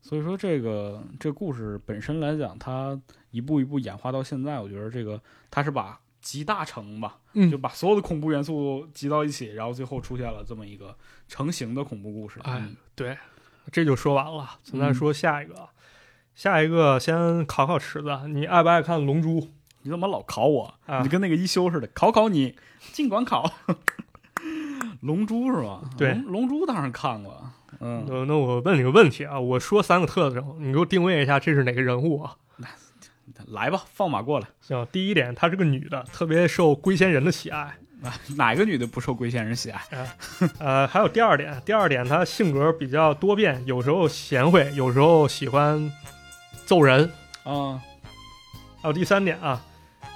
[SPEAKER 1] 所以说这个这故事本身来讲，它一步一步演化到现在，我觉得这个它是把集大成吧，
[SPEAKER 2] 嗯
[SPEAKER 1] 就把所有的恐怖元素集到一起，然后最后出现了这么一个成型的恐怖故事。
[SPEAKER 2] 哎
[SPEAKER 1] 嗯
[SPEAKER 2] 这就说完了。咱再
[SPEAKER 1] 嗯
[SPEAKER 2] 说下一个，下一个先考考池子，你爱不爱看《龙珠》？
[SPEAKER 1] 你怎么老考我？
[SPEAKER 2] 啊
[SPEAKER 1] 你跟那个一休似的，考考你，尽管考。 <laughs> 龙珠是吧？
[SPEAKER 2] 对
[SPEAKER 1] 龙龙珠当然看过。嗯，
[SPEAKER 2] 呃那那我问你个问题啊，我说三个特征，你给我定位一下，这是哪个人物啊？
[SPEAKER 1] 来吧，放马过来。
[SPEAKER 2] 行，第一点，她是个女的，特别受龟仙人的喜爱。
[SPEAKER 1] 啊哪个女的不受龟仙人喜爱？
[SPEAKER 2] 呃，还有第二点，第二点，她性格比较多变，有时候贤惠，有时候喜欢揍人。
[SPEAKER 1] 啊、
[SPEAKER 2] 还有第三点啊，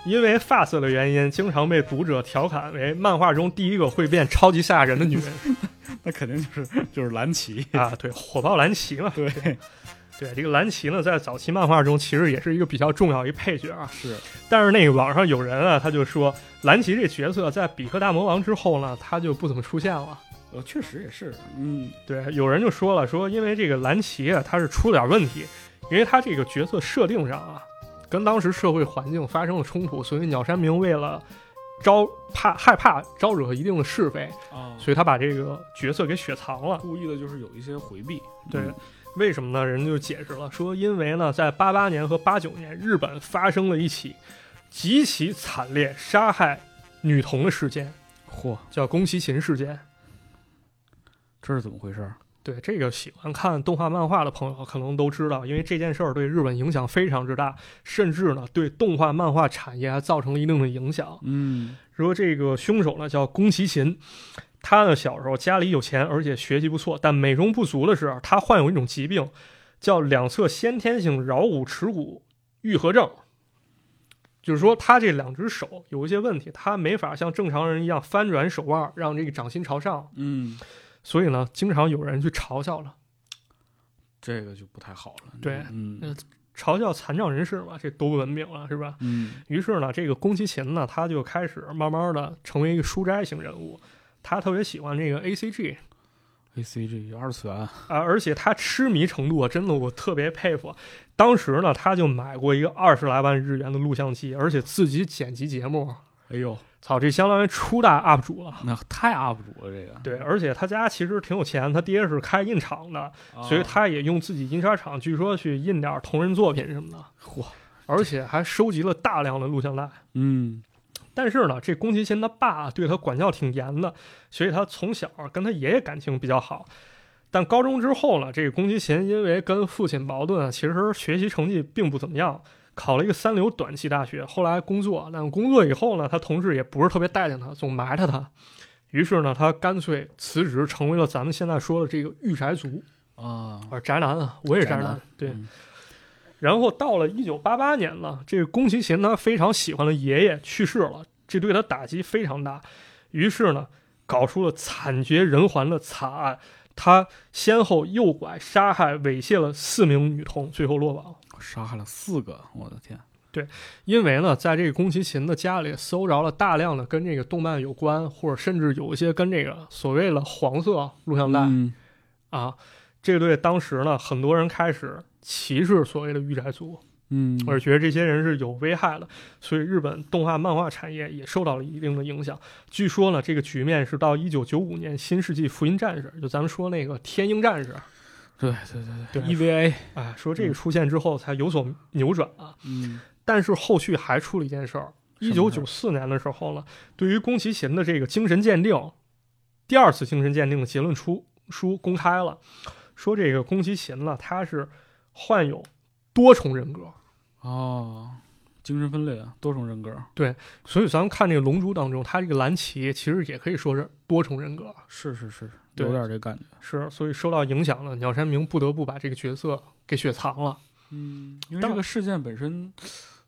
[SPEAKER 2] 因为发色的原因，经常被读者调侃为漫画中第一个会变超级赛亚人的女人
[SPEAKER 1] <laughs> 那肯定就是就是蓝 <laughs> 旗。
[SPEAKER 2] 啊。对，火爆蓝旗嘛。
[SPEAKER 1] 对，
[SPEAKER 2] 对，这个蓝旗呢，在早期漫画中其实也是一个比较重要一配角啊。
[SPEAKER 1] 是
[SPEAKER 2] 但是那个网上有人啊，他就说蓝旗这角色在比克大魔王之后呢，他就不怎么出现了。
[SPEAKER 1] 呃，确实也是。嗯，
[SPEAKER 2] 对，有人就说了，说因为这个蓝旗啊，他是出了点问题，因为他这个角色设定上啊，跟当时社会环境发生了冲突，所以鸟山明为了招怕害怕招惹一定的是非，
[SPEAKER 1] 啊
[SPEAKER 2] 所以他把这个角色给雪藏了。
[SPEAKER 1] 故意的就是有一些回避。
[SPEAKER 2] 对
[SPEAKER 1] 嗯，
[SPEAKER 2] 为什么呢？人就解释了，说因为呢，在八八年和八九年，日本发生了一起极其惨烈杀害女童的事件，
[SPEAKER 1] 嚯，
[SPEAKER 2] 叫宫崎勤事件。
[SPEAKER 1] 这是怎么回事？
[SPEAKER 2] 对这个喜欢看动画漫画的朋友可能都知道，因为这件事儿对日本影响非常之大，甚至呢对动画漫画产业还造成了一定的影响。
[SPEAKER 1] 嗯，
[SPEAKER 2] 说这个凶手呢叫宫崎勤，他呢小时候家里有钱，而且学习不错，但美中不足的是他患有一种疾病，叫两侧先天性桡骨尺骨愈合症。就是说，他这两只手有一些问题，他没法像正常人一样翻转手腕，让这个掌心朝上，
[SPEAKER 1] 嗯，
[SPEAKER 2] 所以呢，经常有人去嘲笑了。
[SPEAKER 1] 这个就不太好了。
[SPEAKER 2] 对
[SPEAKER 1] 嗯
[SPEAKER 2] 嘲笑残障人士嘛，这多不文明啊，是吧？
[SPEAKER 1] 嗯
[SPEAKER 2] 于是呢，这个宫崎勤呢，他就开始慢慢的成为一个书斋型人物。他特别喜欢这个 A C G
[SPEAKER 1] ，A C G 二次元。
[SPEAKER 2] 啊、而且他痴迷程度啊，真的我特别佩服。当时呢，他就买过一个二十来万日元的录像机，而且自己剪辑节目。
[SPEAKER 1] 哎呦，
[SPEAKER 2] 操，这相当于初代 UP 主了。
[SPEAKER 1] 那太 UP 主了，这个。
[SPEAKER 2] 对，而且他家其实挺有钱，他爹是开印厂的，
[SPEAKER 1] 啊
[SPEAKER 2] 所以他也用自己印刷厂，据说去印点同人作品什么的，
[SPEAKER 1] 嚯，
[SPEAKER 2] 而且还收集了大量的录像带。
[SPEAKER 1] 嗯
[SPEAKER 2] 但是呢，这宫崎勤他爸对他管教挺严的，所以他从小跟他爷爷感情比较好。但高中之后呢，这个宫崎勤因为跟父亲矛盾啊，其实学习成绩并不怎么样，考了一个三流短期大学，后来工作，但工作以后呢，他同事也不是特别待见他，总埋汰他。于是呢，他干脆辞职，成为了咱们现在说的这个御宅族，
[SPEAKER 1] 啊，
[SPEAKER 2] 啊，宅男啊，我也是宅
[SPEAKER 1] 宅
[SPEAKER 2] 男
[SPEAKER 1] 男，
[SPEAKER 2] 对。
[SPEAKER 1] 嗯
[SPEAKER 2] 然后到了一九八八年了，这个宫崎勤他非常喜欢的爷爷去世了，这对他打击非常大。于是呢，搞出了惨绝人寰的惨案，他先后诱拐、杀害、猥亵了四名女童，最后落网。
[SPEAKER 1] 杀害了四个，我的天！
[SPEAKER 2] 因为呢，在这个宫崎勤的家里搜着了大量的跟这个动漫有关，或者甚至有一些跟这个所谓的黄色录像带、
[SPEAKER 1] 嗯，
[SPEAKER 2] 啊，这对当时呢，很多人开始歧视所谓的御宅族。
[SPEAKER 1] 嗯
[SPEAKER 2] 我是觉得这些人是有危害的，所以日本动画漫画产业也受到了一定的影响。据说呢，这个局面是到一九九五年《新世纪福音战士》，就咱们说那个天鹰战士，
[SPEAKER 1] 对对对 E 嗯
[SPEAKER 2] 对
[SPEAKER 1] EVA，
[SPEAKER 2] 哎，说这个出现之后才有所扭转啊。
[SPEAKER 1] 嗯
[SPEAKER 2] 但是后续还出了一件事儿，一
[SPEAKER 1] 什
[SPEAKER 2] 九
[SPEAKER 1] 么事
[SPEAKER 2] 九
[SPEAKER 1] 儿
[SPEAKER 2] 四年的时候呢，对于宫崎勤的这个精神鉴定，第二次精神鉴定的结论出书公开了，说这个宫崎勤呢，他是患有多重人格。
[SPEAKER 1] 哦，精神分裂，多重人格，
[SPEAKER 2] 所以咱们看这个《龙珠》当中，他这个蓝旗其实也可以说是多重人格，
[SPEAKER 1] 是是是，
[SPEAKER 2] 对
[SPEAKER 1] 有点这感觉。
[SPEAKER 2] 是所以受到影响了，鸟山明不得不把这个角色给雪藏了。
[SPEAKER 1] 嗯，因为
[SPEAKER 2] 但
[SPEAKER 1] 这个事件本身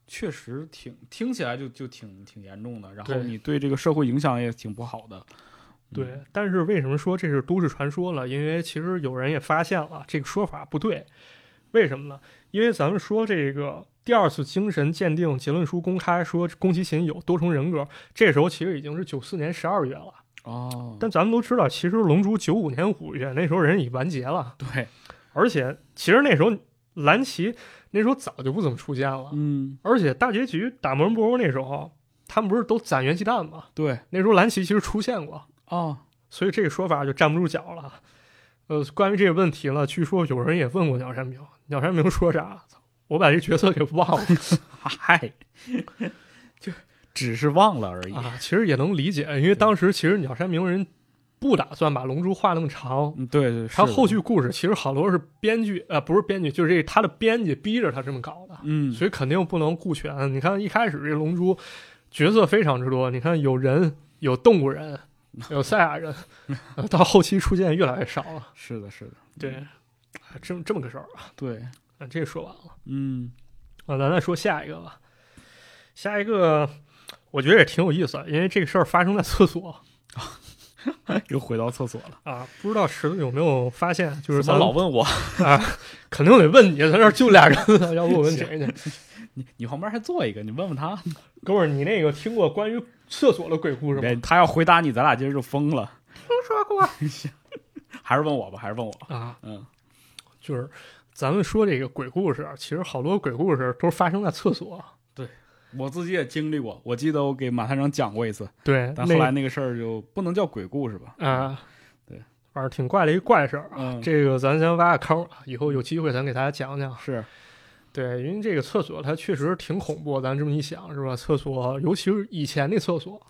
[SPEAKER 1] 确实挺听起来就就挺挺严重的，然后
[SPEAKER 2] 对
[SPEAKER 1] 你对这个社会影响也挺不好的。
[SPEAKER 2] 对，但是为什么说这是都市传说了？因为其实有人也发现了这个说法不对，为什么呢？因为咱们说这个第二次精神鉴定结论书公开说宫崎勤有多重人格，这时候其实已经是九四年十二月了。
[SPEAKER 1] 哦，
[SPEAKER 2] 但咱们都知道，其实《龙珠》九五年五月那时候人已完结了，
[SPEAKER 1] 对，
[SPEAKER 2] 而且其实那时候蓝旗那时候早就不怎么出现了，
[SPEAKER 1] 嗯，
[SPEAKER 2] 而且大结局打魔人布欧那时候，他们不是都攒元气弹吗？
[SPEAKER 1] 对，
[SPEAKER 2] 那时候蓝旗其实出现过，
[SPEAKER 1] 哦，
[SPEAKER 2] 所以这个说法就站不住脚了。呃，关于这个问题了，据说有人也问过鸟山明，鸟山明说啥？操我把这角色给忘了
[SPEAKER 1] 嗨， <laughs> 就只是忘了而已。
[SPEAKER 2] 啊，其实也能理解，因为当时其实鸟山明人不打算把《龙珠》画那么长，
[SPEAKER 1] 嗯，对对，
[SPEAKER 2] 他
[SPEAKER 1] 是
[SPEAKER 2] 后
[SPEAKER 1] 的，
[SPEAKER 2] 续故事其实好多是编剧，呃，不是编剧，就是这他的编辑逼着他这么搞的，
[SPEAKER 1] 嗯，
[SPEAKER 2] 所以肯定不能顾全。你看一开始这龙珠角色非常之多，你看有人，有动物人，有赛亚人，呃到后期出现越来越少了。
[SPEAKER 1] 是的，是的，
[SPEAKER 2] 对，啊这么这么个事儿啊，
[SPEAKER 1] 对，
[SPEAKER 2] 啊这个说完了，
[SPEAKER 1] 嗯
[SPEAKER 2] 啊，咱再说下一个吧。下一个我觉得也挺有意思，因为这个事儿发生在厕所
[SPEAKER 1] 哎又回到厕所了。
[SPEAKER 2] 啊，不知道池子有没有发现，就是
[SPEAKER 1] 怎
[SPEAKER 2] 咱
[SPEAKER 1] 么
[SPEAKER 2] 们
[SPEAKER 1] 老问我？
[SPEAKER 2] 肯定得问你，咱这儿就俩人了，要不我问谁去？
[SPEAKER 1] 你 <laughs> 你旁边还坐一个，你问问他。
[SPEAKER 2] 哥们儿，你那个听过关于厕所的鬼故事
[SPEAKER 1] 别
[SPEAKER 2] 吗？
[SPEAKER 1] 哎他要回答你，咱俩今儿就疯了。
[SPEAKER 2] 听说过
[SPEAKER 1] 还是问我吧，还是问我。
[SPEAKER 2] 啊，
[SPEAKER 1] 嗯，
[SPEAKER 2] 就是咱们说这个鬼故事，啊其实好多鬼故事都是发生在厕所。
[SPEAKER 1] 我自己也经历过，我记得我给马探长讲过一次，
[SPEAKER 2] 对，
[SPEAKER 1] 但后来那个事儿就不能叫鬼故事吧？嗯
[SPEAKER 2] 那啊，
[SPEAKER 1] 对，
[SPEAKER 2] 反正挺怪的一怪事儿啊。
[SPEAKER 1] 嗯，
[SPEAKER 2] 这个咱先挖个坑啊，以后有机会咱给大家讲讲。
[SPEAKER 1] 是，
[SPEAKER 2] 对，因为这个厕所它确实挺恐怖，咱这么一想是吧？厕所，尤其是以前那厕所，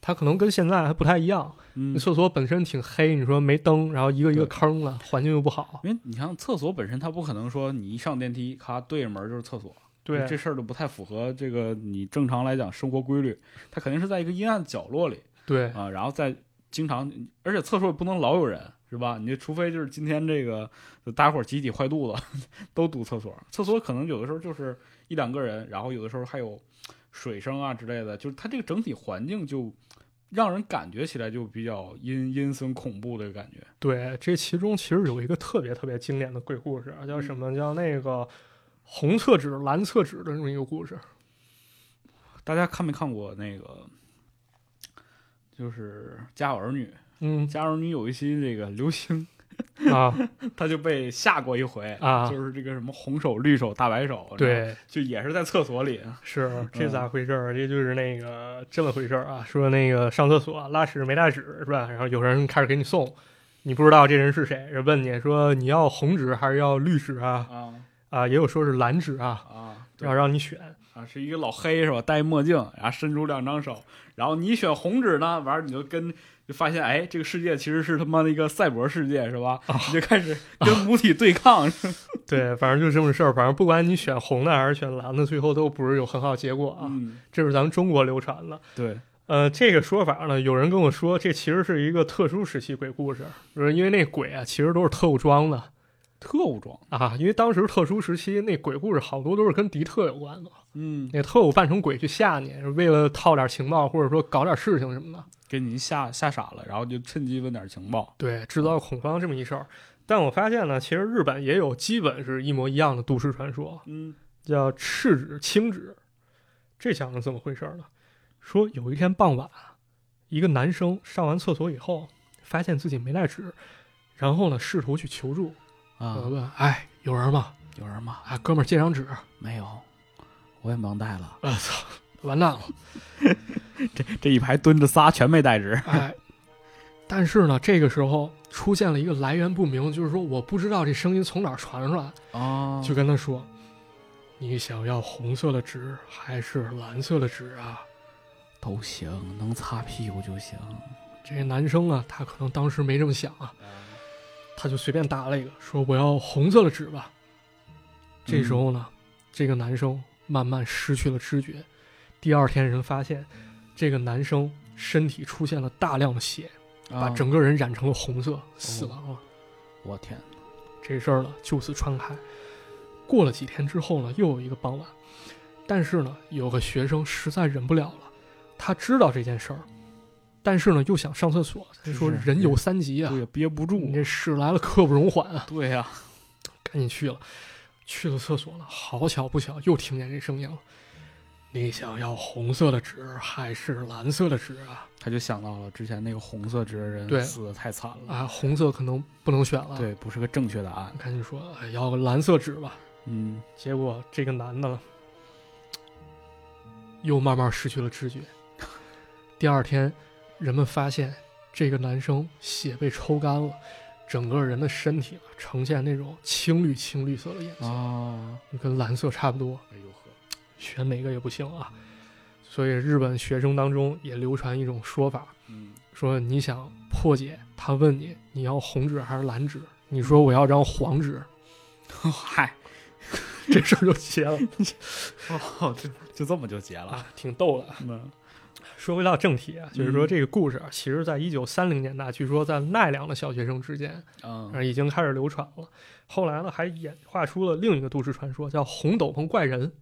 [SPEAKER 2] 它可能跟现在还不太一样。
[SPEAKER 1] 嗯
[SPEAKER 2] 那，厕所本身挺黑，你说没灯，然后一个一个
[SPEAKER 1] 对
[SPEAKER 2] 坑了，环境又不好。
[SPEAKER 1] 因为你像厕所本身，它不可能说你一上电梯，咔对着门就是厕所，
[SPEAKER 2] 对，
[SPEAKER 1] 这事儿就不太符合这个你正常来讲生活规律。它肯定是在一个阴暗角落里
[SPEAKER 2] 对，
[SPEAKER 1] 啊、然后再经常，而且厕所也不能老有人，是吧？你除非就是今天这个就大家伙儿集体坏肚子，都堵厕所。厕所可能有的时候就是一两个人，然后有的时候还有水声啊之类的，就是它这个整体环境就让人感觉起来就比较阴阴森恐怖的感觉。
[SPEAKER 2] 对，这其中其实有一个特别特别经典的鬼故事，啊叫什
[SPEAKER 1] 嗯
[SPEAKER 2] 么？叫那个红厕纸、蓝厕纸的这么一个故事。
[SPEAKER 1] 大家看没看过那个？就是《家有儿女》，
[SPEAKER 2] 嗯
[SPEAKER 1] 《家有儿女》有一期这个刘星， <laughs>
[SPEAKER 2] 啊
[SPEAKER 1] 他就被吓过一回，
[SPEAKER 2] 啊，
[SPEAKER 1] 就是这个什么红手、绿手、大白手，，
[SPEAKER 2] 对，
[SPEAKER 1] 就也是在厕所里，嗯
[SPEAKER 2] 是这咋回事儿？这就是那个这么回事儿啊。说那个上厕所拉屎没带纸是吧？然后有人开始给你送，你不知道这人是谁，人问你说你要红纸还是要绿纸啊？
[SPEAKER 1] 啊
[SPEAKER 2] 啊，也有说是蓝纸啊，
[SPEAKER 1] 啊，对
[SPEAKER 2] 要让你选。
[SPEAKER 1] 啊，是一个老黑是吧？戴墨镜，然后伸出两张手，然后你选红纸呢，完了你就跟就发现，哎，这个世界其实是他妈的一个赛博世界是吧？你就开始跟母体对 <laughs> 抗，
[SPEAKER 2] 对，反正就这么事儿。反正不管你选红的还是选蓝的，最后都不是有很好结果啊。
[SPEAKER 1] 嗯，
[SPEAKER 2] 这是咱们中国流传的。
[SPEAKER 1] 对，
[SPEAKER 2] 呃，这个说法呢，有人跟我说，这其实是一个特殊时期鬼故事，就是因为那鬼啊，其实都是特务装的
[SPEAKER 1] 特务装，
[SPEAKER 2] 啊。因为当时特殊时期那鬼故事好多都是跟敌特有关的，
[SPEAKER 1] 嗯，
[SPEAKER 2] 那特务扮成鬼去吓你，是为了套点情报或者说搞点事情什么的，
[SPEAKER 1] 给你吓吓傻了，然后就趁机问点情报，
[SPEAKER 2] 对，制造恐慌这么一事儿。但我发现呢，其实日本也有基本是一模一样的都市传说，
[SPEAKER 1] 嗯，
[SPEAKER 2] 叫赤纸青纸。这讲是怎么回事儿呢？说有一天傍晚，啊一个男生上完厕所以后，发现自己没带纸，然后呢试图去求助，
[SPEAKER 1] 啊
[SPEAKER 2] 呃问：“哎，有人吗？
[SPEAKER 1] 有人吗？
[SPEAKER 2] 啊，哥们儿借张纸。
[SPEAKER 1] 没有，我也忘带了。
[SPEAKER 2] 我操，完蛋了！
[SPEAKER 1] 这 <laughs> 这一排蹲着仨全没带纸。
[SPEAKER 2] 哎，但是呢，这个时候出现了一个来源不明，就是说我不知道这声音从哪儿传出来，
[SPEAKER 1] 哦
[SPEAKER 2] 就跟他说：“你想要红色的纸还是蓝色的纸啊？”
[SPEAKER 1] 都行，能擦屁股就行。
[SPEAKER 2] 这男生啊，他可能当时没这么想
[SPEAKER 1] 嗯
[SPEAKER 2] 啊，他就随便打了一个，说我要红色的纸吧。这时候呢，
[SPEAKER 1] 嗯
[SPEAKER 2] 这个男生慢慢失去了知觉。第二天，人发现
[SPEAKER 1] 嗯
[SPEAKER 2] 这个男生身体出现了大量的血，
[SPEAKER 1] 啊
[SPEAKER 2] 把整个人染成了红色，
[SPEAKER 1] 哦
[SPEAKER 2] 死亡了。
[SPEAKER 1] 嗯我天，
[SPEAKER 2] 这事儿呢，就此传开。过了几天之后呢，又有一个傍晚，但是呢，有个学生实在忍不了了，他知道这件事儿，但是呢又想上厕所，他说
[SPEAKER 1] 是是
[SPEAKER 2] 人有三急啊
[SPEAKER 1] 对，，也憋不住
[SPEAKER 2] 你。这事来了刻不容缓啊， <laughs>
[SPEAKER 1] 对呀、
[SPEAKER 2] 赶紧去了，去了厕所了，好巧不巧又听见这声音了。你想要红色的纸还是蓝色的纸啊？
[SPEAKER 1] 他就想到了之前那个红色纸的
[SPEAKER 2] 对
[SPEAKER 1] 人死的太惨了，
[SPEAKER 2] 啊，红色可能不能选了。，
[SPEAKER 1] 嗯对，不是个正确答案。
[SPEAKER 2] 赶紧说，哎，要个蓝色纸吧。
[SPEAKER 1] 嗯，
[SPEAKER 2] 结果这个男的了，又慢慢失去了知觉。第二天，人们发现这个男生血被抽干了，整个人的身体啊呈现那种青绿青绿色的颜色，
[SPEAKER 1] 啊，
[SPEAKER 2] 就跟蓝色差不多。
[SPEAKER 1] 哎呦呵，
[SPEAKER 2] 选哪个也不行啊。所以日本学生当中也流传一种说法，
[SPEAKER 1] 嗯， <laughs>
[SPEAKER 2] 说你想破解，他问你你要红纸还是蓝纸，你说我要张黄纸， <laughs>
[SPEAKER 1] 嗨，
[SPEAKER 2] 这事儿就结了
[SPEAKER 1] 哦，就就这么就结了。
[SPEAKER 2] 啊，挺逗的。
[SPEAKER 1] 嗯
[SPEAKER 2] 说回到正题啊，就是说这个故事啊，其实在一九三零年代，据说在奈良的小学生之间
[SPEAKER 1] 嗯
[SPEAKER 2] 啊已经开始流传了。后来呢，还演化出了另一个都市传说，叫红斗篷怪人。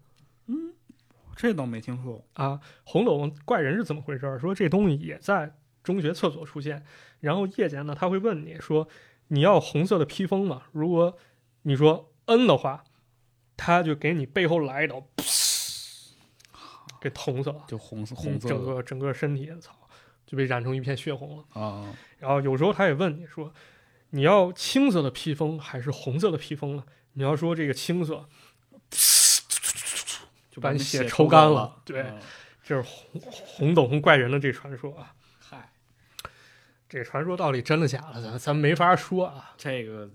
[SPEAKER 1] 这倒没听说过。
[SPEAKER 2] 啊，红斗篷怪人是怎么回事儿？说这东西也在中学厕所出现，然后夜间呢，他会问你说你要红色的披风吗？如果你说嗯的话，他就给你背后来一刀，给捅死了，
[SPEAKER 1] 就红色红
[SPEAKER 2] 你
[SPEAKER 1] 色
[SPEAKER 2] 嗯整
[SPEAKER 1] 的
[SPEAKER 2] 个整个身体，操，就被染成一片血红了。
[SPEAKER 1] 啊，
[SPEAKER 2] 然后有时候他也问你说，你要青色的披风还是红色的披风呢？你要说这个青色，
[SPEAKER 1] 就
[SPEAKER 2] 把
[SPEAKER 1] 你
[SPEAKER 2] 你血
[SPEAKER 1] 抽
[SPEAKER 2] 抽干
[SPEAKER 1] 了。
[SPEAKER 2] 了对
[SPEAKER 1] 嗯，
[SPEAKER 2] 这是红红斗篷怪人的这传说啊。
[SPEAKER 1] 嗨，
[SPEAKER 2] 这个传说到底真的假的，咱咱没法说啊。
[SPEAKER 1] 这个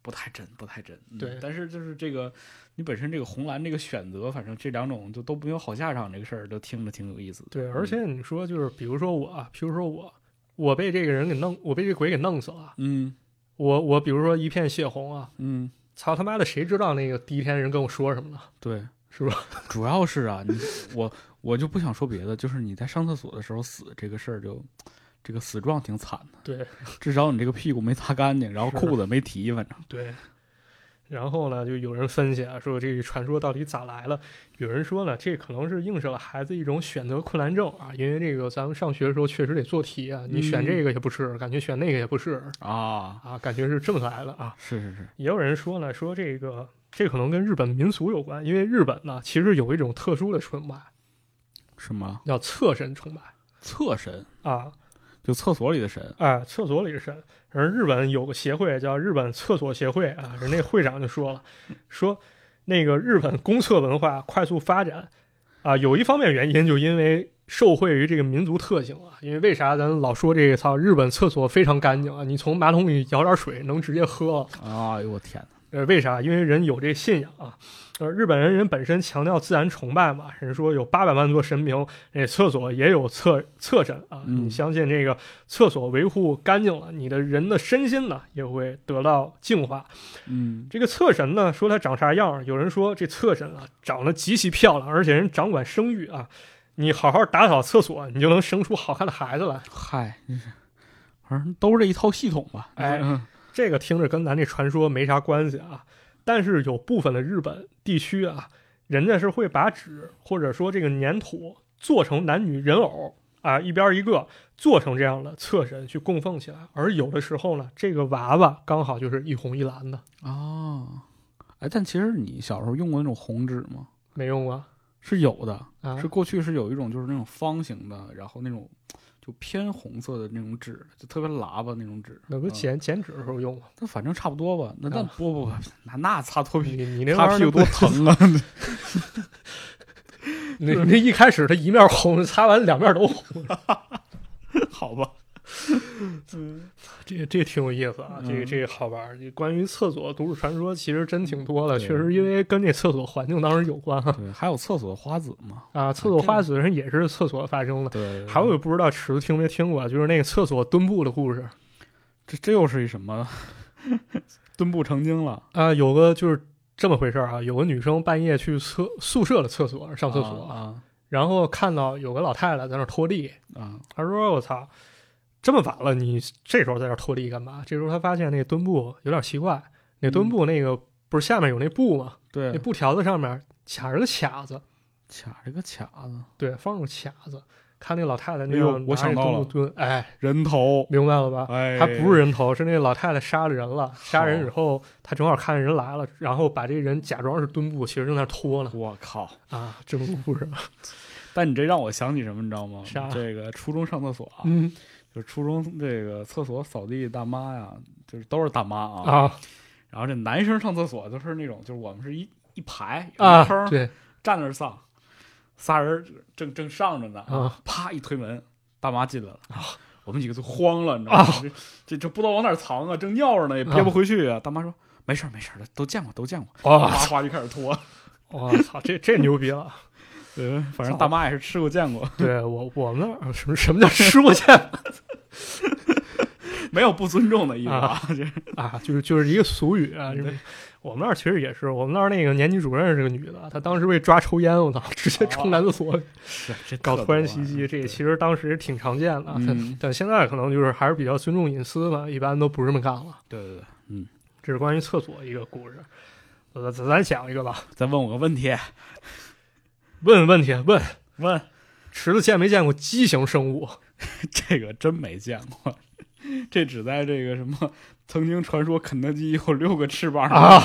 [SPEAKER 1] 不太真，不太真。嗯
[SPEAKER 2] 对
[SPEAKER 1] 但是就是这个，你本身这个红蓝这个选择，反正这两种就都没有好下场，这个事儿就听着挺有意思的。
[SPEAKER 2] 对，
[SPEAKER 1] 嗯
[SPEAKER 2] 而且你说就是，比如说我啊，比如说我，我被这个人给弄，我被这鬼给弄死了，
[SPEAKER 1] 嗯
[SPEAKER 2] 我我比如说一片血红啊，
[SPEAKER 1] 嗯，
[SPEAKER 2] 操他妈的，谁知道那个第一天人跟我说什么呢？ <laughs>
[SPEAKER 1] 对，<laughs>
[SPEAKER 2] 是吧？
[SPEAKER 1] 主要是啊，你我我就不想说别的，就是你在上厕所的时候死这个事儿就。这个死状挺惨的，
[SPEAKER 2] 对
[SPEAKER 1] 至少你这个屁股没擦干净，然后
[SPEAKER 2] 是
[SPEAKER 1] 裤子没提，反正
[SPEAKER 2] 对。然后呢，就有人分析啊，说这个传说到底咋来了？有人说呢，这可能是映射了孩子一种选择困难症啊，因为这个咱们上学的时候确实得做题啊，你选
[SPEAKER 1] 嗯
[SPEAKER 2] 这个也不是，感觉选那个也不是
[SPEAKER 1] 啊，
[SPEAKER 2] 啊，感觉是这么来的啊。
[SPEAKER 1] 是是是，
[SPEAKER 2] 也有人说呢，说这个这可能跟日本民俗有关，因为日本呢其实有一种特殊的崇拜，
[SPEAKER 1] 什么
[SPEAKER 2] 叫厕神崇拜
[SPEAKER 1] 厕神？
[SPEAKER 2] 啊，
[SPEAKER 1] 就厕所里的神
[SPEAKER 2] 哎，厕所里的神。而日本有个协会叫日本厕所协会啊，人那会长就说了，说那个日本公厕文化快速发展啊，有一方面原因就因为。受惠于这个民族特性啊，因为为啥咱老说这个操日本厕所非常干净啊？你从马桶里舀点水能直接喝了，
[SPEAKER 1] 啊！哎呦我天哪，
[SPEAKER 2] 呃，为啥？因为人有这信仰啊。呃，日本人人本身强调自然崇拜嘛，人说有八百万座神明，那厕所也有厕厕神啊。
[SPEAKER 1] 嗯
[SPEAKER 2] 你相信这个厕所维护干净了，你的人的身心呢也会得到净化。
[SPEAKER 1] 嗯，
[SPEAKER 2] 这个厕神呢，说他长啥样儿？有人说这厕神啊长得极其漂亮，而且人掌管生育啊。你好好打扫厕所，你就能生出好看的孩子来。
[SPEAKER 1] 嗨，嗯真是，反正都是这一套系统吧。
[SPEAKER 2] 哎
[SPEAKER 1] 嗯
[SPEAKER 2] 这个听着跟咱这传说没啥关系啊，但是有部分的日本地区啊，人家是会把纸或者说这个粘土做成男女人偶啊，一边一个做成这样的侧身去供奉起来。而有的时候呢，这个娃娃刚好就是一红一蓝的，
[SPEAKER 1] 哦，哎，但其实你小时候用过那种红纸吗？
[SPEAKER 2] 没用啊
[SPEAKER 1] 是有的，
[SPEAKER 2] 啊
[SPEAKER 1] 是过去是有一种就是那种方形的，然后那种就偏红色的那种纸，就特别喇叭那种纸。
[SPEAKER 2] 那不
[SPEAKER 1] 嗯
[SPEAKER 2] 剪剪纸的时候用吗？
[SPEAKER 1] 那反正差不多吧。那那
[SPEAKER 2] 啊
[SPEAKER 1] 不不不，那那擦拖皮，
[SPEAKER 2] 你你那玩意
[SPEAKER 1] 擦
[SPEAKER 2] 儿
[SPEAKER 1] 屁股多疼啊！
[SPEAKER 2] 你你那一开始它一面红，擦完两面都红，
[SPEAKER 1] <laughs> 好吧，
[SPEAKER 2] 嗯这这挺有意思啊，这个
[SPEAKER 1] 嗯
[SPEAKER 2] 这个好玩儿。这关于厕所都市传说，其实真挺多的，
[SPEAKER 1] 对
[SPEAKER 2] 确实因为跟这厕所环境当时有关哈
[SPEAKER 1] 对，还有厕所花子
[SPEAKER 2] <laughs>
[SPEAKER 1] 嘛？
[SPEAKER 2] 啊。厕所花子人也是厕所发生的，
[SPEAKER 1] 对，
[SPEAKER 2] 还有不知道池子听没听过，啊就是那个厕所蹲步的故事
[SPEAKER 1] 这这又是一什么蹲步成精了？
[SPEAKER 2] 啊。有个就是这么回事儿啊，有个女生半夜去厕宿舍的厕所 <laughs> 上厕所，
[SPEAKER 1] 啊
[SPEAKER 2] 然后看到有个老太太在那儿拖地，
[SPEAKER 1] 啊啊！
[SPEAKER 2] 她说：“我操，这么晚了，你这时候在这儿拖地干嘛？”这时候她发现那个墩布有点奇怪，那墩布那个不是下面有那布吗？
[SPEAKER 1] 嗯对
[SPEAKER 2] 那，布条子上面卡着个卡子，
[SPEAKER 1] 卡这个卡子，
[SPEAKER 2] 对，放着卡子。看那老太太那
[SPEAKER 1] 哎呦
[SPEAKER 2] 样
[SPEAKER 1] 我想到了
[SPEAKER 2] 拿着墩布蹲，哎，
[SPEAKER 1] 人头，
[SPEAKER 2] 明白了吧？
[SPEAKER 1] 哎，
[SPEAKER 2] 还不是人头，是那老太太杀了人了。杀人以后，她正好看见人来了，然后把这人假装是墩布，其实正在那拖呢。
[SPEAKER 1] 我靠！
[SPEAKER 2] 啊，这么个故事，
[SPEAKER 1] 但你这让我想起什么，你知道吗
[SPEAKER 2] 啥？
[SPEAKER 1] 这个初中上厕所啊，
[SPEAKER 2] 嗯
[SPEAKER 1] 就是初中这个厕所扫地大妈呀，就是都是大妈啊。
[SPEAKER 2] 啊
[SPEAKER 1] 然后这男生上厕所都是那种，就是我们是一一排
[SPEAKER 2] 啊
[SPEAKER 1] 一坑，
[SPEAKER 2] 对
[SPEAKER 1] 站那儿上，仨人正正上着呢，
[SPEAKER 2] 啊
[SPEAKER 1] 啪一推门，大妈进来了。我们几个都慌了，你知道吗？
[SPEAKER 2] 啊
[SPEAKER 1] 这这这不知道往哪儿藏啊，正尿着呢，也憋不回去啊。大妈说：“没事儿，没事儿的，都见过，都见过。”哗
[SPEAKER 2] 哇
[SPEAKER 1] 哗就开始脱。
[SPEAKER 2] <laughs> 我操，这这牛逼了！
[SPEAKER 1] 对，反正大妈也是吃过见 <laughs> 过，
[SPEAKER 2] 对我我们那儿什么什么叫吃过见
[SPEAKER 1] 没有不尊重的意思啊。这
[SPEAKER 2] <laughs> 啊？就是就是一个俗语啊。就是
[SPEAKER 1] 对
[SPEAKER 2] 我们那儿其实也是，我们那儿那个年级主任是个女的，她当时被抓抽烟，我操，直
[SPEAKER 1] 哦
[SPEAKER 2] 接冲男厕所
[SPEAKER 1] <laughs> 是这
[SPEAKER 2] 搞
[SPEAKER 1] 特
[SPEAKER 2] 突然
[SPEAKER 1] 别
[SPEAKER 2] 袭
[SPEAKER 1] 乱
[SPEAKER 2] 击，这啊也
[SPEAKER 1] 啊对
[SPEAKER 2] 其实当时挺常见的。但
[SPEAKER 1] 嗯
[SPEAKER 2] <laughs> 但现在可能就是还是比较尊重隐私吧，一般都不这么干了。
[SPEAKER 1] 对对对，
[SPEAKER 2] 这是关于厕所一个故事。呃，咱咱想一个吧，
[SPEAKER 1] 再问我个问题，
[SPEAKER 2] 问问题，问
[SPEAKER 1] 问
[SPEAKER 2] 池子见没见过畸形生物？ <laughs>
[SPEAKER 1] 这个真没见过， <laughs> 这只在这个什么曾经传说肯德基有六个翅膀的
[SPEAKER 2] 啊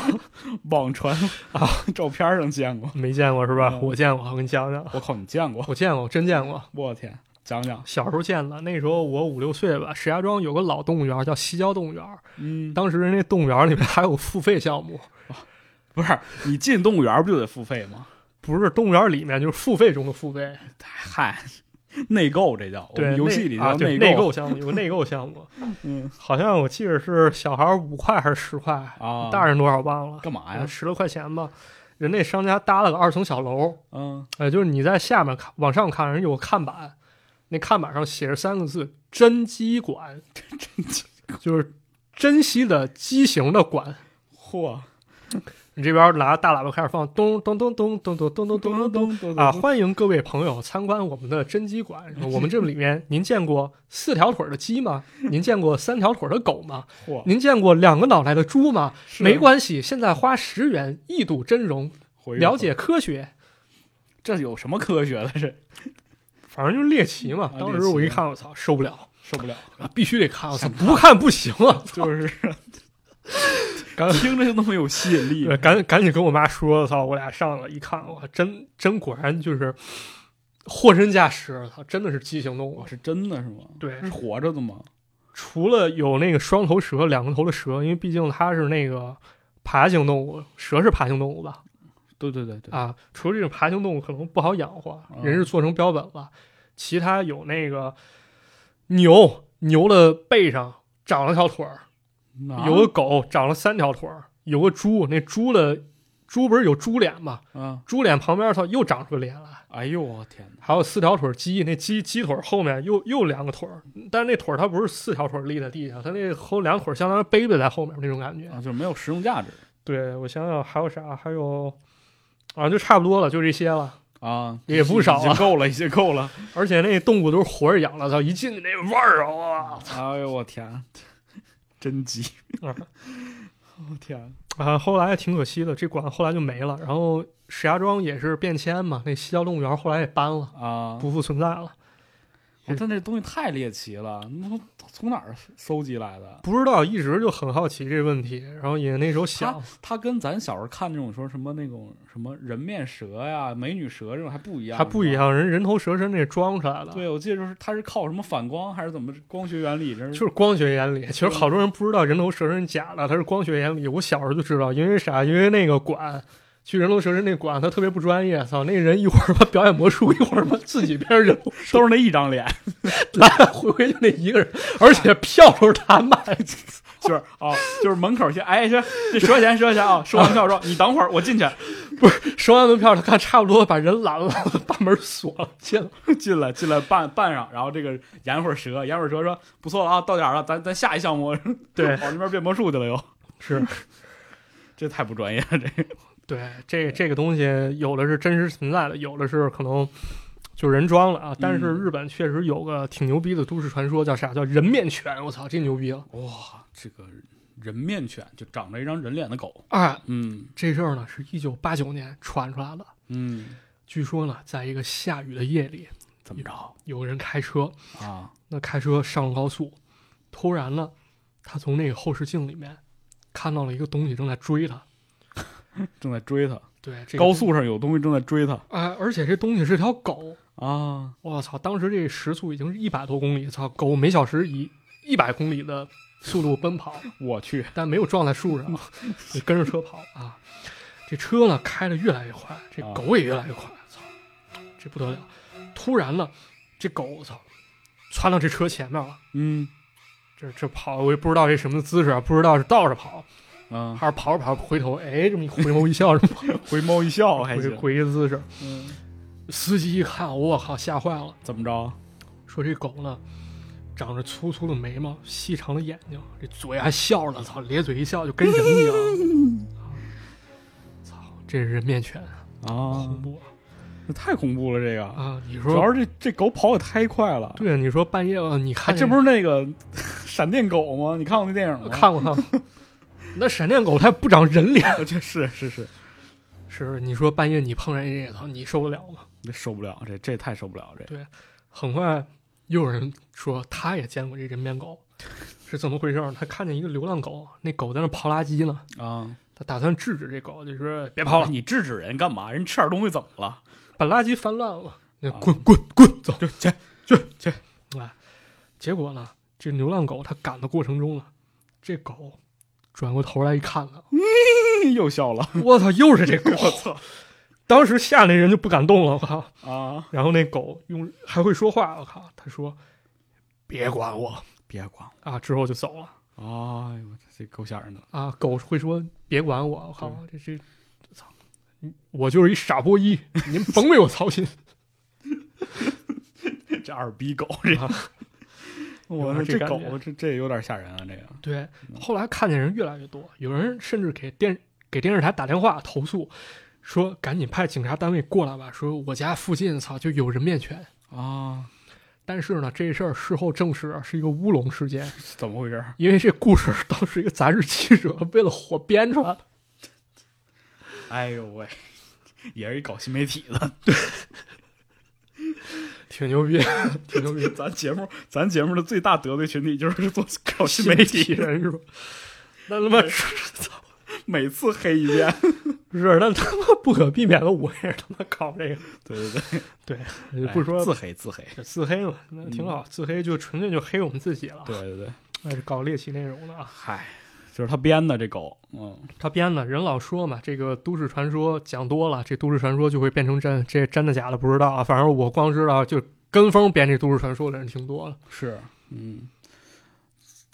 [SPEAKER 1] 网传啊照片上见过。
[SPEAKER 2] 没见过是吧？
[SPEAKER 1] 嗯
[SPEAKER 2] 我见过，我给你讲讲，
[SPEAKER 1] 我靠，你见过？
[SPEAKER 2] 我见过，真见过。
[SPEAKER 1] 我天，讲讲。
[SPEAKER 2] 小时候见的，那时候我五六岁吧。石家庄有个老动物园叫西郊动物园，
[SPEAKER 1] 嗯，
[SPEAKER 2] 当时人家动物园里面还有付费项目，
[SPEAKER 1] 不是你进动物园不就得付费吗？
[SPEAKER 2] 不是动物园里面就是付费中的付费，
[SPEAKER 1] 嗨，内购这叫，我
[SPEAKER 2] 对，
[SPEAKER 1] 们哦游戏里
[SPEAKER 2] 内啊
[SPEAKER 1] 叫
[SPEAKER 2] 对
[SPEAKER 1] 购。
[SPEAKER 2] 内购项目有内购项目，
[SPEAKER 1] 嗯
[SPEAKER 2] 好像我记得是小孩五块还是十块，
[SPEAKER 1] 啊，
[SPEAKER 2] 大人多少忘了，
[SPEAKER 1] 干嘛
[SPEAKER 2] 可能
[SPEAKER 1] 呀？
[SPEAKER 2] 十来块钱吧。人那商家搭了个二层小楼，
[SPEAKER 1] 嗯，
[SPEAKER 2] 呃，就是你在下面看往上看，人有个看板，那看板上写着三个字“珍
[SPEAKER 1] <laughs>
[SPEAKER 2] 鸡馆”，就是珍惜的畸形的馆。
[SPEAKER 1] 嚯，
[SPEAKER 2] 啊你这边拿大喇叭开始放，咚咚咚咚咚咚咚咚咚
[SPEAKER 1] 咚
[SPEAKER 2] 咚咚
[SPEAKER 1] 咚咚
[SPEAKER 2] 啊！！欢迎各位朋友参观我们的真鸡馆。我们这里面，您见过四条腿的鸡吗？您见过三条腿的狗 <laughs> 吗？
[SPEAKER 1] 嚯，
[SPEAKER 2] 您见过两个脑袋的猪吗？
[SPEAKER 1] 是
[SPEAKER 2] 没关系，现在花十元一睹真容，
[SPEAKER 1] 回去
[SPEAKER 2] 了解科学。
[SPEAKER 1] 这有什么科学的？这
[SPEAKER 2] 反正就是猎奇嘛
[SPEAKER 1] 啊。
[SPEAKER 2] 当时我一看，我操，受不了，
[SPEAKER 1] 受不
[SPEAKER 2] <laughs>
[SPEAKER 1] 了，
[SPEAKER 2] 啊必须得看，我操，不看不行啊！
[SPEAKER 1] 就是
[SPEAKER 2] 赶
[SPEAKER 1] 听着就那么有吸引力
[SPEAKER 2] 对，赶赶紧跟我妈说，我操，我俩上了，一看，哇，真真果然就是货真价实，啊我操，真的是畸形动物啊
[SPEAKER 1] 我。是真的是吗？
[SPEAKER 2] 对
[SPEAKER 1] 是活着的吗？
[SPEAKER 2] 除了有那个双头蛇、两个头的蛇，因为毕竟它是那个爬行动物，蛇是爬行动物吧？
[SPEAKER 1] 对对对对，
[SPEAKER 2] 啊，除了这种爬行动物可能不好养活，
[SPEAKER 1] 嗯
[SPEAKER 2] 人是做成标本了。其他有那个牛，牛的背上长了条腿儿，
[SPEAKER 1] 哪
[SPEAKER 2] 有个狗长了三条腿儿，有个猪，那猪的猪不是有猪脸吗？
[SPEAKER 1] 啊，
[SPEAKER 2] 猪脸旁边它又长出个脸来，
[SPEAKER 1] 哎呦我天哪！
[SPEAKER 2] 还有四条腿鸡，那鸡鸡腿后面又又两个腿儿，但是那腿儿它不是四条腿立在地上，它那后两腿儿相当于背着在后面那种感觉。
[SPEAKER 1] 啊，就是没有实用价值
[SPEAKER 2] 对我想想还有啥，还有啊，就差不多了，就这些了。
[SPEAKER 1] 啊，
[SPEAKER 2] 也不少啊
[SPEAKER 1] 已经够了，已经够了。
[SPEAKER 2] 而且那动物都是活着养的，操，一进去那味儿啊，
[SPEAKER 1] <laughs> 哎呦我天， <laughs> 真急！
[SPEAKER 2] 啊
[SPEAKER 1] <laughs> 我天，
[SPEAKER 2] 哇啊！后来挺可惜的，这馆后来就没了。然后石家庄也是变迁嘛，那西郊动物园后来也搬了，
[SPEAKER 1] 啊！
[SPEAKER 2] 不复存在了。
[SPEAKER 1] 我但这东西太猎奇了，你从从哪儿搜集来的？
[SPEAKER 2] 不知道，一直就很好奇这问题，然后也那时候想，
[SPEAKER 1] 它跟咱小时候看那种说什么那种什么人面蛇呀、美女蛇这种还不一样，
[SPEAKER 2] 还不一
[SPEAKER 1] 是吧。
[SPEAKER 2] 样，人人头蛇身那装出来的。
[SPEAKER 1] 对，我记得就是它是靠什么反光还是怎么光学原理？这
[SPEAKER 2] 就是光学原理，其实好多人不知道人头蛇身假的，它是光学原理。我小时候就知道，因为啥？因为那个管去人头蛇身那管，他特别不专业。操，那人一会儿吧表演魔术，一 <laughs> 会儿吧自己变成人头，
[SPEAKER 1] 都是那一张脸，
[SPEAKER 2] 来来回回就那一个人，而且票都是他买的。
[SPEAKER 1] <laughs> 就是啊、就是门口先哎，这这蛇钱蛇钱啊，收完票说你等会儿我进去，
[SPEAKER 2] 收完门票，他看差不多，把人拦了，把门锁了，进了。
[SPEAKER 1] <laughs> 进来进来办办上，然后这个演会儿蛇，演会儿蛇说不错了啊，到点儿了，咱咱下一项目，<laughs>
[SPEAKER 2] 对
[SPEAKER 1] 跑那边变魔术去了又，
[SPEAKER 2] 是
[SPEAKER 1] 这太不专业了，这
[SPEAKER 2] 对，这这个东西有的是真实存在的，有的是可能就是人装了啊。但是
[SPEAKER 1] 嗯
[SPEAKER 2] 日本确实有个挺牛逼的都市传说，叫啥？叫人面犬。我操，这牛逼了！
[SPEAKER 1] 哇，这个人面犬就长着一张人脸的狗，
[SPEAKER 2] 啊，
[SPEAKER 1] 嗯
[SPEAKER 2] 这事儿呢是一九八九年传出来的。
[SPEAKER 1] 嗯，
[SPEAKER 2] 据说呢，在一个下雨的夜里，
[SPEAKER 1] 怎么着
[SPEAKER 2] 有人开车，
[SPEAKER 1] 啊？
[SPEAKER 2] 那开车上了高速，突然呢，他从那个后视镜里面看到了一个东西正在追他。
[SPEAKER 1] 正在追他，
[SPEAKER 2] 对，这个
[SPEAKER 1] 高速上有东西正在追他
[SPEAKER 2] 哎，而且这东西是条狗，
[SPEAKER 1] 啊！
[SPEAKER 2] 我操！当时这时速已经是一百多公里，操，狗每小时以一百公里的速度奔跑，
[SPEAKER 1] 我去，
[SPEAKER 2] 但没有撞在
[SPEAKER 1] <laughs>
[SPEAKER 2] 树上，你跟着车跑啊。这车呢开的越来越快，这
[SPEAKER 1] 啊
[SPEAKER 2] 狗也越来越快，操，这不得了！突然呢，这狗操窜到这车前面了，
[SPEAKER 1] 嗯
[SPEAKER 2] 这这跑我也不知道这什么姿势啊，不知道是倒着跑
[SPEAKER 1] 啊，
[SPEAKER 2] 还是跑着跑着回头，哎，这么一回眸一笑，这么
[SPEAKER 1] 回眸一笑还
[SPEAKER 2] 回
[SPEAKER 1] 行，
[SPEAKER 2] 回一姿势，
[SPEAKER 1] 嗯，
[SPEAKER 2] 司机一看，我靠，吓坏了。
[SPEAKER 1] 怎么着？
[SPEAKER 2] 说这狗呢，长着粗粗的眉毛，细长的眼睛，这嘴还笑了，操，咧嘴一笑就跟人一样。
[SPEAKER 1] <laughs>
[SPEAKER 2] 啊操，这是人面犬，
[SPEAKER 1] 啊
[SPEAKER 2] 恐，怖
[SPEAKER 1] 这太恐怖了！这
[SPEAKER 2] 啊！
[SPEAKER 1] 个，
[SPEAKER 2] 啊你
[SPEAKER 1] 主要
[SPEAKER 2] 说
[SPEAKER 1] 是这这狗跑也太快了。
[SPEAKER 2] 对，你说半夜呃你
[SPEAKER 1] 哎，
[SPEAKER 2] 看
[SPEAKER 1] 这不
[SPEAKER 2] 是
[SPEAKER 1] 是那个 <laughs> 闪电狗吗？你呃看过那电影吗？<laughs>
[SPEAKER 2] 看过看过？那闪电狗它也不长人脸，
[SPEAKER 1] 过，这是是是，
[SPEAKER 2] 是你说半夜你碰上这个，操，你受得了吗？
[SPEAKER 1] 这受不了，这这太受不了，这
[SPEAKER 2] 很快又有人说他也见过这人面狗，是怎么回事儿？他看见一个流浪狗，那狗在那刨垃圾呢，
[SPEAKER 1] 啊！
[SPEAKER 2] 他打算制止这狗，就说
[SPEAKER 1] 别
[SPEAKER 2] 别刨
[SPEAKER 1] 跑
[SPEAKER 2] 了
[SPEAKER 1] 了，。你制止人干嘛？人吃点东西怎么了？
[SPEAKER 2] 把垃圾翻乱了，那
[SPEAKER 1] 啊
[SPEAKER 2] 滚滚滚走
[SPEAKER 1] 就去去
[SPEAKER 2] 啊！结果呢，这流浪狗它赶的过程中呢，这狗转过头来一看呢，
[SPEAKER 1] 去， <laughs> 又笑了
[SPEAKER 2] 我操，又是这狗！我
[SPEAKER 1] 操！
[SPEAKER 2] 当时吓那人就不敢动了，我靠！
[SPEAKER 1] 啊！
[SPEAKER 2] 然后那狗用还会说话，我靠！他说：“别管我
[SPEAKER 1] 别管
[SPEAKER 2] 啊！”之后就走了
[SPEAKER 1] 我，哎呦，这够吓人的
[SPEAKER 2] 啊！狗会说：“别管我！”我靠，这是操！我就是一傻波一，您甭为我操心。
[SPEAKER 1] <laughs> 这二逼狗，这
[SPEAKER 2] 啊
[SPEAKER 1] <laughs> 我
[SPEAKER 2] 有点
[SPEAKER 1] 这
[SPEAKER 2] 这感觉
[SPEAKER 1] 狗这这有点吓人啊！这个
[SPEAKER 2] 对，后来看见人越来越多，有人甚至给电给电视台打电话投诉，说赶紧派警察单位过来吧，说我家附近操就有人面犬。
[SPEAKER 1] 啊，
[SPEAKER 2] 但是呢，这事儿事后证实啊是一个乌龙事件，
[SPEAKER 1] 是怎么回事？
[SPEAKER 2] 因为这故事是当时一个杂志记者 <laughs> 为了火编出来的。
[SPEAKER 1] 哎呦喂， <laughs> 也是一搞新媒体的。。
[SPEAKER 2] 挺牛逼， <laughs> 挺牛逼
[SPEAKER 1] 咱节目，咱节目的最大得罪群体就是做搞新媒体的，
[SPEAKER 2] 人是吧？那他妈
[SPEAKER 1] 对
[SPEAKER 2] 是
[SPEAKER 1] <laughs> 每次黑一遍。
[SPEAKER 2] 是那他妈不可避免的，我也是他妈搞这个，
[SPEAKER 1] <laughs> 对对
[SPEAKER 2] 也不说
[SPEAKER 1] 哎
[SPEAKER 2] 嗯
[SPEAKER 1] 自黑自黑。
[SPEAKER 2] 哎自黑嘛，那挺好，自黑就纯粹就黑我们自己了。
[SPEAKER 1] 对对对，
[SPEAKER 2] 那是搞猎奇内容的啊。
[SPEAKER 1] 嗨，就是他编的这狗，嗯
[SPEAKER 2] 他编的，人老说嘛，这个都市传说讲多了，这都市传说就会变成真，这真的假的不知道啊。反正我光知道，就跟风编这都市传说的人挺多了。
[SPEAKER 1] 是嗯。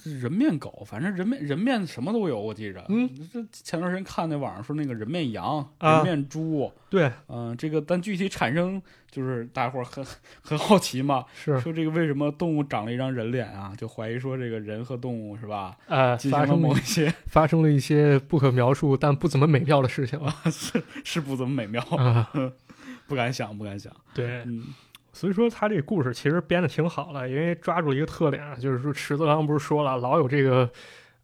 [SPEAKER 1] 这人面狗，反正人面人面什么都有，我记着。
[SPEAKER 2] 嗯，
[SPEAKER 1] 这前段时间看那网上说那个人面羊、
[SPEAKER 2] 啊
[SPEAKER 1] 人面猪，
[SPEAKER 2] 对，
[SPEAKER 1] 嗯、这个但具体产生就是大伙儿很很好奇嘛，
[SPEAKER 2] 是
[SPEAKER 1] 说这个为什么动物长了一张人脸啊？就怀疑说这个人和动物是吧，
[SPEAKER 2] 呃，
[SPEAKER 1] 进
[SPEAKER 2] 发
[SPEAKER 1] 行了
[SPEAKER 2] 生
[SPEAKER 1] 某
[SPEAKER 2] 了
[SPEAKER 1] 一些 <laughs>
[SPEAKER 2] 发生了一些不可描述但不怎么美妙的事情啊。
[SPEAKER 1] 是不怎么美妙，
[SPEAKER 2] 啊，
[SPEAKER 1] <laughs> 不敢想，不敢想。
[SPEAKER 2] <laughs> 对，
[SPEAKER 1] 嗯
[SPEAKER 2] 所以说他这故事其实编的挺好的，因为抓住了一个特点啊，就是说池子刚不是说了，老有这个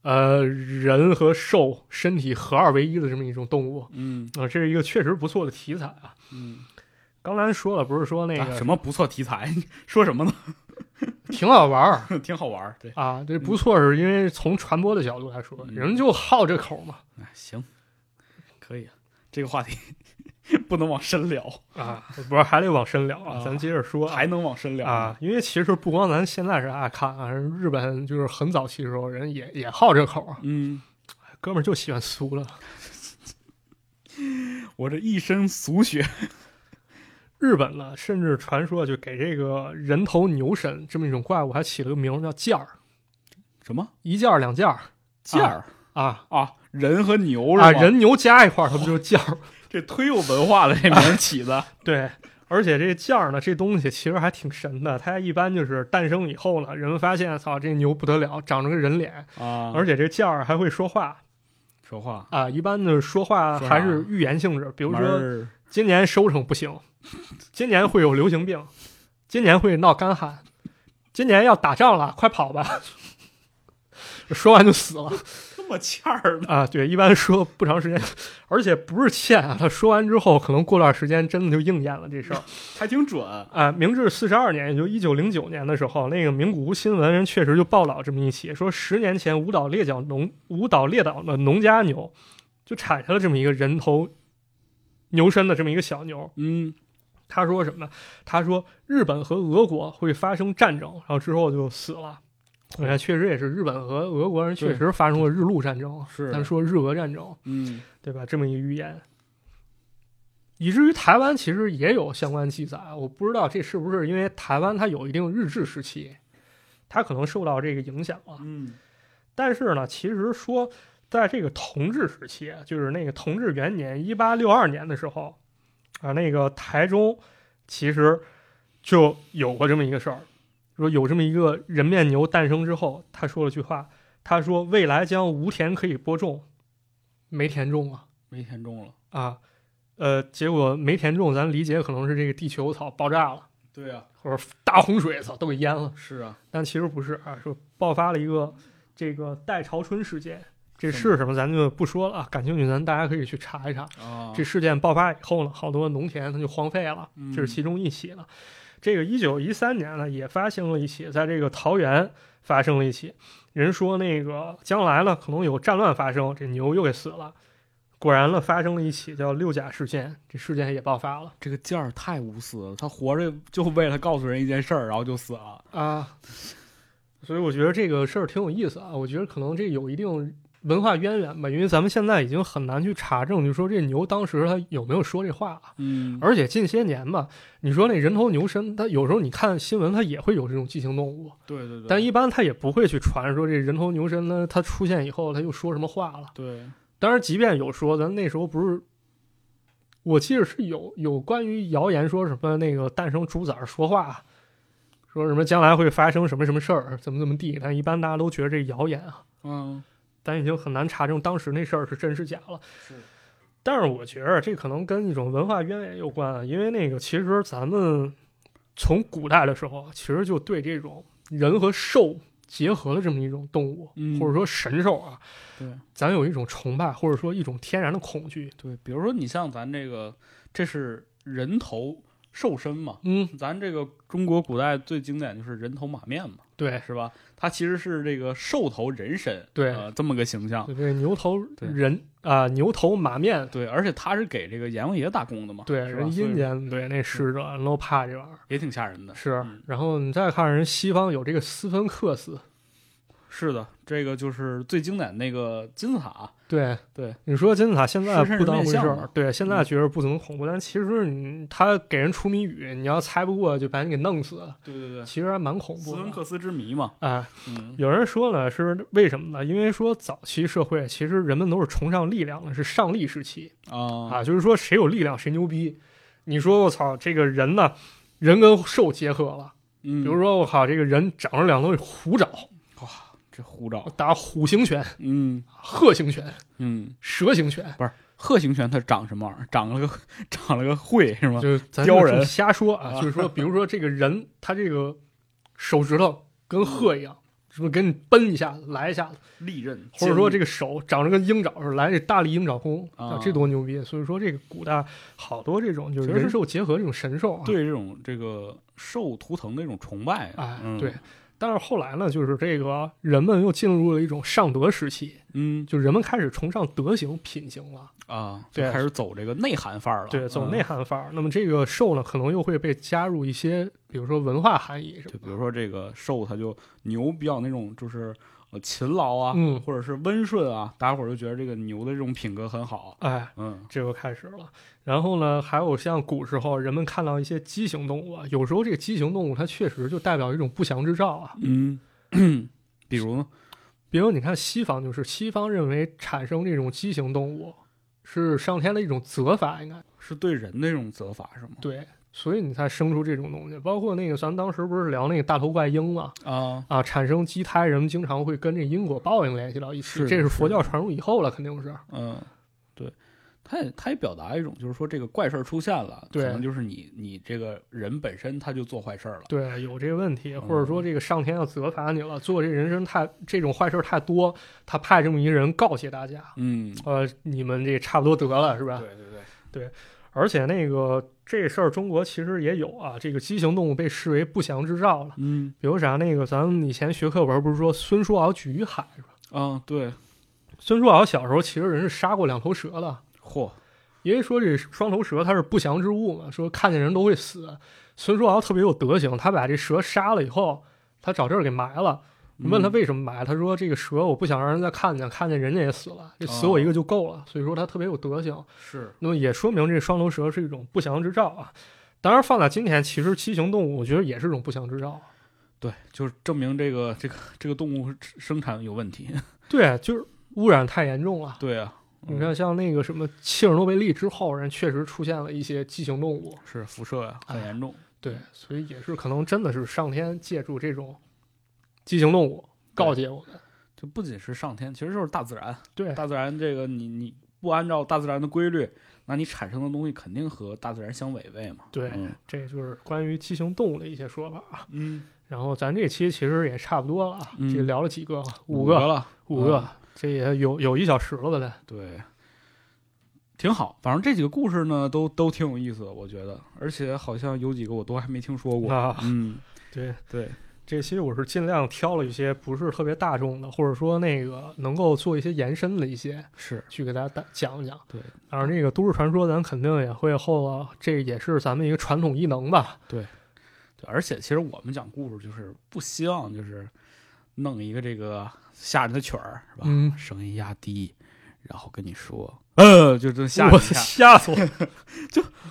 [SPEAKER 2] 呃人和兽身体合二为一的这么一种动物啊、
[SPEAKER 1] 嗯
[SPEAKER 2] 这是一个确实不错的题材啊。
[SPEAKER 1] 嗯，
[SPEAKER 2] 刚才说了，不是说那个、
[SPEAKER 1] 啊什么不错题材？说什么呢？
[SPEAKER 2] <laughs> 挺好玩儿
[SPEAKER 1] 挺好玩儿。对，
[SPEAKER 2] <laughs> 啊，这不错，是因为从传播的角度来说，
[SPEAKER 1] 嗯
[SPEAKER 2] 人就好这口嘛
[SPEAKER 1] 哎，行，可以。这个话题 <laughs> 不能往深聊，
[SPEAKER 2] 啊，不是还得往深聊啊
[SPEAKER 1] 啊，
[SPEAKER 2] 咱接着说
[SPEAKER 1] 还能往深聊
[SPEAKER 2] 啊，？因为其实不光咱现在是爱看啊，日本就是很早期的时候人也也好这口啊，
[SPEAKER 1] 嗯，
[SPEAKER 2] 哥们儿就喜欢俗了。
[SPEAKER 1] 我这一身俗学，
[SPEAKER 2] 日本呢，甚至传说就给这个人头牛神这么一种怪物还起了个名儿叫件儿，
[SPEAKER 1] 什么
[SPEAKER 2] 一件儿两件儿
[SPEAKER 1] 件儿
[SPEAKER 2] 啊
[SPEAKER 1] 啊？人和牛是
[SPEAKER 2] 啊，
[SPEAKER 1] 吗？
[SPEAKER 2] 人牛加一块儿，它不就是件儿？
[SPEAKER 1] 这忒有文化了，这名儿起 <laughs> 的。
[SPEAKER 2] 对，而且这件儿呢，这东西其实还挺神的。它一般就是诞生以后呢，人们发现，操，这牛不得了，长着个人脸，
[SPEAKER 1] 啊
[SPEAKER 2] 而且这件儿还会说话
[SPEAKER 1] 说话，
[SPEAKER 2] 啊。一般的说话
[SPEAKER 1] 说
[SPEAKER 2] 还
[SPEAKER 1] 啥
[SPEAKER 2] 是预言性质，
[SPEAKER 1] 比
[SPEAKER 2] 比如说今年收成不行，今年会有流行病，今年会闹干旱， <laughs> 今年要打仗了，快跑吧！说完就死了。
[SPEAKER 1] 这么欠儿呢？
[SPEAKER 2] 啊，对，一般说不长时间，而且不是欠啊，他说完之后，可能过段时间真的就应验了这事儿
[SPEAKER 1] 还挺准。
[SPEAKER 2] 啊。明治四十二年，也就一九零九年的时候，那个名古屋新闻人确实就报道这么一起，说十年前五岛列角农五岛列岛的农家牛，就产下了这么一个人头牛身的这么一个小牛，
[SPEAKER 1] 嗯，
[SPEAKER 2] 他说什么呢？他说日本和俄国会发生战争，然后之后就死了。我看确实也是，日本和俄国人确实发生过日陆战争，
[SPEAKER 1] 是
[SPEAKER 2] 咱说日俄战争，
[SPEAKER 1] 嗯，
[SPEAKER 2] 对吧？这么一个预言，以至于台湾其实也有相关记载。我不知道这是不是因为台湾它有一定日治时期，它可能受到这个影响了。
[SPEAKER 1] 嗯，
[SPEAKER 2] 但是呢，其实说在这个同治时期，啊就是那个同治元年一八六二年的时候，啊，那个台中其实就有过这么一个事儿，说有这么一个人面牛诞生之后，他说了句话，他说未来将无田可以播种，没田种啊
[SPEAKER 1] 没田中了。
[SPEAKER 2] 啊，呃，结果没田种，咱理解可能是这个地球草爆炸了，
[SPEAKER 1] 对啊，
[SPEAKER 2] 或者大洪水操都给淹了。
[SPEAKER 1] 是啊，
[SPEAKER 2] 但其实不是啊，说爆发了一个这个戴潮春事件，这
[SPEAKER 1] 什么
[SPEAKER 2] 是什么咱就不说了啊，感兴趣咱大家可以去查一查。
[SPEAKER 1] 啊，
[SPEAKER 2] 这事件爆发以后呢，好多农田它就荒废了，
[SPEAKER 1] 嗯
[SPEAKER 2] 这是其中一起了。这个一九一三年呢，也发生了一起，在这个桃园发生了一起。人说那个将来呢，可能有战乱发生，这牛又给死了。果然呢，发生了一起叫六甲事件，这事件也爆发了
[SPEAKER 1] 这个件儿太无私了，他活着就为了告诉人一件事儿，然后就死了。
[SPEAKER 2] 啊。所以我觉得这个事儿挺有意思啊，我觉得可能这有一定文化渊源吧，因为咱们现在已经很难去查证，就说这牛当时他有没有说这话了。
[SPEAKER 1] 嗯，
[SPEAKER 2] 而且近些年吧，你说那人头牛身，它有时候你看新闻，它也会有这种畸形动物，
[SPEAKER 1] 对对对，
[SPEAKER 2] 但一般它也不会去传说这人头牛身呢，它出现以后它又说什么话了。
[SPEAKER 1] 对，
[SPEAKER 2] 当然，即便有说，咱那时候不是，我记得是有有关于谣言说什么那个诞生主宰说话，说什么将来会发生什么什么事儿，怎么怎么地，但一般大家都觉得这谣言啊，
[SPEAKER 1] 嗯，
[SPEAKER 2] 咱已经很难查证当时那事儿是真是假了。
[SPEAKER 1] 是，
[SPEAKER 2] 但是我觉得这可能跟一种文化渊源有关啊，因为那个其实咱们从古代的时候，啊其实就对这种人和兽结合的这么一种动物，
[SPEAKER 1] 嗯
[SPEAKER 2] 或者说神兽啊，
[SPEAKER 1] 对
[SPEAKER 2] 咱有一种崇拜，或者说一种天然的恐惧。
[SPEAKER 1] 对，比如说你像咱这个，这是人头兽身嘛，
[SPEAKER 2] 嗯，
[SPEAKER 1] 咱这个中国古代最经典就是人头马面嘛，
[SPEAKER 2] 对，
[SPEAKER 1] 是吧？它其实是这个兽头人身，
[SPEAKER 2] 对
[SPEAKER 1] 呃，这么个形象。
[SPEAKER 2] 对这牛头
[SPEAKER 1] 对
[SPEAKER 2] 人啊、牛头马面，
[SPEAKER 1] 对，而且他是给这个阎王爷打工的嘛，
[SPEAKER 2] 对，
[SPEAKER 1] 是吧
[SPEAKER 2] 人
[SPEAKER 1] 所以
[SPEAKER 2] 阴间对那使者人都怕这玩意儿。
[SPEAKER 1] 也挺吓人的。
[SPEAKER 2] 是
[SPEAKER 1] 嗯，
[SPEAKER 2] 然后你再看人西方有这个斯芬克斯，
[SPEAKER 1] 是的，这个就是最经典那个金字塔，
[SPEAKER 2] 对
[SPEAKER 1] 对，
[SPEAKER 2] 你说金字塔现在
[SPEAKER 1] 狮身
[SPEAKER 2] 不当回
[SPEAKER 1] 人
[SPEAKER 2] 事
[SPEAKER 1] 面像
[SPEAKER 2] 儿
[SPEAKER 1] 嘛，
[SPEAKER 2] 对，现在
[SPEAKER 1] 嗯
[SPEAKER 2] 觉得不怎么恐怖，但其实你他给人出谜语，你要猜不过就把你给弄死，
[SPEAKER 1] 对对对，
[SPEAKER 2] 其实还蛮恐
[SPEAKER 1] 斯
[SPEAKER 2] 怖
[SPEAKER 1] 文
[SPEAKER 2] 的。
[SPEAKER 1] 克斯之谜嘛，
[SPEAKER 2] 哎，
[SPEAKER 1] 嗯，
[SPEAKER 2] 有人说呢，是为什么呢？因为说早期社会其实人们都是崇尚力量的，是上力时期
[SPEAKER 1] 啊
[SPEAKER 2] 啊，就是说谁有力量谁牛逼。你说我操，这个人呢，人跟兽结合了，
[SPEAKER 1] 嗯，
[SPEAKER 2] 比如说我靠，这个人长着两头虎爪，
[SPEAKER 1] 这护照，
[SPEAKER 2] 打虎形拳、
[SPEAKER 1] 嗯
[SPEAKER 2] 鹤形拳、
[SPEAKER 1] 嗯，
[SPEAKER 2] 蛇形拳，
[SPEAKER 1] 鹤形拳它长什么玩意儿？长了个 <laughs> 长了个喙是吗？
[SPEAKER 2] 就是咱
[SPEAKER 1] 雕
[SPEAKER 2] 就
[SPEAKER 1] 人
[SPEAKER 2] 是瞎说啊，
[SPEAKER 1] 啊
[SPEAKER 2] 就是说，比如说这个人他这个手指头跟鹤一样，是不是给你奔一下子来一下子，
[SPEAKER 1] 利刃，
[SPEAKER 2] 或者说
[SPEAKER 1] 剑
[SPEAKER 2] 这个手长着跟鹰爪似的，来这大力鹰爪功
[SPEAKER 1] 啊
[SPEAKER 2] 这多牛逼！所以说这个古代好多这种就是
[SPEAKER 1] 其实是
[SPEAKER 2] 人兽结合这种神兽啊，
[SPEAKER 1] 对这种这个兽图腾的一种崇拜
[SPEAKER 2] 哎
[SPEAKER 1] 嗯
[SPEAKER 2] 对，。但是后来呢，就是这个人们又进入了一种尚德时期，
[SPEAKER 1] 嗯
[SPEAKER 2] 就人们开始崇尚德行品行了，
[SPEAKER 1] 啊，就
[SPEAKER 2] 对
[SPEAKER 1] 开始走这个内涵范儿了，
[SPEAKER 2] 对，走
[SPEAKER 1] 嗯
[SPEAKER 2] 内。涵范儿。那么这个兽呢，可能又会被加入一些，比如说文化含义什
[SPEAKER 1] 就
[SPEAKER 2] 么
[SPEAKER 1] 比
[SPEAKER 2] 的。
[SPEAKER 1] 如说这个兽，它就牛比较那种就是呃勤劳啊，
[SPEAKER 2] 嗯
[SPEAKER 1] 或者是温顺啊，大家伙儿就觉得这个牛的这种品格很好。
[SPEAKER 2] 哎，
[SPEAKER 1] 嗯
[SPEAKER 2] 这就开始了。然后呢，还有像古时候人们看到一些畸形动物啊，有时候这个畸形动物它确实就代表一种不祥之兆啊。
[SPEAKER 1] 嗯， <clears throat> 比如呢？
[SPEAKER 2] 比如你看西方，就是西方认为产生这种畸形动物是上天的一种责罚，应该
[SPEAKER 1] 是对人的一种责罚是吗？
[SPEAKER 2] 对，所以你才生出这种东西。包括那个咱当时不是聊那个大头怪鹰嘛，
[SPEAKER 1] 啊，
[SPEAKER 2] 啊，产生畸胎，人们经常会跟这因果报应联系到一起，
[SPEAKER 1] 是的
[SPEAKER 2] 这
[SPEAKER 1] 是
[SPEAKER 2] 是佛
[SPEAKER 1] 的
[SPEAKER 2] 教传入以后了，肯定是。
[SPEAKER 1] 嗯，对。它也它也表达一种就是说这个怪事儿出现了，
[SPEAKER 2] 对
[SPEAKER 1] 可能就是你你这个人本身他就做坏事儿了。
[SPEAKER 2] 对，有这个问题，或者说这个上天要责罚你了，做这人生太这种坏事儿太多，他派这么一人告诫大家，
[SPEAKER 1] 嗯，
[SPEAKER 2] 呃，你们这差不多得了，是吧？
[SPEAKER 1] 对对对，
[SPEAKER 2] 而且那个这事儿中国其实也有啊，这个畸形动物被视为不祥之兆了。
[SPEAKER 1] 嗯
[SPEAKER 2] 比如啥？那个咱们以前学课文不是说孙叔敖举于海是吧？
[SPEAKER 1] 啊对，
[SPEAKER 2] 孙叔敖小时候其实人是杀过两头蛇的，
[SPEAKER 1] 嚯，
[SPEAKER 2] 因为说这双头蛇它是不祥之物嘛，说看见人都会死。孙叔敖特别有德行，他把这蛇杀了以后，他找地儿给埋了。
[SPEAKER 1] 嗯
[SPEAKER 2] 问他为什么埋，他说这个蛇我不想让人再看见，看见人家也死了，这死
[SPEAKER 1] 哦
[SPEAKER 2] 我一个就够了。所以说他特别有德行。
[SPEAKER 1] 是
[SPEAKER 2] 那么也说明这双头蛇是一种不祥之兆啊。当然，放在今天，其实畸形动物我觉得也是一种不祥之兆。啊
[SPEAKER 1] 对，就是证明这个这个这个动物生产有问题。
[SPEAKER 2] 对，就是污染太严重了。
[SPEAKER 1] 对啊，嗯
[SPEAKER 2] 你看，像那个什么切尔诺贝利之后，人确实出现了一些畸形动物。
[SPEAKER 1] 是辐射呀、很
[SPEAKER 2] 哎
[SPEAKER 1] 严重。
[SPEAKER 2] 对，所以也是可能真的是上天借助这种畸形动物告诫我们。
[SPEAKER 1] 就不仅是上天，其实就是大自然。
[SPEAKER 2] 对
[SPEAKER 1] 大自然这个你你不按照大自然的规律，那你产生的东西肯定和大自然相违背嘛。
[SPEAKER 2] 对，
[SPEAKER 1] 嗯
[SPEAKER 2] 这就是关于畸形动物的一些说法啊。
[SPEAKER 1] 嗯，
[SPEAKER 2] 然后咱这期其实也差不多了啊，
[SPEAKER 1] 嗯
[SPEAKER 2] 这聊了几个，
[SPEAKER 1] 五嗯
[SPEAKER 2] 个，
[SPEAKER 1] 了，
[SPEAKER 2] 五个，这也有有一小时了吧？得，
[SPEAKER 1] 对，挺好。反正这几个故事呢，都都挺有意思的，我觉得。而且好像有几个我都还没听说
[SPEAKER 2] <laughs>
[SPEAKER 1] 过。
[SPEAKER 2] 啊，
[SPEAKER 1] 嗯，
[SPEAKER 2] 对，
[SPEAKER 1] 对，
[SPEAKER 2] 这期我是尽量挑了一些不是特别大众的，或者说那个能够做一些延伸的一些，
[SPEAKER 1] 是
[SPEAKER 2] 去给大家讲一讲。
[SPEAKER 1] 对，
[SPEAKER 2] 当然这个都市传说咱肯定也会后，啊这也是咱们一个传统异能吧？
[SPEAKER 1] 对。而且其实我们讲故事就是不希望就是弄一个这个吓人的曲儿，是吧？
[SPEAKER 2] 嗯
[SPEAKER 1] 声音压低，然后跟你说，呃，就这吓你
[SPEAKER 2] 我
[SPEAKER 1] 一下，
[SPEAKER 2] <laughs> 吓死我了，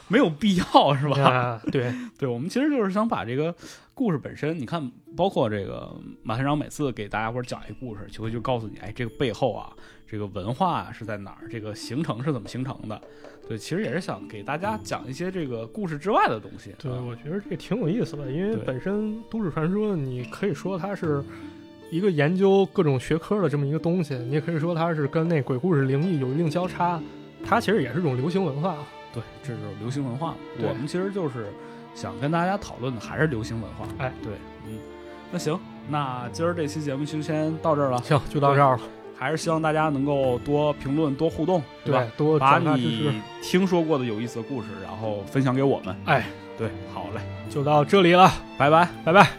[SPEAKER 1] 没有必要，
[SPEAKER 2] <laughs>
[SPEAKER 1] 是吧？
[SPEAKER 2] 啊对，
[SPEAKER 1] 对，我们其实就是想把这个故事本身，你看，包括这个马探长每次给大家伙儿讲一故事，就会就告诉你，哎，这个背后啊，这个文化啊是在哪儿，这个形成是怎么形成的。对，其实也是想给大家讲一些这个故事之外的东西。
[SPEAKER 2] 嗯对，
[SPEAKER 1] 啊
[SPEAKER 2] 我觉得这个挺有意思的，因为
[SPEAKER 1] 对
[SPEAKER 2] 本身都市传说，你可以说它是一个研究各种学科的这么一个东西，你也可以说它是跟那鬼故事、灵异有一定交叉，它其实也是一种流行文化。
[SPEAKER 1] 对，这是流行文化嘛。
[SPEAKER 2] 对
[SPEAKER 1] 我们其实就是想跟大家讨论的还是流行文化。
[SPEAKER 2] 哎，
[SPEAKER 1] 对，嗯，那行，那今儿这期节目就先到这儿了，
[SPEAKER 2] 行，就到这儿了，
[SPEAKER 1] 还是希望大家能够多评论、多互动，是吧
[SPEAKER 2] 对？，多
[SPEAKER 1] 把
[SPEAKER 2] 转发支持
[SPEAKER 1] 你，听说过的有意思的故事，然后分享给我们。
[SPEAKER 2] 哎，
[SPEAKER 1] 对，好嘞，
[SPEAKER 2] 就到这里了，
[SPEAKER 1] 拜拜。
[SPEAKER 2] 拜拜。